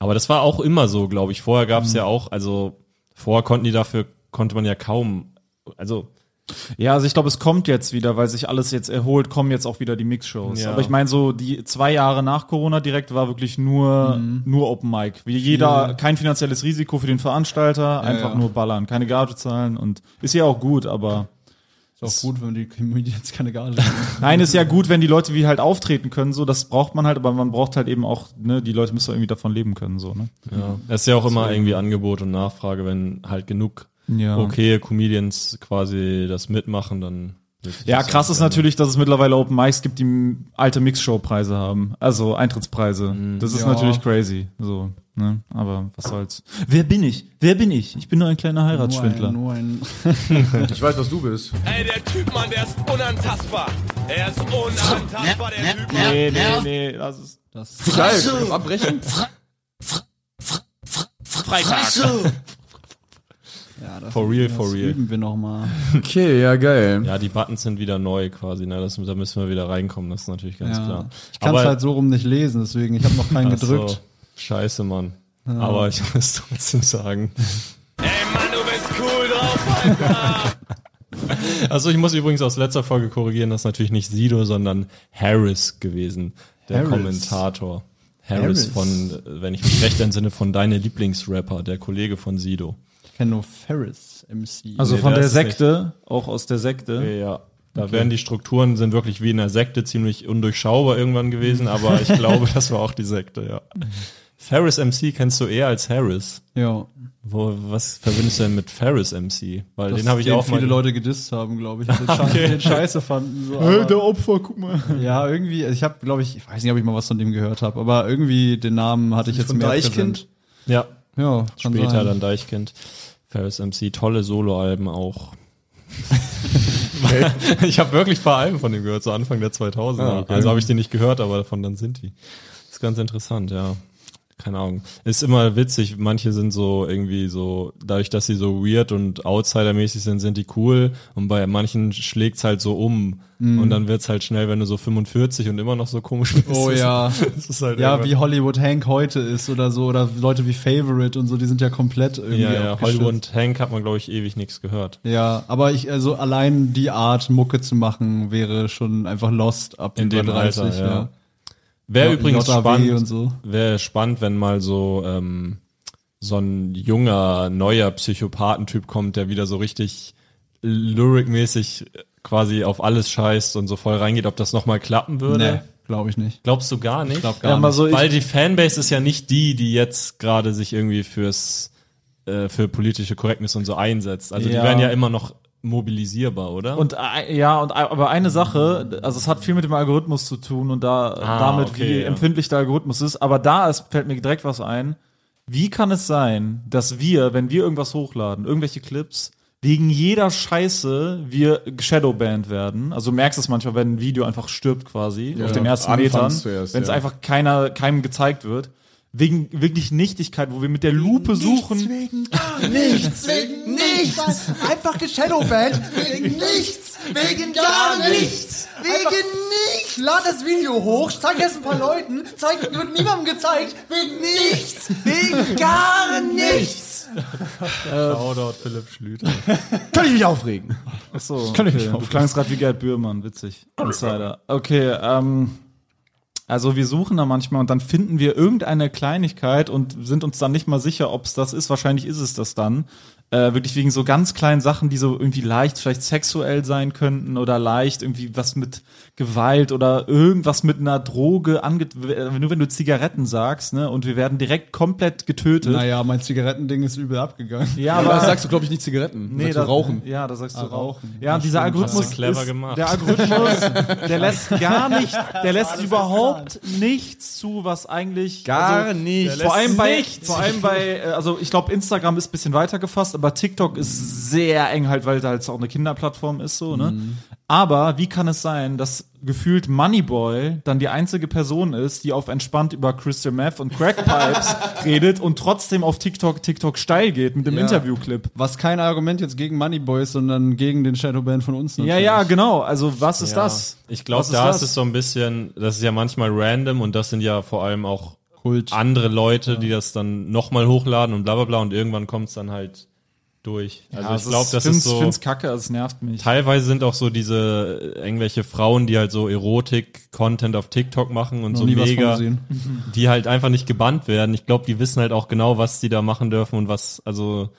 Aber das war auch immer so, glaube ich. Vorher gab es ja auch, also vorher konnten die dafür, konnte man ja kaum, also
Ja, also ich glaube, es kommt jetzt wieder, weil sich alles jetzt erholt, kommen jetzt auch wieder die Mixshows.
Ja.
Aber ich meine, so die zwei Jahre nach Corona direkt war wirklich nur,
Mhm.
nur Open Mic. Wie jeder, kein finanzielles Risiko für den Veranstalter, einfach
ja.
nur ballern, keine Gage zahlen und ist ja auch gut, aber
Ist auch gut, wenn die Comedians keine Gage haben.
nein, ist ja gut, wenn die Leute wie halt auftreten können, so, das braucht man halt, aber man braucht halt eben auch, ne, die Leute müssen irgendwie davon leben können, so, ne.
Ja. Es ist ja auch immer irgendwie Angebot und Nachfrage, wenn halt genug
Ja.
okay Comedians quasi das mitmachen, dann. wird sich
Ja,
das
krass ist
ändern.
natürlich, dass es mittlerweile Open Mics gibt, die m- alte Mixshow-Preise haben. Also Eintrittspreise. Das ist
Ja.
natürlich crazy. So, ne? Aber was soll's. Wer bin ich? Wer bin ich? Ich bin nur ein kleiner Heiratsschwindler.
Nur ein,
Ich weiß, was du bist.
Ey, der Typ, Mann, der ist unantastbar. Er
ne,
ist unantastbar, der Typ. Mann.
Nee, nee, nee. Das ist
das,
Geil, abbrechen.
Fresse!
ja, das
For real,
das
for real.
üben wir nochmal.
Okay, ja, geil.
Ja, die Buttons sind wieder neu quasi, ne? Das, da müssen wir wieder reinkommen, das ist natürlich ganz
Ja.
klar.
Ich kann es halt so rum nicht lesen, deswegen, ich habe noch keinen
ach so,
gedrückt.
scheiße, Mann. Aber ich muss trotzdem sagen.
Ey, Mann, du bist cool drauf, Alter.
Also ich muss übrigens aus letzter Folge korrigieren, das ist natürlich nicht Sido, sondern Harris gewesen, der
Harris.
Kommentator. Harris,
Harris.
von, äh, wenn ich mich recht entsinne, von deine Lieblingsrapper, der Kollege von Sido.
Ich kenne nur Ferris MC.
also
Nee,
von
das
der
ist
Sekte, auch aus der Sekte.
Ja, da werden die Strukturen sind wirklich wie in der Sekte ziemlich undurchschaubar irgendwann gewesen,
Mhm.
aber ich glaube, das war auch die Sekte, ja. Ferris MC kennst du eher als Harris.
ja,
Wo, was verbindest du denn mit Ferris MC? Weil
dass
den habe ich
den
auch
viele
mal.
Leute gedisst haben, glaube ich. und Den, Scheiß- den scheiße fanden. So, aber-
Opfer, guck mal.
Ja, irgendwie, also ich habe, glaube ich, ich weiß nicht, ob ich mal was von dem gehört habe, aber irgendwie den Namen hatte ich jetzt mehr
Deichkind?
präsent.
ja,
Ja, kann
später
sein.
dann Deichkind. Ferris MC, tolle Soloalben auch. ich habe wirklich ein paar Alben von dem gehört, so Anfang der 2000er. Also habe ich die nicht gehört, aber davon dann sind die. Ist ganz interessant, ja. Keine Ahnung. Ist immer witzig, manche sind so irgendwie so, dadurch, dass sie so weird und outsidermäßig sind, sind die cool. Und bei manchen schlägt's halt so um.
Mhm.
Und dann wird's halt schnell, wenn du so 45 und immer noch so komisch bist.
Oh ja.
Das ist halt
Ja,
irgendwann-
wie Hollywood Hank heute ist oder so, oder Leute wie Favorite und so, die sind ja komplett irgendwie
ja, ja.
abgestürzt.
Hollywood und Hank hat man, glaube ich, ewig nichts gehört.
Ja, aber ich, also allein die Art, Mucke zu machen, wäre schon einfach lost ab
In
über
dem Alter, ja.
ja.
Wäre
Ja,
übrigens
JAW
spannend,
und so.
wäre spannend, wenn mal so ähm, so ein junger, neuer Psychopathentyp kommt, der wieder so richtig lyricmäßig äh, quasi auf alles scheißt und so voll reingeht, ob das nochmal klappen würde.
Nee, glaube ich nicht.
Glaubst du gar nicht?
glaub gar Ja,
aber nicht. so Also ich-
Weil die Fanbase ist ja nicht die, die jetzt gerade sich irgendwie fürs äh, für politische Correctness und so einsetzt. Also
Ja.
die wären ja immer noch mobilisierbar, oder?
Und äh, ja, und äh, aber eine Sache, also es hat viel mit dem Algorithmus zu tun und da damit,
okay,
wie
ja.
empfindlich der Algorithmus ist. Aber da ist, fällt mir direkt was ein. Wie kann es sein, dass wir, wenn wir irgendwas hochladen, irgendwelche Clips, wegen jeder Scheiße wir Shadowbanned werden? Also du merkst es manchmal, wenn ein Video einfach stirbt quasi auf den ersten
anfangs
Metern,
zuerst,
wenn es
ja.
einfach keiner keinem gezeigt wird. Wegen wirklich Nichtigkeit, wo wir mit der Lupe suchen.
Wegen gar nichts, wegen nichts. Einfach geshadowbanned. Wegen nichts, wegen gar nichts. Wegen nichts. Lad das Video hoch, zeig es ein paar Leuten, zeig, wird niemandem gezeigt. Wegen nichts, wegen gar nichts.
Shoutout Philipp Schlüter.
Kann ich mich aufregen.
Ach so, okay. du klangst gerade wie Gerd Bührmann, witzig. Insider. Okay, ähm, also wir suchen da manchmal und dann finden wir irgendeine Kleinigkeit und sind uns dann nicht mal sicher, ob es das ist. Wahrscheinlich ist es das dann. Äh, wirklich wegen so ganz kleinen Sachen, die so irgendwie leicht vielleicht sexuell sein könnten oder leicht irgendwie was mit Gewalt oder irgendwas mit einer Droge ange äh, nur wenn du Zigaretten sagst, ne? Und wir werden direkt komplett getötet.
Naja, mein Zigarettending ist übel abgegangen.
Ja,
Aber das sagst du, glaube ich, nicht Zigaretten. Nee,
da-
sagst du Rauchen.
Ja, da sagst du Rauchen.
Rauchen.
Ja, und dieser Algorithmus.
Hast du clever
ist,
gemacht.
Der Algorithmus, der lässt gar nicht, der lässt überhaupt nichts zu, was eigentlich. also
Gar Also, nicht.
Vor allem bei, vor allem bei, äh, also ich glaube, Instagram ist ein bisschen weiter gefasst, aber TikTok ist sehr eng halt, weil da halt auch eine Kinderplattform ist, so, ne? Aber wie kann es sein, dass gefühlt Moneyboy dann die einzige Person ist, die auf entspannt über Crystal Meth und Crackpipes redet und trotzdem auf TikTok, TikTok steil geht mit dem Interviewclip?
Was kein Argument jetzt gegen Moneyboy ist, sondern gegen den Shadowband von uns.
Ja,
natürlich.
ja, genau. Also was ist
Ja.
das?
Ich glaube,
Was ist
da
das?
ist es so ein bisschen, das ist ja manchmal random und das sind ja vor allem auch
Kult.
andere Leute, die das dann nochmal hochladen und bla bla bla und irgendwann kommt es dann halt durch. Also
Ja,
ich glaube, das
find's,
ist so.
find's kacke, also es nervt mich.
Teilweise sind auch so diese äh, irgendwelche Frauen, die halt so Erotik-Content auf TikTok machen und so
nie was
mega,
von gesehen.
die halt einfach nicht gebannt werden. Ich glaube, die wissen halt auch genau, was die da machen dürfen und was, also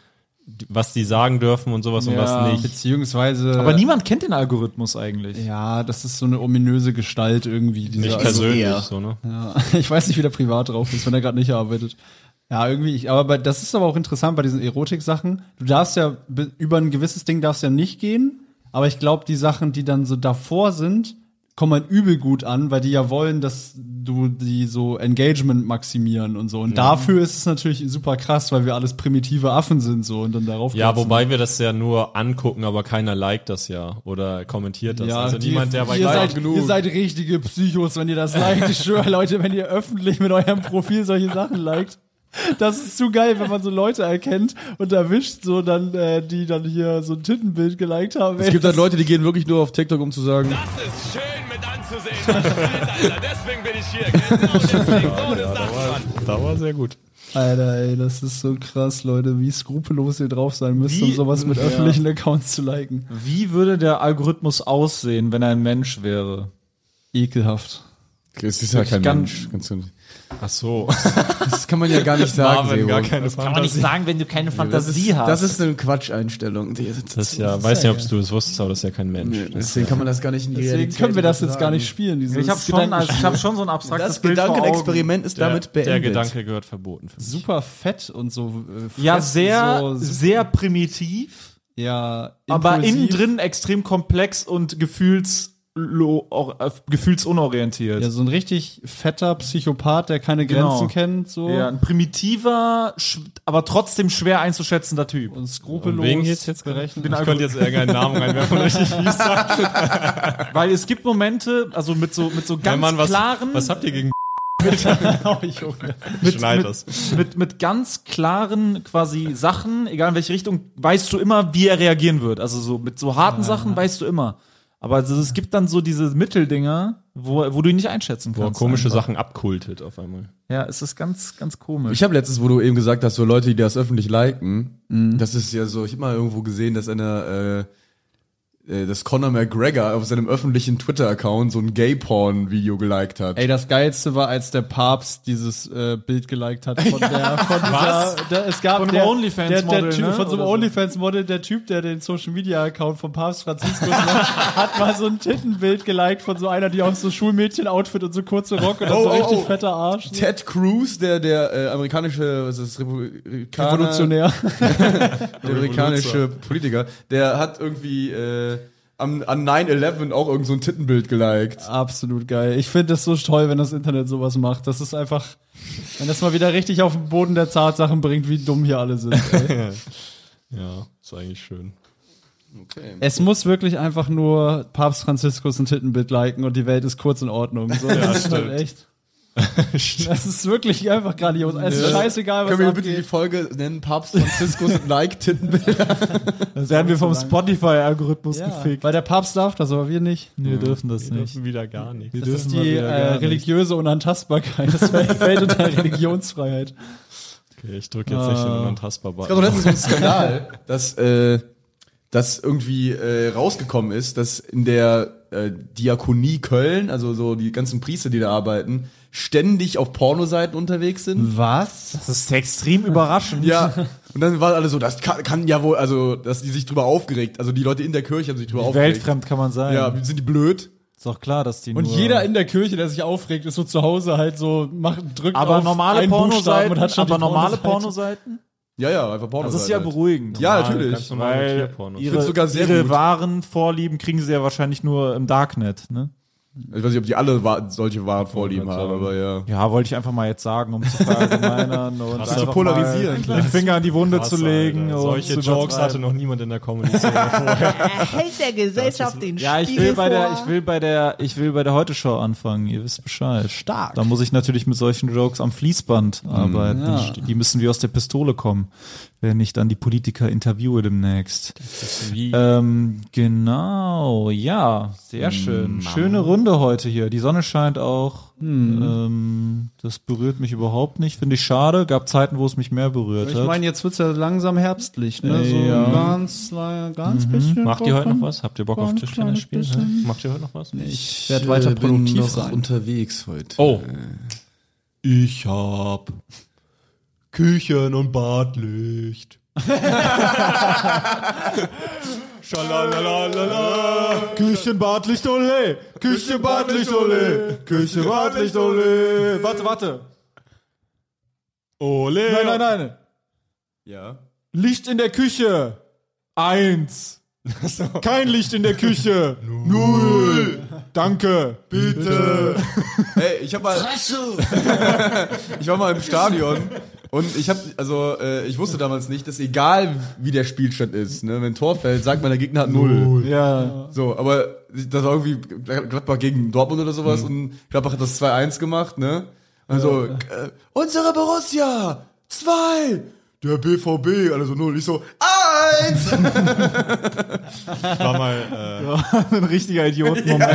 die- was die sagen dürfen und sowas und was nicht.
Beziehungsweise.
Aber niemand kennt den Algorithmus eigentlich.
Ja, das ist so eine ominöse Gestalt irgendwie. Dieser,
Also
Nicht persönlich, so, ne?
Ja, ich weiß nicht, wie der privat drauf ist, wenn er gerade nicht arbeitet. Ja, irgendwie, ich, aber bei, das ist aber auch interessant bei diesen Erotik-Sachen. Du darfst ja, be- über ein gewisses Ding darfst ja nicht gehen, aber ich glaube, die Sachen, die dann so davor sind, kommen halt übel gut an, weil die ja wollen, dass du die so Engagement maximieren und
Mhm.
so. Und dafür ist es natürlich super krass, weil wir alles primitive Affen sind so und dann darauf
Ja,
kotzen.
wobei wir das ja nur angucken, aber keiner liked das ja oder kommentiert das.
Ja,
also
die-
niemand, der bei
ihr seid,
Like-
ihr seid richtige Psychos, wenn ihr das liked. Ich schwöre, Leute, wenn ihr öffentlich mit eurem Profil solche Sachen liked. Das ist zu geil, wenn man so Leute erkennt und erwischt, so dann, äh, die dann hier so ein Tittenbild geliked haben.
Es gibt halt Leute, die gehen wirklich nur auf TikTok, um zu sagen,
Das ist schön mit anzusehen. was passiert, Alter. Deswegen bin ich hier. Genau deswegen. So eine Sache, Mann.
Da war sehr gut.
Alter, ey, das ist so krass, Leute, wie skrupellos ihr drauf sein müsst,
Wie-
um sowas mit öffentlichen Accounts zu liken.
Wie würde der Algorithmus aussehen, wenn er ein Mensch wäre?
Ekelhaft.
es ist ja kein
Ganz-
Mensch. Kannst du nicht-
Ach so.
Das kann man ja gar nicht sagen.
Marvin, gar
Sebo.
keine Fantasie.
sagen, wenn du keine
das, ist, das ist eine Quatscheinstellung. Die- Das,
Das ist ja, weiß nicht, ob du es wusstest, aber das ist ja kein Mensch.
deswegen kann man das gar nicht in die
Deswegen
Realität
können wir das jetzt
übertragen.
gar nicht spielen, dieses
ich habe schon, also, ich hab schon so ein abstraktes
Das
Bild vor Augen.
Gedankenexperiment ist
Der-
damit
Der
beendet.
Gedanke gehört verboten. Für mich.
super fett und so. Äh,
Ja,
fest,
sehr,
so-
sehr primitiv,
ja,
aber innen
impulsiv.
drin extrem komplex und gefühlslos lo- or- äh, gefühlsunorientiert.
Ja, so ein richtig fetter Psychopath, der keine
Genau.
Grenzen kennt, so.
Ja, ein primitiver, sch- aber trotzdem schwer einzuschätzender Typ.
Und skrupellos
Wegen geht's jetzt
berechnet.
Ich könnte jetzt irgendeinen Namen reinwerfen, wenn ich nicht fies sage.
Weil es gibt Momente, also mit so, mit so
Hey,
ganz
Mann, was,
klaren,
was habt ihr gegen
mit,
Schneiders?
mit, mit, mit ganz klaren quasi Sachen, egal in welche Richtung, weißt du immer, wie er reagieren wird. Also so mit so harten Sachen weißt du immer. Aber also es gibt dann so diese Mitteldinger, wo, wo du ihn nicht einschätzen
Boah,
kannst.
komische
einfach.
Sachen abkultet auf einmal.
Ja, es ist ganz, ganz komisch.
Ich habe letztens, wo du eben gesagt hast, so Leute, die das öffentlich liken, das ist ja so, ich habe mal irgendwo gesehen, dass einer, äh, äh, dass Conor McGregor auf seinem öffentlichen Twitter-Account so ein Gay-Porn-Video geliked hat.
Ey, das Geilste war, als der Papst dieses äh, Bild geliked hat von der, von dieser, der, es gab
Von
der,
einem OnlyFans
der, der
Model,
Typ,
ne?
von so einem
Oder so.
OnlyFans-Model, der Typ, der den Social-Media-Account von Papst Franziskus macht, hat mal so ein Tittenbild geliked von so einer, die auch so Schulmädchen-Outfit und so kurze Rock und
Oh,
so
oh,
richtig
oh.
fetter Arsch.
Ted Cruz, der, der äh, amerikanische, was ist das, Republikaner,
Revolutionär.
der amerikanische Politiker, der hat irgendwie äh, am, an 9-11 auch irgend so ein Tittenbild geliked.
Absolut geil. Ich finde das so toll, wenn das Internet sowas macht. Das ist einfach, wenn das mal wieder richtig auf den Boden der Tatsachen bringt, wie dumm hier alle sind. Ey.
Ja, ist eigentlich schön.
Es muss wirklich einfach nur Papst Franziskus ein Tittenbild liken und die Welt ist kurz in Ordnung. So, das ist halt echt. Das ist wirklich einfach grandios. Es ist scheißegal, was
Können wir bitte die
abgeht.
Folge nennen, Papst Franziskus like Tittenbild?
das werden wir vom Spotify-Algorithmus
Ja, weil der Papst darf das, aber wir nicht.
Nee, wir dürfen das nicht.
Wieder gar nicht.
Das ist
mal
die
wieder
äh,
gar nicht.
religiöse Unantastbarkeit. Das fällt fällt unter Religionsfreiheit.
Okay, ich drücke jetzt nicht den
Ich glaube,
Unantastbar-Button.
das ist ein Skandal, dass, äh, dass irgendwie äh, rausgekommen ist, dass in der äh, Diakonie Köln, also so die ganzen Priester, die da arbeiten, ständig auf Pornoseiten unterwegs sind.
Was?
Das ist extrem überraschend.
Ja, und dann waren alle so, das kann, kann ja wohl, also, dass die sich drüber aufgeregt, also die Leute in der Kirche haben sich drüber aufgeregt.
Weltfremd kann man sein.
Ja, sind die blöd?
Ist doch klar, dass die
Und
nur
jeder in der Kirche, der sich aufregt, ist so zu Hause halt so, macht, drückt
aber
auf
normale
einen Buchstaben
Pornoseiten,
und hat schon
aber
die
normale
Pornoseite.
Pornoseiten?
Ja, ja, einfach
Das
Pornoseiten.
ist ja
halt.
beruhigend.
Ja,
ganz
natürlich.
normal. Normale
Weil
Tierpornos.
ihre,
Find's sogar sehr
ihre
gut.
wahren Vorlieben kriegen sie ja wahrscheinlich nur im Darknet, ne?
Ich weiß nicht, ob die alle wa- solche Waren vorlieben haben, aber ja.
Ja, wollte ich einfach mal jetzt sagen, um zu verallgemeinern und
zu
einfach
polarisieren.
mal den Finger in die Wunde
ne? Krass,
zu legen.
Alter.
und
Solche
zu
Jokes
übertreiben.
hatte noch niemand in der Comedy vorher.
Hält der Gesellschaft den
Ja, ich will bei der, ich will bei der, ich will bei der Heute Show anfangen. Ihr wisst Bescheid. Stark. Da muss ich natürlich mit solchen Jokes am Fließband arbeiten. Die müssen wie aus der Pistole kommen, wenn ich dann die Politiker interviewe demnächst. Ähm, genau, ja, sehr schön. Schöne Runde heute hier. Die Sonne scheint auch. Ähm, das berührt mich überhaupt nicht. Finde ich schade. Gab Zeiten, wo es mich mehr berührt
Ich
hat.
meine, jetzt wird's ja langsam herbstlich, ne? So
Ja.
ganz, le- ganz bisschen.
Mhm. Macht ihr heute noch was? Habt ihr Bock auf
Ein
Tischtennis spielen?
kleines
Hä? Macht ihr heute noch was? Ich,
Ich werde weiter produktiv sein.
unterwegs heute.
oh. Ich hab Küchen- und Badlicht. Schalalalala.
Küche, Badlicht, ole! Küche, Badlicht, ole! Küche, Badlicht, ole! Warte, warte.
Ole.
Nein, nein, nein.
Ja.
Licht in der Küche. Eins. Kein Licht in der Küche. Null. Danke.
Bitte. Ey, ich hab mal,
Fresse!
ich war mal im Stadion und ich habe, also äh, ich wusste damals nicht, dass egal wie der Spielstand ist, ne, wenn ein Tor fällt, sagt man der Gegner hat null.
Ja.
So, aber das war irgendwie Gladbach gegen Dortmund oder
Mhm.
sowas und Gladbach hat das 2-1 gemacht, ne? Also äh, unsere Borussia zwei, der BVB, also null. Ich so eins.
War mal, äh,
Ein richtiger Idiotenmoment.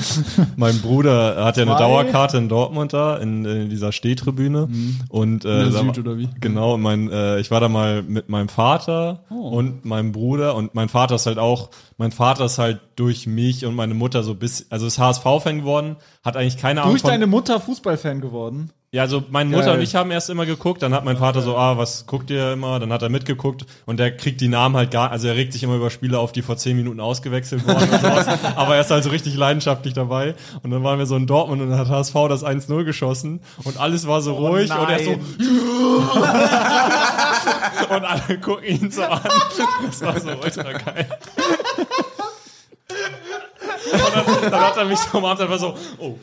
Mein Bruder hat ja eine
Zwei.
Dauerkarte in Dortmund da, in, in dieser Stehtribüne. Und, äh,
der
da
Süd
war-
oder wie?
Genau, und mein, äh, ich war da mal mit meinem Vater und meinem Bruder. Und mein Vater ist halt auch, mein Vater ist halt durch mich und meine Mutter so bis, also ist HSV-Fan geworden, hat eigentlich keine Ahnung.
Durch
von-
deine Mutter Fußballfan geworden.
ja, also meine Mutter
Geil.
und ich haben erst immer geguckt, dann hat mein Vater so, ah, was guckt ihr immer? Dann hat er mitgeguckt und der kriegt die Namen halt gar, also er regt sich immer über Spiele auf, die vor zehn Minuten ausgewechselt wurden und sowas. Aber er ist halt so richtig leidenschaftlich dabei. Und dann waren wir so in Dortmund und dann hat HSV das 1-0 geschossen und alles war so ruhig und er ist so und alle gucken ihn so an. Das war so ultra geil. Und dann Dann hat er mich so umarmt, einfach so, oh,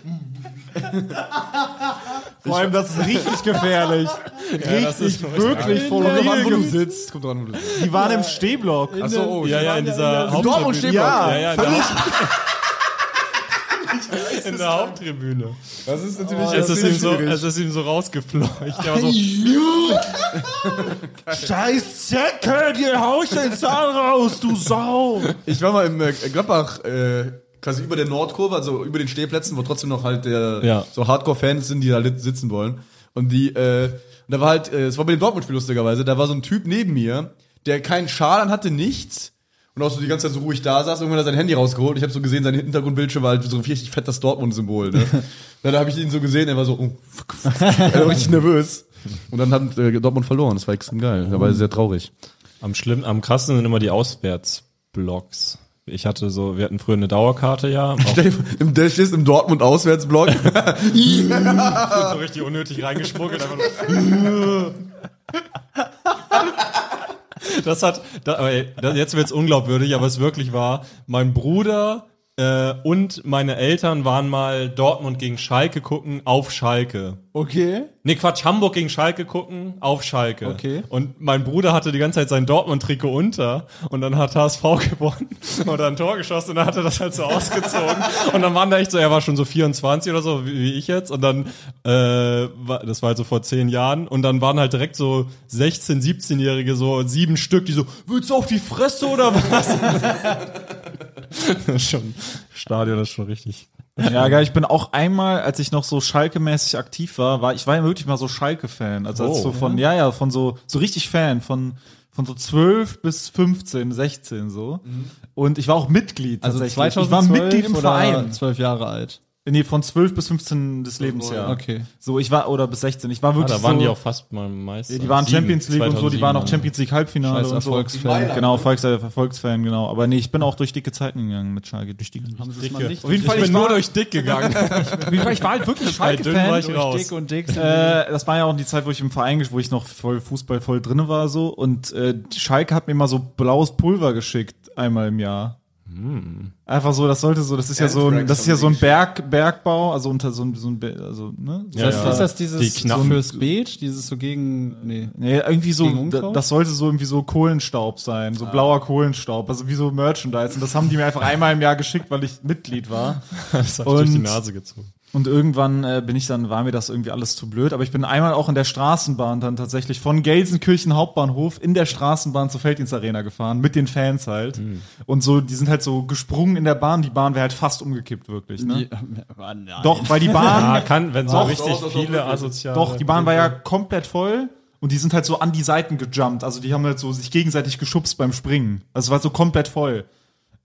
Vor allem, das ist richtig gefährlich.
ja, das ist
Wirklich voll.
der
Kommt dran, wo du
Jugend.
sitzt. Kommt dran, wo du sitzt.
Die waren im Stehblock.
Achso, oh,
Ja, ja, in dieser Haupttribüne.
Dortmund steht
Ja.
ja, ja, in der Haupt- in der Haupttribüne.
Das ist natürlich
es, ist ihm so,
schwierig.
es ist ihm so rausgefleucht. Er war so,
Scheiß Zecke, dir haust den Zahn raus, du Sau.
Ich war mal im äh, Gladbach, äh, quasi über der Nordkurve, also über den Stehplätzen, wo trotzdem noch halt der,
Ja.
so Hardcore-Fans sind, die da lit- sitzen wollen. Und die, äh, und da war halt, äh, es war bei dem Dortmund-Spiel lustigerweise, da war so ein Typ neben mir, der keinen Schal an hatte, nichts. Und auch so die ganze Zeit so ruhig da saß, irgendwann hat er sein Handy rausgeholt. Ich habe so gesehen, sein Hintergrundbildschirm war halt so richtig fett das Dortmund-Symbol. Ne? ja, da habe ich ihn so gesehen, er war so, oh, fuck, fuck. er war richtig nervös. Und dann hat äh, Dortmund verloren, das war extrem geil, dabei sehr traurig.
Am schlimm, am krassen sind immer die Auswärtsblocks. Ich hatte so, wir hatten früher eine Dauerkarte, ja. Auch
Der, im, der stehst im Dortmund-Auswärtsblock.
so richtig unnötig reingeschmuggelt. Einfach nur- das hat, da, aber ey, da, jetzt wird's unglaubwürdig, aber es wirklich war, mein Bruder äh, und meine Eltern waren mal Dortmund gegen Schalke gucken auf Schalke.
Okay.
Nee, Quatsch, Hamburg gegen Schalke gucken, auf Schalke.
Okay.
Und mein Bruder hatte die ganze Zeit sein Dortmund-Trikot unter und dann hat HSV gewonnen oder ein Tor geschossen und dann hat er das halt so ausgezogen. und dann waren da echt so, er war schon so 24 oder so, wie, wie ich jetzt. Und dann, äh, war- das war halt so vor zehn Jahren und dann waren halt direkt so 16-, 17-Jährige, so sieben Stück, die so, willst du auf die Fresse oder was? Das ist schon, Stadion ist schon richtig.
Ja, geil. Ich bin auch einmal, als ich noch so Schalke-mäßig aktiv war, war ich war wirklich mal so Schalke-Fan. Also,
Oh.
als so von, ja, ja, von so, so richtig Fan, von, von so 12 bis 15, 16 so.
Mhm.
Und ich war auch Mitglied
Also
tatsächlich. ich war Mitglied im Verein.
Zwölf Jahre alt.
Nee, von 12 bis 15 des Lebensjahr.
Okay.
So, ich war, oder bis 16. Ich war
Ah,
wirklich so,
fast mal Meister.
Ja, die waren Champions League und so, die waren auch Champions League Halbfinale
Scheiß
und so.
Erfolgsfan.
Genau, Volks-
Ah.
Erfolgsfan, genau. Aber nee, ich bin auch durch dicke Zeiten gegangen mit Schalke, durch die Haben
Das ist mal nicht
Auf jeden Fall,
Ich
ich,
bin
war,
nur durch dick gegangen.
ich war- ich war halt wirklich
Bei dünn war
Schalke-Fan.
ich raus.
dick und dick.
Äh, das war ja auch die Zeit, wo ich im Verein, gesch- wo ich noch voll Fußball voll drinne war so und äh, Schalke hat mir mal so blaues Pulver geschickt einmal im Jahr. Einfach so, das sollte so, das ist ja so, ein,
Anthrax
das ist ja
haben
so ein
die
Berg, Bergbau, also unter so ein, so ein, Be- also ne, so
Ja,
Ist
ja.
das
Die
dieses so
Knappen.
fürs Beet? Dieses so gegen. Nee.
Nee, irgendwie so,
Gegen Unkraut?
da- das sollte so irgendwie so Kohlenstaub sein, so
Ah.
blauer Kohlenstaub, also wie so Merchandise. Und das haben die mir einfach einmal im Jahr geschickt, weil ich Mitglied war.
Das hat durch die
Und-
Nase gezogen.
Und irgendwann äh, bin ich dann, war mir das irgendwie alles zu blöd. Aber ich bin einmal auch in der Straßenbahn dann tatsächlich von Gelsenkirchen Hauptbahnhof in der Straßenbahn zur Felddienstarena gefahren, mit den Fans halt.
Hm.
Und so, die sind halt so gesprungen in der Bahn. Die Bahn wäre halt fast umgekippt, wirklich. Ne?
äh,
Doch, weil die Bahn.
Ah, kann, wenn so
Doch,
richtig
doch, doch, doch,
viele
wirklich.
asoziale.
Doch, die Bahn war ja komplett voll und die sind halt so an die Seiten gejumpt. Also die haben halt so sich gegenseitig geschubst beim Springen. Also es war so komplett voll.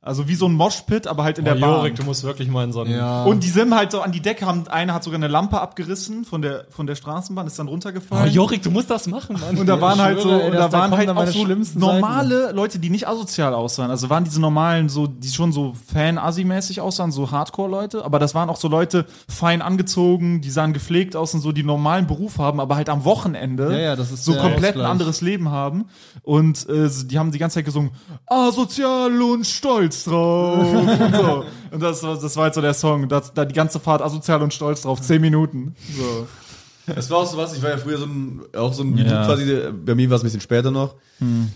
Also wie so ein Moshpit, aber halt in
Der
der Bahn.
Oh, Jorik, du musst wirklich mal in so einen.
und die sind halt so an die Decke, haben, einer hat sogar eine Lampe abgerissen von der, von der Straßenbahn, ist dann
Oh,
runtergefallen.
Jorik, du musst das machen, Mann.
und da waren
ich
halt so,
schwöre, ey,
und
das-
da
da
waren
kommen
halt
dann
auch
meine
so
schlimmsten
normale Leute, die nicht asozial aussahen. Also waren diese normalen, so, die schon so Fan-Assi-mäßig aussahen, so Hardcore-Leute. Aber das waren auch so Leute, fein angezogen, die sahen gepflegt aus und so, die einen normalen Beruf haben, aber halt am Wochenende
Ja, ja, das ist
so
der
komplett ein
Ausgleich.
anderes Leben haben. Und äh, die haben die ganze Zeit gesungen, asozial und stolz drauf. und so. und das, war- das war halt so der Song. Das, da die ganze Fahrt asozial und stolz drauf, zehn Minuten. So.
Das war auch so was, ich war ja früher so ein, auch so ein, wie
Ja. Hm.
du quasi, äh, bei mir war es ein bisschen später noch,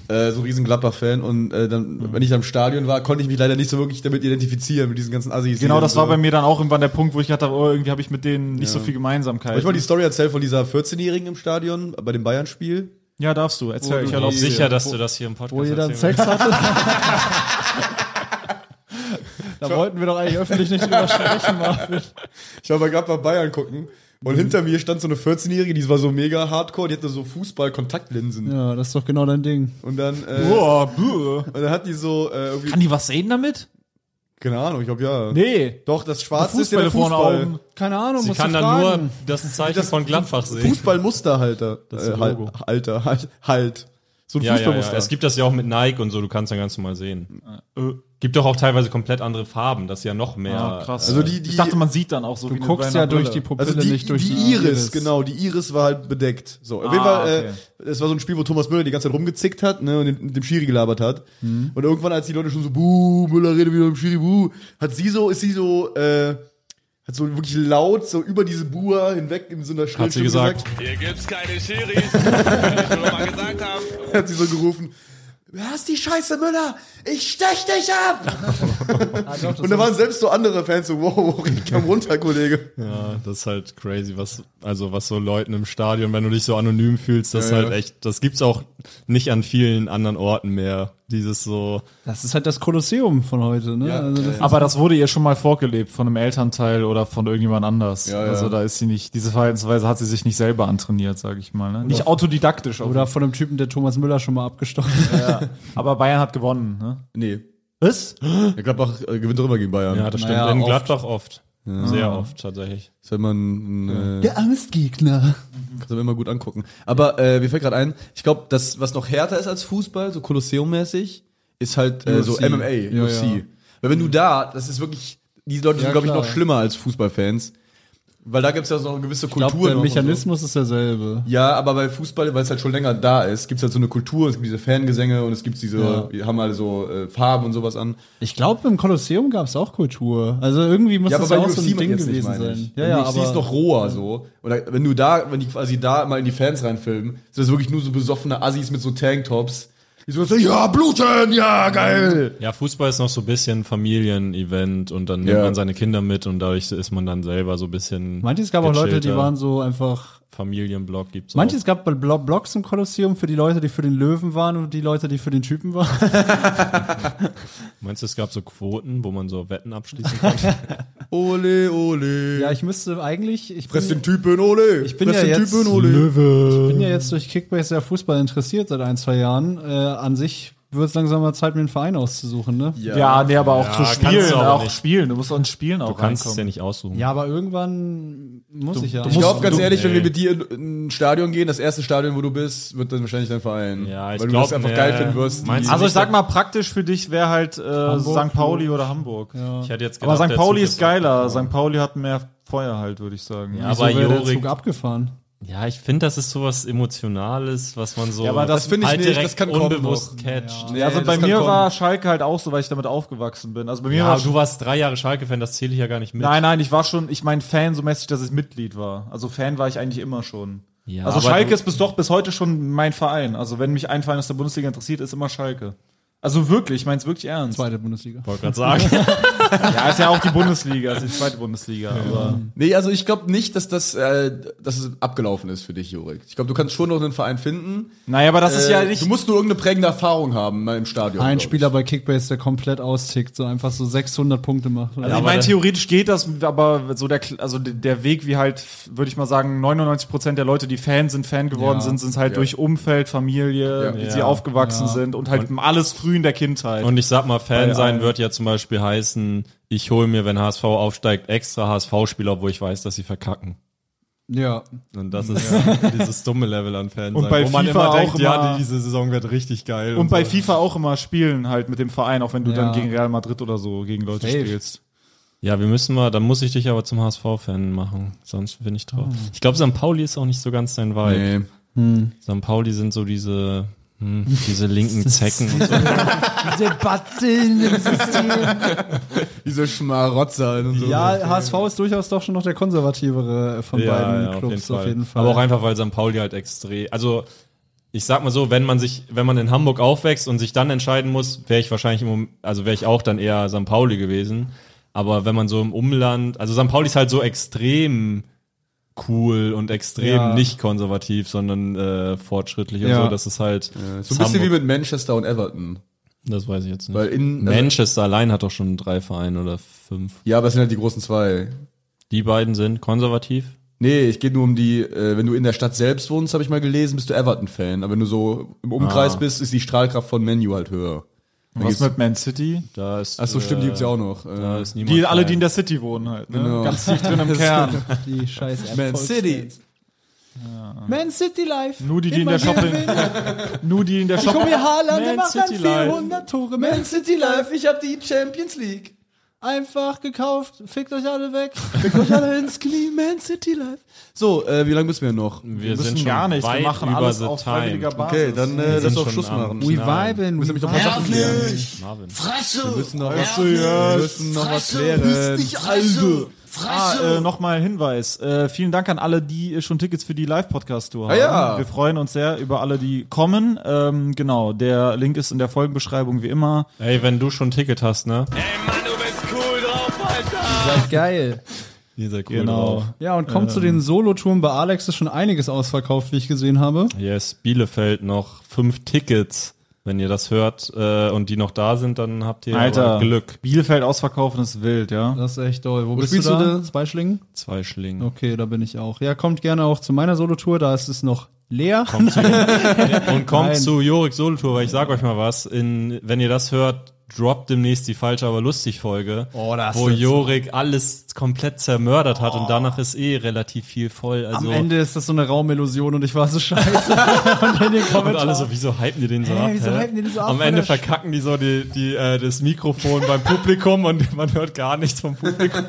äh, so ein riesen Gladbach-Fan und äh, dann, wenn ich am Stadion war, konnte ich mich leider nicht so wirklich damit identifizieren, mit diesen ganzen Assis.
Genau, das war bei
mir.
mir dann auch irgendwann der Punkt, wo ich dachte, oh, irgendwie habe ich mit denen nicht so viel Gemeinsamkeit.
Soll ich mal die Story erzählen von dieser 14-Jährigen im Stadion, bei dem Bayern-Spiel?
ja, darfst du. Erzähl,
Oh.
ich erlaub's dir.
sicher, dass du das hier im Podcast
Wo ihr dann
erzählen
Sex hattet? da wollten wir doch eigentlich öffentlich nicht drüber sprechen, Marvin.
Ich war bei Gladbach Bayern gucken
Mhm.
und hinter mir stand so eine 14-Jährige, die war so mega hardcore, die hatte so Fußball-Kontaktlinsen.
Ja, das ist doch genau dein Ding.
Und dann, äh,
Boah, buh.
und dann hat die so äh, irgendwie,
Kann die was sehen damit?
keine Ahnung, ich glaube ja.
Nee.
Doch, das Schwarze ist ja
Fußbälle
der
vorne
Fußball.
Augen.
Keine Ahnung,
Sie
musst
kann
du
dann
fragen.
nur das Zeichen von Gladbach sehen.
Fußballmusterhalter.
ist
äh,
Logo.
Hal- Alter, halt. halt. So ein
Ja, ja, ja.
Fußballmuster.
Es gibt das ja auch mit Nike und so, du kannst dann ganz normal sehen. Äh, Gibt doch auch teilweise komplett andere Farben, das ist ja noch mehr.
Ja, krass.
also
äh,
die- die-
ich dachte, man sieht dann auch so
Du
wie
guckst
bei einer
ja durch
Brille.
die Pupille,
also die,
nicht durch
die Iris, genau, die Iris war halt bedeckt. So, auf jeden
Ah,
Fall, äh, es war so ein Spiel, wo Thomas Müller die ganze Zeit rumgezickt hat ne, und dem, dem Schiri gelabert hat.
Mhm.
Und irgendwann, als die Leute schon so, buh, Müller redet wieder mit dem Schiri, buh, hat sie so, ist sie so, äh, hat so wirklich laut, so über diese Bua hinweg in so einer Schrift
sie gesagt.
Hier gibt's keine Schiris. Kann ich schon mal gesagt haben.
hat sie so gerufen, wer ist die Scheiße, Müller? Ich stech dich ab! und da waren selbst so andere Fans so, wow, ich kam runter, Kollege.
Ja, das ist halt crazy, was, also was so Leuten im Stadion, wenn du dich so anonym fühlst, das ist halt echt, das gibt's auch nicht an vielen anderen Orten mehr. Dieses so,
Das ist halt das Kolosseum von heute, ne? also das
Aber das wurde ihr schon mal vorgelebt von einem Elternteil oder von irgendjemand anders. Also da ist sie nicht, diese Verhaltensweise hat sie sich nicht selber antrainiert, sage ich mal. Ne? Nicht autodidaktisch, auf
Oder von dem Typen, der Thomas Müller schon mal abgestochen hat.
Aber Bayern hat gewonnen. Ne?
Nee,
Was?
der Gladbach äh, gewinnt doch immer gegen Bayern.
ja, das stimmt
Naja,
in
oft.
Gladbach oft. Sehr oft tatsächlich.
Das hat man, äh,
Der Angstgegner.
Kannst du mir immer gut angucken. Aber äh, mir fällt gerade ein, ich glaube, das, was noch härter ist als Fußball, so Kolosseum-mäßig, ist halt äh, so
UFC.
MMA,
Ja,
UFC.
ja.
Weil wenn du da, das ist wirklich, die Leute sind,
Ja,
glaube ich, noch
klar.
schlimmer als Fußballfans. Weil da gibt es ja so eine gewisse
Ich
Kultur.
glaube, der
noch und
Mechanismus ist derselbe.
So. Ja, aber bei Fußball, weil es halt schon länger da ist, gibt es halt so eine Kultur, es gibt diese Fangesänge und es gibt diese,
Ja.
wir haben alle so äh, Farben und sowas an.
Ich glaube, im Kolosseum gab es auch Kultur. Also irgendwie muss
Ja, aber bei
das auch
UFC
so ein Ding
jetzt nicht,
gewesen
meine
sein.
ich. Ja, ja, UFC ist noch roher so. Oder wenn du da, wenn die quasi da mal in die Fans reinfilmen, sind das wirklich nur so besoffene Assis mit so Tanktops. Die so, ja, bluten, ja, geil.
äh, Ja, Fußball ist noch so ein bisschen Familienevent und dann nimmt
Ja.
man seine Kinder mit und dadurch ist man dann selber so ein bisschen.
Manche, es gab auch Leute, die
gechillter.
waren so einfach.
Familienblock gibt's
Manche,
auch.
es gab bei Blo- Blocks im Kolosseum für die Leute, die für den Löwen waren und die Leute, die für den Typen waren.
Meinst du, es gab so Quoten, wo man so Wetten abschließen konnte?
Ole, ole.
Ja, ich müsste eigentlich. Ich
Fress
bin,
den Typen, ole.
ich bin
Fress
ja
den
jetzt
Typen, ole.
Ich bin ja jetzt durch Kickbase sehr Fußball interessiert seit ein, zwei Jahren. Äh, an sich wird es langsam mal Zeit, mir einen Verein auszusuchen, ne?
Ja, nee, aber auch zu
kannst du
spielen.
aber
Auch
nicht.
spielen. Du musst auch in Spielen auch
Du kannst es ja
reinkommen.
nicht aussuchen.
Ja, aber irgendwann muss ich ja. Also,
Ich glaube,
musst-
ganz
du-
ehrlich, wenn wir mit dir in in ein Stadion gehen, das erste Stadion, wo du bist, wird dann wahrscheinlich dein Verein.
Ja, ich
Weil
glaub,
du das einfach
äh,
ja,
geil
ja.
finden wirst.
Meinst
Also ich
nicht,
sag mal, praktisch für dich wäre halt äh, St. Pauli oder Hamburg.
Ich hätte jetzt
Aber
gedacht,
St.
der
Pauli
Zug
ist geiler. St. Pauli hat mehr Feuer halt, würde ich sagen.
Ja,
Wieso
aber
wäre der
Jorik-
Zug abgefahren.
Ja, ich finde, das ist sowas Emotionales, was man so
Ja, aber das
finde ich
halt
nicht,
direkt
das kann kommen
unbewusst
noch.
catcht.
Nee,
Ja, also
das
bei
kann
mir
kommen.
war Schalke halt auch so, weil ich damit aufgewachsen bin. Also bei mir
Ja,
war
aber du warst drei Jahre Schalke-Fan, das zähle ich ja gar nicht mit.
Nein, nein, ich war schon, ich mein Fan so mäßig, dass ich Mitglied war. Also Fan war ich eigentlich immer schon.
Ja,
also
aber
Schalke
du-
ist bis doch bis heute schon mein Verein. Also wenn mich ein Verein aus der Bundesliga interessiert, ist immer Schalke. Also wirklich, ich mein's wirklich ernst.
Zweite Bundesliga.
wollte gerade sagen.
Ja, ist ja auch die Bundesliga, also die zweite Bundesliga. Aber
Nee, also ich glaube nicht, dass das, äh, dass es abgelaufen ist für dich, Jurik. Ich glaube, du kannst schon noch einen Verein finden.
naja, aber das ist
Äh,
ja nicht.
Du musst nur irgendeine prägende Erfahrung haben mal im Stadion. glaub
Ein
ich.
Spieler bei Kickbase, der komplett austickt, so einfach so 600 Punkte macht.
Also ich
aber
meine,
dann-
theoretisch geht das, aber so der, also d- der Weg, wie halt, würde ich mal sagen, 99% der Leute, die Fan sind, Fan geworden
Ja.
sind, sind halt
Ja.
durch Umfeld, Familie,
Ja.
wie
Ja.
sie aufgewachsen sind und halt alles früh in der Kindheit.
Und ich sag mal, Fan
Bei
sein
allen.
wird ja zum Beispiel heißen, ich hole mir, wenn HSV aufsteigt, extra HSV-Spieler, obwohl ich weiß, dass sie verkacken.
ja.
Und das ist dieses dumme Level an Fan sein,
Und bei
wo man
FIFA
immer
auch
denkt, ja,
immer-
diese Saison wird richtig geil.
Und bei
so.
FIFA auch immer spielen halt mit dem Verein, auch wenn du
Ja.
dann gegen Real Madrid oder so gegen Leute
Safe.
spielst.
Ja, wir müssen mal, dann muss ich dich aber zum HSV-Fan machen, sonst bin ich drauf.
Ah.
Ich glaube, St. Pauli ist auch nicht so ganz dein Vibe.
Nee.
St. Pauli sind so diese, hm, diese linken Zecken und so.
Diese Batzeln im System.
Diese Schmarotzer und so.
Ja, HSV ist durchaus doch schon noch der konservativere von beiden Clubs auf jeden Fall.
Aber auch einfach, weil St. Pauli halt extrem. Also, ich sag mal so, wenn man sich, wenn man in Hamburg aufwächst und sich dann entscheiden muss, wäre ich wahrscheinlich im Mom- also wäre ich auch dann eher St. Pauli gewesen. Aber wenn man so im Umland, also St. Pauli ist halt so extrem cool und extrem
Ja.
nicht konservativ, sondern äh, fortschrittlich und
Ja.
so. Das ist halt
So ein bisschen wie
Hamburg.
mit Manchester und Everton.
Das weiß ich jetzt nicht.
Weil in, also,
Manchester allein hat doch schon drei Vereine oder fünf.
ja, aber es sind halt die großen zwei.
Die beiden sind konservativ.
Nee, ich gehe nur um die, äh, wenn du in der Stadt selbst wohnst, habe ich mal gelesen, bist du Everton-Fan. Aber wenn du so im Umkreis
Ah.
bist, ist die Strahlkraft von Menu halt höher.
Und Was mit Man City?
Da ist.
Achso, stimmt, die gibt's ja Genau. auch noch.
Da
Äh,
ist niemand
Die alle,
Fan.
die in der City wohnen halt, ne?
Genau.
Ganz tief drin im Kern.
die scheiß
Man City.
Man City Life.
Nur die, die in der Shopping. Nur die in der Shopping.
Tommy Haaland, der
Man
macht dann
City Life.
400 Tore. Man City Life, ich hab die Champions League. Einfach gekauft, fickt euch alle weg, fickt euch alle ins Knie, Man City Life.
So, äh, wie lange müssen wir noch?
Wir,
Wir
sind
müssen
schon
gar nichts.
weit
Wir machen
über
alles
the
auf
time.
freiwilliger Basis.
Okay, dann äh,
sind
lass doch
schon
Schluss
am
machen.
We Nein.
viben,
Müssen nämlich noch ein paar Sachen klären.
Nervlich!
Marvin.
Wir
Fresse!
müssen noch was, wir
Nervlich!
müssen noch was
Fresse!
klären.
Also!
Ah, äh,
Fresse!
nochmal Hinweis. Äh, vielen Dank an alle, die äh, schon Tickets für die Live-Podcast-Tour haben.
ja.
Wir freuen uns sehr über alle, die kommen. Ähm, genau, der Link ist in der Folgenbeschreibung wie immer.
Ey, wenn du schon ein Ticket hast, ne?
Ey Mann, du bist cool drauf, Alter!
Geil.
Ihr seid cool drauf.
Ja, und
ähm,
kommt zu den Solotouren. Bei Alex ist schon einiges ausverkauft, wie ich gesehen habe.
Yes, Bielefeld noch fünf Tickets. Wenn ihr das hört äh, und die noch da sind, dann habt ihr
Alter,
aber Glück.
Bielefeld ausverkaufen ist wild, ja.
Das ist echt toll. Wo, bist
spielst
du
du
da?
denn?
Zwei Schlingen?
Zwei Schlingen.
Okay, da bin ich auch. Ja, kommt gerne auch zu meiner Solotour. Da ist es noch leer.
Und kommt
Nein.
zu Jorik Solotour, weil ich sag euch mal was, in, wenn ihr das hört, droppt demnächst die falsche, aber lustig Folge,
Oh, da hast
wo
du jetzt-
Jorik alles komplett zermördert hat und danach ist eh relativ viel voll. Also
Am Ende ist das so eine Raumellusion und ich war so scheiße. und in den
und alle
Kommentaren.
so, wieso hypen die den so
Hä,
ab?
wieso
hä?
hypen die den so ab
Am
von
Ende
der Sch-
verkacken die so die, die, äh, das Mikrofon beim Publikum und man hört gar nichts vom Publikum.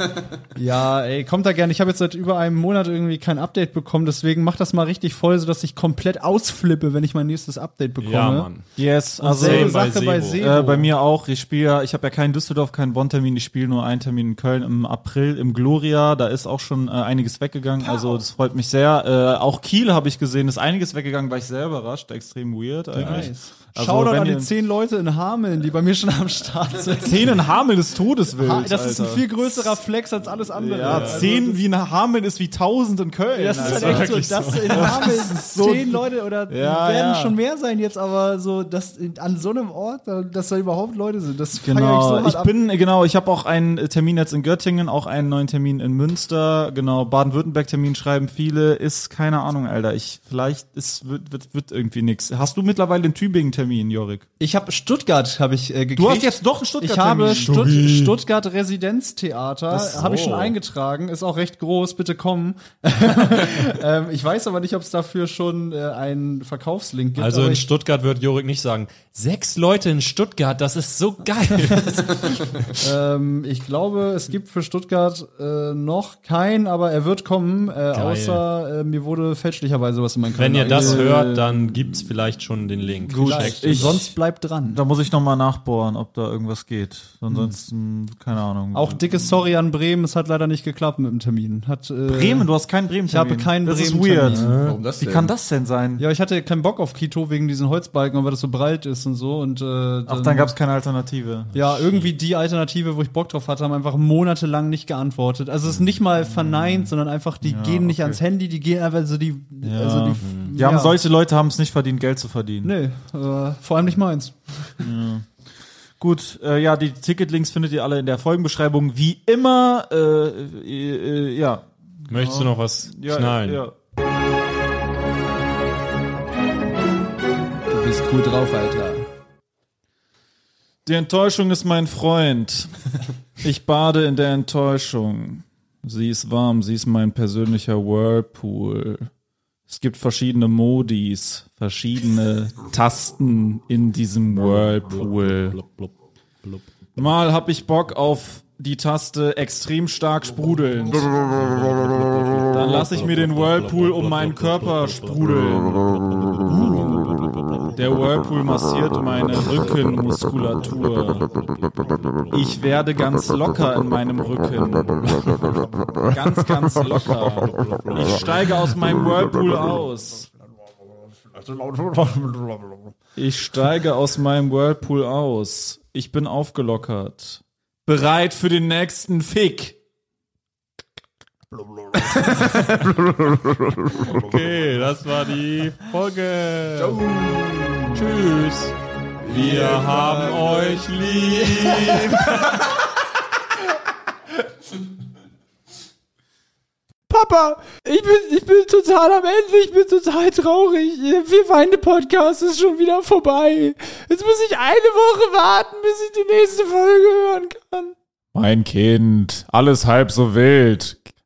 Ja, ey, kommt da gerne. Ich habe jetzt seit über einem Monat irgendwie kein Update bekommen. Deswegen macht das mal richtig voll, sodass ich komplett ausflippe, wenn ich mein nächstes Update bekomme.
Ja, Mann.
Yes, also
Selbe
Same bei
Sache bei
Sebo.
Sebo.
äh, bei mir auch. Ich spiele ja, ich habe ja keinen Düsseldorf, keinen Bonn-Termin. Ich spiele nur einen Termin in Köln im April im Gloria. Da ist auch schon äh, einiges weggegangen. Also das freut mich sehr. Äh, auch Kiel habe ich gesehen, ist einiges weggegangen, war ich sehr überrascht. Extrem weird eigentlich.
Nice.
Also,
Shoutout
wenn
an die
ihr-
zehn Leute in Hameln, die bei mir schon am Start sind.
Zehn Hamel des Todes will.
Ha- Ah, Das ist ein viel größerer Flex als alles andere.
Ja,
Also,
zehn wie in Hameln ist wie tausend in Köln.
Das ist
Also,
halt echt so, dass in Hameln zehn Leute oder
Ja,
werden
ja.
schon mehr sein jetzt, aber so, dass in, an so einem Ort, äh, dass da überhaupt Leute sind, das feier
Genau,
ich so
ich,
hart ab.
bin, genau, ich habe auch einen äh, Termin jetzt in Göttingen, auch einen neuen Termin in Münster, genau, Baden-Württemberg-Termin schreiben viele, ist keine Ahnung, Alter, ich, vielleicht, es wird, wird, wird irgendwie nix. Hast du mittlerweile den Tübingen-Termin, Jorik?
Ich habe Stuttgart habe ich äh, gekriegt.
Du hast jetzt doch einen
ich
Stuttgart-Termin.
habe Stutt Stuttgart Residenztheater, habe ich schon
so.
eingetragen, ist auch recht groß, bitte kommen. ähm, ich weiß aber nicht, ob es dafür schon äh, einen Verkaufslink gibt.
Also
aber
in
ich
Stuttgart wird Jorik nicht sagen, sechs Leute in Stuttgart, das ist so geil.
Ähm, ich glaube, es gibt für Stuttgart äh, noch keinen, aber er wird kommen, äh, außer äh, mir wurde fälschlicherweise was in meinen
Wenn ihr
Kalender
das
eingetragen.
hört, dann gibt's vielleicht schon den Link.
Gut,
Checkt
ich,
Sonst bleibt dran.
da muss ich nochmal nachbohren, ob da irgendwas geht. Ansonsten, keine Ahnung.
Auch dickes Sorry an Bremen, es hat leider nicht geklappt mit dem Termin. Hat, äh,
Bremen, du hast keinen Bremen-Termin.
Ich habe keinen
Das ist
Bremen-Termin.
weird.
Warum das
Wie
denn?
kann das denn sein?
Ja, ich hatte keinen Bock auf Quito wegen diesen Holzbalken, weil das so breit ist und so. Und, äh, dann,
Ach, dann gab's keine Alternative.
Ja, irgendwie die Alternative, wo ich Bock drauf hatte, haben einfach monatelang nicht geantwortet. Also es ist nicht
Mm.
mal verneint, sondern einfach, die gehen nicht ans Handy, die gehen einfach so die. Also die
Die mm. haben solche Leute haben es nicht verdient, Geld zu verdienen.
Nee, äh, vor allem nicht meins.
Gut, äh, ja, die Ticketlinks findet ihr alle in der Folgenbeschreibung. Wie immer, äh, äh, äh, ja.
Möchtest du noch was
ja
knallen?
Ja,
Du bist cool drauf, Alter.
Die Enttäuschung ist mein Freund. Ich bade in der Enttäuschung. Sie ist warm, sie ist mein persönlicher Whirlpool. Es gibt verschiedene Modis, verschiedene Tasten in diesem Whirlpool. Mal hab ich Bock auf die Taste extrem stark sprudeln. Dann lass ich mir den Whirlpool um meinen Körper sprudeln. Der Whirlpool massiert meine Rückenmuskulatur. Ich werde ganz locker in meinem Rücken. Ganz, ganz locker. Ich steige aus meinem Whirlpool aus. Ich steige aus meinem Whirlpool aus. Ich bin aufgelockert. Bereit für den nächsten Fick.
Okay, das war die Folge. Tschüss. Wir haben euch lieb.
Papa, ich bin, ich bin total am Ende, ich bin total traurig. Wir weine Podcast ist schon wieder vorbei. Jetzt muss ich eine Woche warten, bis ich die nächste Folge hören kann.
Mein Kind, alles halb so wild.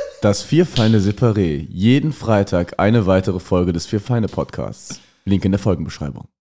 Das Vierfeine Separé. Jeden Freitag eine weitere Folge des Vierfeine Podcasts. Link in der Folgenbeschreibung.